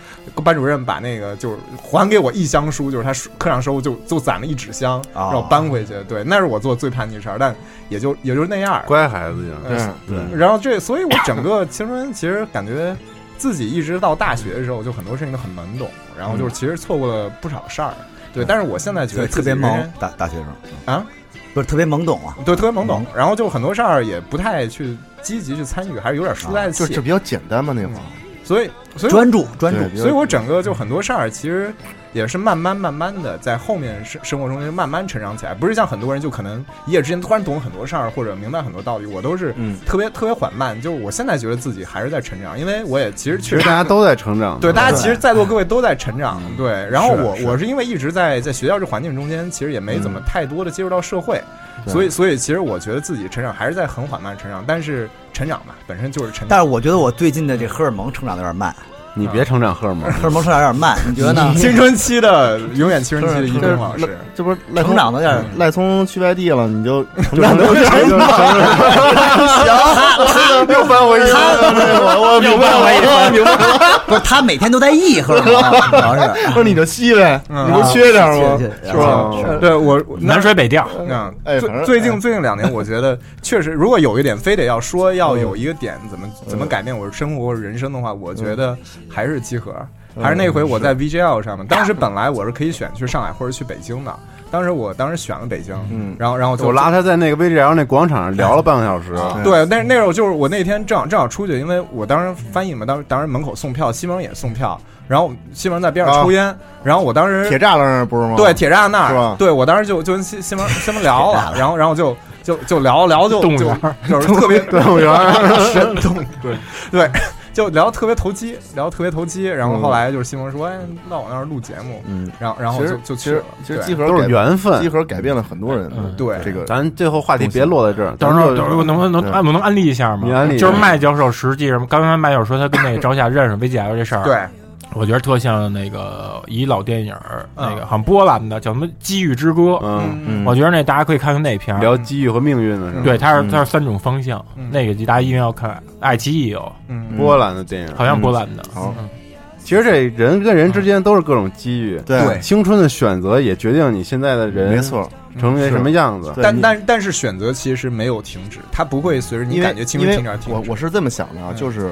S6: 班主任把那个就是还给我一箱书，就是他书课上收就就攒了一纸箱，
S1: 啊
S6: 让我搬回去。对，那是我做最叛逆的事儿，但也就也就是那样儿。
S4: 乖孩子呀，
S6: 嗯，然后这，所以我整个青春其实感觉自己一直到大学的时候，就很多事情都很懵懂，然后就是其实错过了不少事儿。对，但是我现在觉得
S1: 嗯特别
S6: 自己人
S1: 懵
S6: 生，
S1: 大大学生
S6: 啊，
S1: 不是特别懵懂啊，
S6: 对，特别懵懂，然后就很多事儿也不太去积极去参与，还是有点疏
S1: 啊
S6: 在
S3: 就
S6: 气
S3: 这。比较简单嘛那会儿，
S6: 所以，所以我
S1: 专注专注
S3: 对，比较
S6: 所以我整个就很多事儿，其实也是慢慢慢慢的在后面生生活中就慢慢成长起来，不是像很多人就可能一夜之间突然懂很多事儿或者明白很多道理，我都是
S3: 嗯
S6: 特别、特别缓慢。就是我现在觉得自己还是在成长，因为我也其实
S4: 其
S6: 确
S4: 实
S6: 实
S4: 大家都在成长，
S6: 对，大家其实在座各位都在成长，对。然后
S4: 是
S6: 我
S4: 是
S6: 我是因为一直在在学校这环境中间，其实也没怎么太多的接触到社会，所以所以其实我觉得自己成长还是在很缓慢成长，但是成长嘛本身就是成
S1: 但
S6: 长。
S1: 是我觉得我最近的这荷尔蒙成长得有点慢，
S4: 你别成长荷尔蒙，
S1: 荷尔蒙成长有点慢，你觉得呢？
S6: 嗯青春期的永远青春期的一中老师，
S3: 这不是赖
S1: 成
S3: 聪
S1: 长都有点
S3: 赖聪去外地了，你就成长都
S1: 行，
S4: 又翻我一
S1: 他
S3: 我我明白了，我明白了，
S1: 不是他每天都在意呵，啊主要是
S3: 不是你就吸呗，
S6: 嗯
S3: 你不缺点吗？
S1: 是
S3: 是
S4: 啊
S3: 吧？
S6: 对我我
S5: 南水北调，
S6: 嗯，
S3: 哎反
S6: 最
S3: 正
S6: 最近最近两年，我觉得确实，如果有一点非得要
S3: 嗯
S6: 说要有一个点怎么怎么改变我的生活或者人生的话，我
S3: 嗯
S6: 觉得还是集合，还是那回我在 VGL 上面，当时本来我是可以选去上海或者去北京的，当时我当时选了北京，
S3: 嗯
S6: 然后然后就
S4: 我拉他在那个 VGL 那广场上聊了半个小时，
S6: 对，那那时候就是我那天正好正好出去，因为我当时翻译嘛，当时当时门口送票，西蒙也送票，然后西蒙在边
S3: 哦
S6: 上抽烟，然后我当时
S3: 铁栅栏那儿不是吗？
S6: 对，铁栅那
S3: 哦是吧
S6: 儿，对我当时就就跟西西蒙西蒙聊了，然后然后就就就聊聊就
S5: 动物
S6: 就
S5: 园
S6: 就是特别
S4: 动物园儿
S6: 神动对对，就聊得特别投机，聊得特别投机，然后后来就是西蒙说，哎，到我那儿录节目，
S3: 嗯，
S6: 然后然后
S3: 其
S6: 就
S3: 实
S6: 就
S3: 其
S6: 去了
S3: 实，其实
S6: 对
S3: 集合
S4: 都
S3: 改
S4: 是缘
S3: 集
S4: 分。
S3: 合改变了很多人的
S5: 嗯
S6: 对
S3: 这个
S4: 咱最后话题别落在这儿，
S5: 等
S4: 到时
S5: 会
S4: 候
S5: 儿等会儿我能不能
S3: 对
S5: 安我能安利一下吗
S4: 你安利？
S5: 就是麦教授，实际上刚才麦教授说他跟那个赵夏认识 VGL 这事儿，，
S6: 对
S5: 我觉得特像那个一老电影儿，
S6: 嗯
S5: 那个好像波兰的叫什么《机遇之歌》，
S4: 嗯，
S3: 嗯
S5: 我觉得那大家可以看看那片儿。
S4: 聊机遇和命运的是吧？
S5: 对，它是
S3: 嗯
S5: 它是三种方向，
S6: 嗯
S5: 那个大家一定要看。爱奇艺有，
S6: 嗯
S4: 波兰的电影，
S5: 好像波兰的，
S3: 好
S4: 其实这人跟人之间都是各种机遇，
S6: 对
S4: 青春的选择也决定你现在的人
S3: 没错，
S4: 成为什么样子。
S3: 对
S6: 但
S3: 你
S6: 但但是选择其实没有停止，它不会随着你
S3: 因为
S6: 感觉青
S3: 因
S6: 春停
S3: 为
S6: 止而停
S3: 我
S6: 止。
S3: 我是这么想的啊，
S6: 嗯
S3: 就是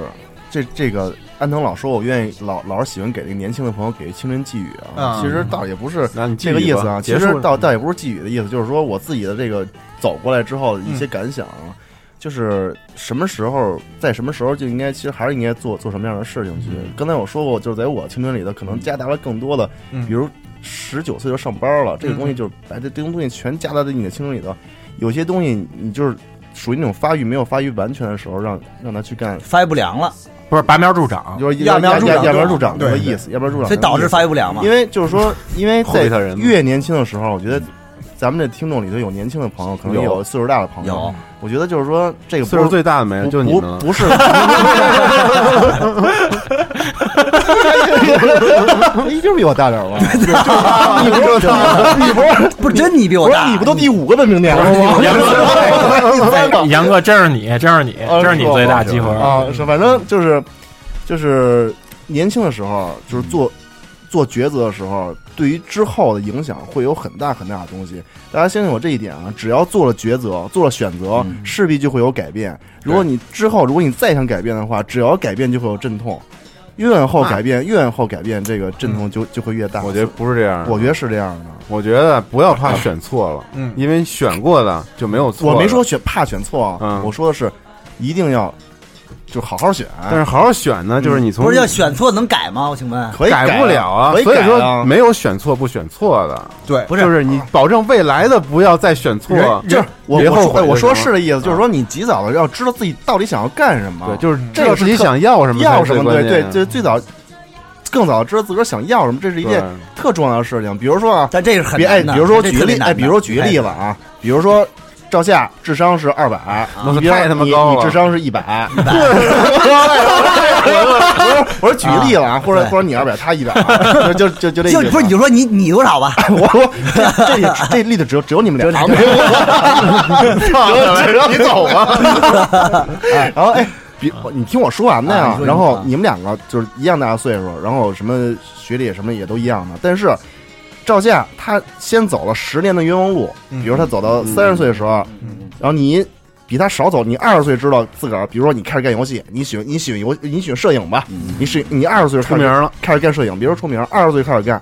S3: 这这个安藤老说，我愿意老老是喜欢给这个年轻的朋友给一青春寄语啊，
S6: 啊
S3: 其实倒也不是
S4: 那你继
S3: 这
S4: 续
S3: 个意思
S4: 吧
S3: 啊，其
S4: 结束
S3: 实
S4: 了
S3: 倒倒也不是寄语的意思，就是说我自己的这个走过来之后的一些
S6: 嗯
S3: 感想啊。就是什么时候，在什么时候就应该，其实还是应该做做什么样的事情去。刚才我说过，就是在我青春里头，可能夹杂了更多的
S6: 嗯
S3: 比如十九岁就上班了，这个东西就是把这这种东西全加到你的青春里头。有些东西你就是属于那种发育没有发育完全的时候，让让他去干，
S1: 发育不良了，
S5: 不是拔苗助长，
S3: 就是
S6: 揠苗助长
S3: 揠苗助长这
S6: 对
S3: 个意思，揠苗助长，
S1: 所以导致发育不良嘛
S3: 因。为就是 说，因为
S4: 后背他
S3: 在
S4: 人嗯
S3: 越年轻的时候，我觉得咱们这听众里头有年轻的朋友，可能也
S4: 有
S3: 有岁数大的朋友。
S1: 有，
S3: 我觉得就是说这个不
S4: 岁数最大的没了，
S3: 不
S4: 就你
S3: 不
S4: 们了。
S3: 不是， 你就是比我大点儿吧？你 不是你不是
S1: 不是真你比我
S3: 不
S1: 大，
S3: 是你不都第五个文明点了吗？
S5: 杨
S3: 第三个
S5: 哥，杨哥，真是你，真是你，
S3: 啊
S5: 真是你最大集合。
S3: 啊！是，反正就是就是年轻的时候，啊就是做做抉择的时候，对于之后的影响会有很大很大的东西。大家相信我这一点啊，只要做了抉择，做了选择，
S4: 嗯
S3: 势必就会有改变。如果你之后，如果你再想改变的话，只要改变就会有阵痛，越往后改变，越往后改变，这个阵痛就就会越大。
S4: 嗯我觉得，不是这样的，
S3: 我觉得是这样的。
S4: 我觉得不要怕选错了，
S6: 嗯
S4: 因为选过的就没有错。
S3: 我没说，选怕选错啊
S4: 嗯，
S3: 我说的是一定要就好好选，
S4: 但是好好选呢，就是
S3: 嗯
S4: 你从
S1: 不是要选错能改吗？我请问，
S3: 可以
S4: 改不了啊，
S3: 可以
S4: 所以
S3: 改
S4: 说
S3: 啊
S4: 没有选错不选错的，
S6: 对，
S1: 不是
S4: 就是啊你保证未来的不要再选错，
S3: 就是我
S4: 别
S3: 我
S4: 后
S3: 说
S4: 悔
S3: 哎我
S4: 就
S3: 说
S4: 行
S3: 是的意思，就是
S4: 啊
S3: 说你及早的要知道自己到底想要干什么，
S4: 对，就是知
S3: 这
S4: 道
S3: 个
S4: 自
S3: 嗯是
S4: 己
S3: 特
S4: 想要什么，
S3: 要什么，对对，就是最早更早知道自个儿想要什么，这是一件
S4: 啊对
S3: 特重要的事情。比如说啊，
S1: 但这是很
S3: 别哎，
S1: 难的。
S3: 比如说
S1: 这
S3: 举
S1: 特
S3: 个
S1: 别
S3: 例，
S1: 难
S3: 哎，
S1: 的
S3: 比如说举个例子，啊，比如说赵夏智商是二百，
S1: 啊
S4: 那
S3: 你
S4: 他
S3: 比如
S4: 太他妈
S3: 你
S4: 高
S3: 你
S4: 了
S3: 智商是一百， 我说我说举个例子啊，或者
S1: 对
S3: 或者你二百，他一百，就就就就这意
S1: 就
S3: 思，
S1: 不是你就说你你多少吧，
S3: 我我这这也这例子只有只有你们俩，没有 我，只有你走 吧。哎然后哎，比你听我说完的
S1: 啊
S3: 呀
S1: 你。说
S3: 然
S1: 你
S3: 后
S1: 说
S3: 你们两个就是一样大的岁数，然后什么学历什么也都一样的，但是。赵夏他先走了十年的冤枉路，比如他走到三十岁的时候，然后你比他少走，你二十岁知道自个儿，比如说你开始干游戏，你喜欢你喜欢游你喜欢摄影吧，你是你二十岁
S4: 嗯出
S3: 出
S4: 名了，
S3: 开始干摄影，比如说出名，二十岁开始干，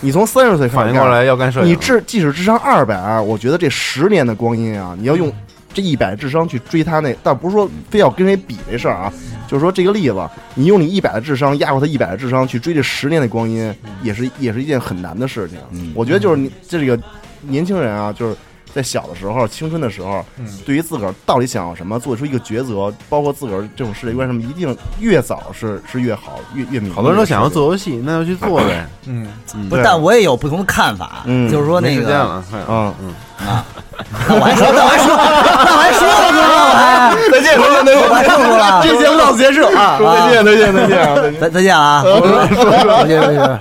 S3: 你从三十岁开
S4: 反
S3: 始
S4: 应过
S3: 干，
S4: 来要干摄影，
S3: 你智即使智商二百、啊，我觉得这十年的光阴啊，你要用这一百智商去追他那，但不是说非要跟谁比这事儿啊，就是说这个例子，你用你一百的智商压过他一百的智商去追这十年的光阴，
S4: 嗯
S3: 也是也是一件很难的事情。
S1: 嗯
S3: 我觉得就是你这个年轻人啊，就是。在小的时候、青春的时候，
S6: 嗯
S3: 对于自个儿到底想要什么，做出一个抉择，包括自个儿这种世界观什么，一定越早是是越好，越越明。
S4: 好多人都想要，做游戏，那就去做呗，
S6: 嗯，
S1: 不是，但我也有不同的看法，
S3: 嗯
S1: 就是说
S4: 没
S1: 那
S4: 时
S1: 个
S4: 间了，快点
S3: 嗯，
S4: 嗯，
S1: 那我还说，那我还说，那我还说了呢，我还
S3: 再见，再见，再
S1: 我还
S3: 见，
S1: 说出了，
S3: 这节目到此结束
S1: 啊，
S3: 说再
S1: 啊
S3: 见，再见，再见啊，再见。
S1: 再再见啊，再见再见，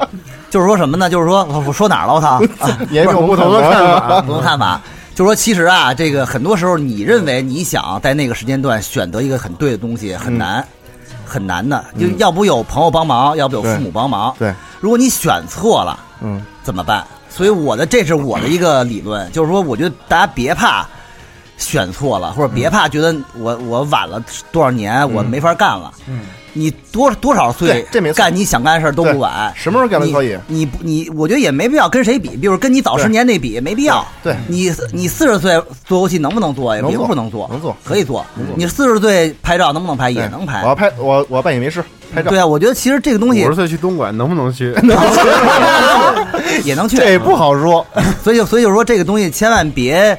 S1: 就是说什么呢？就是说我我说哪儿了？我操，啊
S3: 也有不 同的看
S1: 啊，
S3: 法。
S1: 不同看法。就是说，其实啊，这个很多时候，你认为你想在那个时间段选择一个很对的东西，
S3: 嗯
S1: 很难，很难的。就要不有朋友帮忙，要不有父母帮忙。
S3: 对，
S1: 如果你选错了，
S3: 嗯，
S1: 怎么办？所以我的这是我的一个理论，就是说，我觉得大家别怕选错了，或者别怕觉得我我晚了多少年，我没法干了。
S6: 嗯，
S1: 你多多少岁
S3: 对这没错
S1: 干你想干的事儿都
S3: 对
S1: 不晚。
S3: 什么时候干都
S1: 你
S3: 可以。
S1: 你不你，我觉得也没必要跟谁比，比如跟你早
S3: 对
S1: 十年那比，没必要。
S3: 对对
S1: 你你四十岁做游戏能不能做呀？
S3: 能
S1: 别
S3: 做
S1: 不能做，
S3: 能做
S1: 可以做。你四十岁拍照能不能拍？也
S3: 对
S1: 能
S3: 我
S1: 拍
S3: 要。拍，我我扮演没事，拍照
S1: 对。啊，我觉得其实这个东西
S4: 五十岁去东莞能不能去？
S1: 也能去，
S3: 这不好说。
S1: 所以就所以就是说这个东西千万别，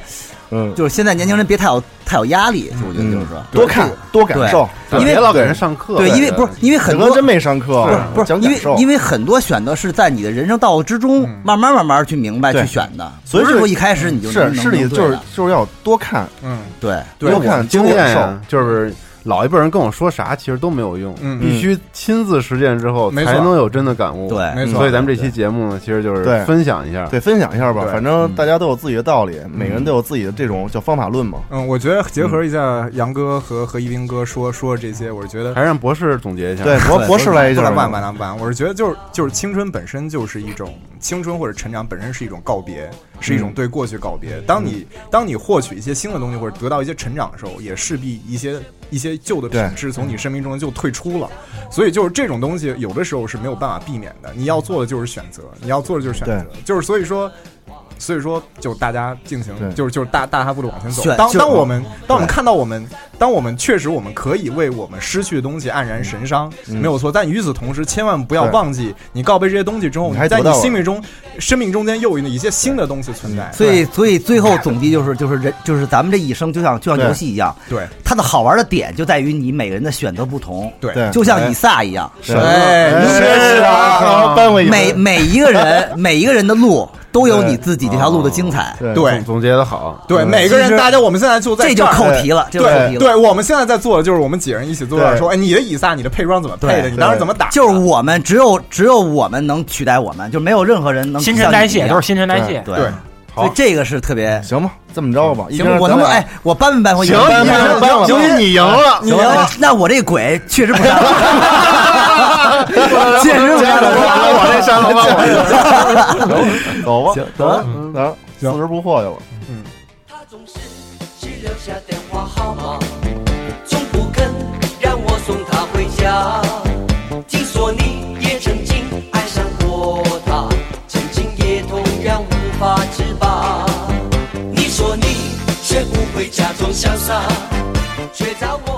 S3: 嗯，
S1: 就是现在年轻人别太有太有压力，我觉得就是说，
S3: 多看多感受，
S1: 因为
S4: 别老给人上课。
S1: 对，因为不是因为很
S3: 整
S1: 多
S3: 个真没上课，
S1: 不是
S3: 讲
S1: 因
S3: 感
S1: 为
S3: 受嗯
S1: 因。为很多选择是在你的人生道路之中慢慢慢慢去明白
S3: 对
S1: 去选的，
S3: 所以
S1: 不是
S3: 这
S1: 说一开始你就能
S3: 是是
S1: 能能
S3: 的，
S1: 对啊
S3: 就是
S1: 的
S3: 就是要多看，
S6: 嗯
S1: 对。
S3: 多
S4: 因为我
S3: 看
S4: 经
S3: 多
S4: 验
S3: 感受。
S4: 呀，啊就是老一辈人跟我说啥，其实都没有用，
S6: 嗯
S4: 必须亲自实践之后
S6: 没错
S4: 才能有真的感悟。嗯
S1: 对
S6: 没错
S4: 所以咱们这期节目呢，其实就是
S3: 对
S4: 分享一下。
S3: 对，分享一下吧，
S6: 对
S3: 反
S1: 嗯
S3: 正大家都有自己的道理，每个人都有自己的这种叫方法论嘛。
S6: 嗯，我觉得结合一下杨哥和和一斌哥说说这些，我是觉得
S4: 还是让博士总结一下。
S3: 对，博
S1: 对
S3: 博士来一
S6: 不
S3: 句，
S6: 能办，不能办。我是觉得就是就是青春本身就是一种青春或者成长本身是一种告别，是一种对过去告
S1: 嗯
S6: 别。当你当你获取一些新的东西或者得到一些成长的时候，也势必一些一些旧的品质从你生命中就退出了。
S1: 嗯
S6: 所以就是这种东西有的时候是没有办法避免的。你要做的就是选择，你要做的就是选择，就是所以说。所以说，就大家进行
S3: 对，
S6: 就是就是大大踏步的往前走
S1: 选。
S6: 当
S1: 就
S6: 当我们当我们看到我们，当我们确实我们可以为我们失去的东西黯然神伤，没有错。但与此同时，千万不要
S3: 嗯对
S6: 忘记，你告别这些东西之后，
S3: 你
S6: 你
S3: 还
S6: 在
S3: 得
S6: 你
S3: 到了嗯
S6: 心目中、生命中间又有一些新的东西存在。
S1: 所以，所以最后总结就是，就是人，就是咱们这一生，就像就像游戏一样，
S6: 对
S1: 它的好玩的点就在于你每个人的选择不同，
S6: 对
S3: 对
S1: 就像以撒一样，
S3: 是
S1: 哎
S3: 哎
S1: 你
S3: 是啊，然后扳回
S6: 哎
S1: 每
S3: 一回
S1: 每一个人 每一个人的路都有你自己这条路的精彩，
S3: 对
S6: 对哦
S4: 总总结的好。嗯
S6: 对，
S3: 嗯
S6: 每个人，大家我们现在就在
S1: 这就
S6: 儿
S1: 扣题了，这就扣
S6: 对
S1: 题了。
S6: 对，我们现在在做的就是我们几个人一起做的，
S3: 对
S6: 说哎，你的以撒，你的配装怎么配的？
S1: 对
S6: 你当时怎么打？
S1: 就是我们只有只有我们能取代我们，就没有任何人能
S5: 新陈代谢都是
S1: 新
S5: 新陈代谢。
S1: 对
S6: 对，
S1: 所以这个是特别
S3: 行吧，这么着吧，一
S1: 行
S3: 人。
S1: 我能不能哎，我搬没搬回去？
S3: 行搬搬搬搬
S1: 行
S3: 你赢了，
S1: 行那我这鬼确实不善良，确实不善良。
S3: 我这删了吧， 我走吧，
S1: 得了
S3: 行，
S4: 嗯
S3: 得了，四十不惑去了。
S8: 他总是只留下电话号码，从不肯让我送他回家。听说你也曾经爱上过他，曾经也同样无法自拔。你说你学不会假装潇洒，却在我。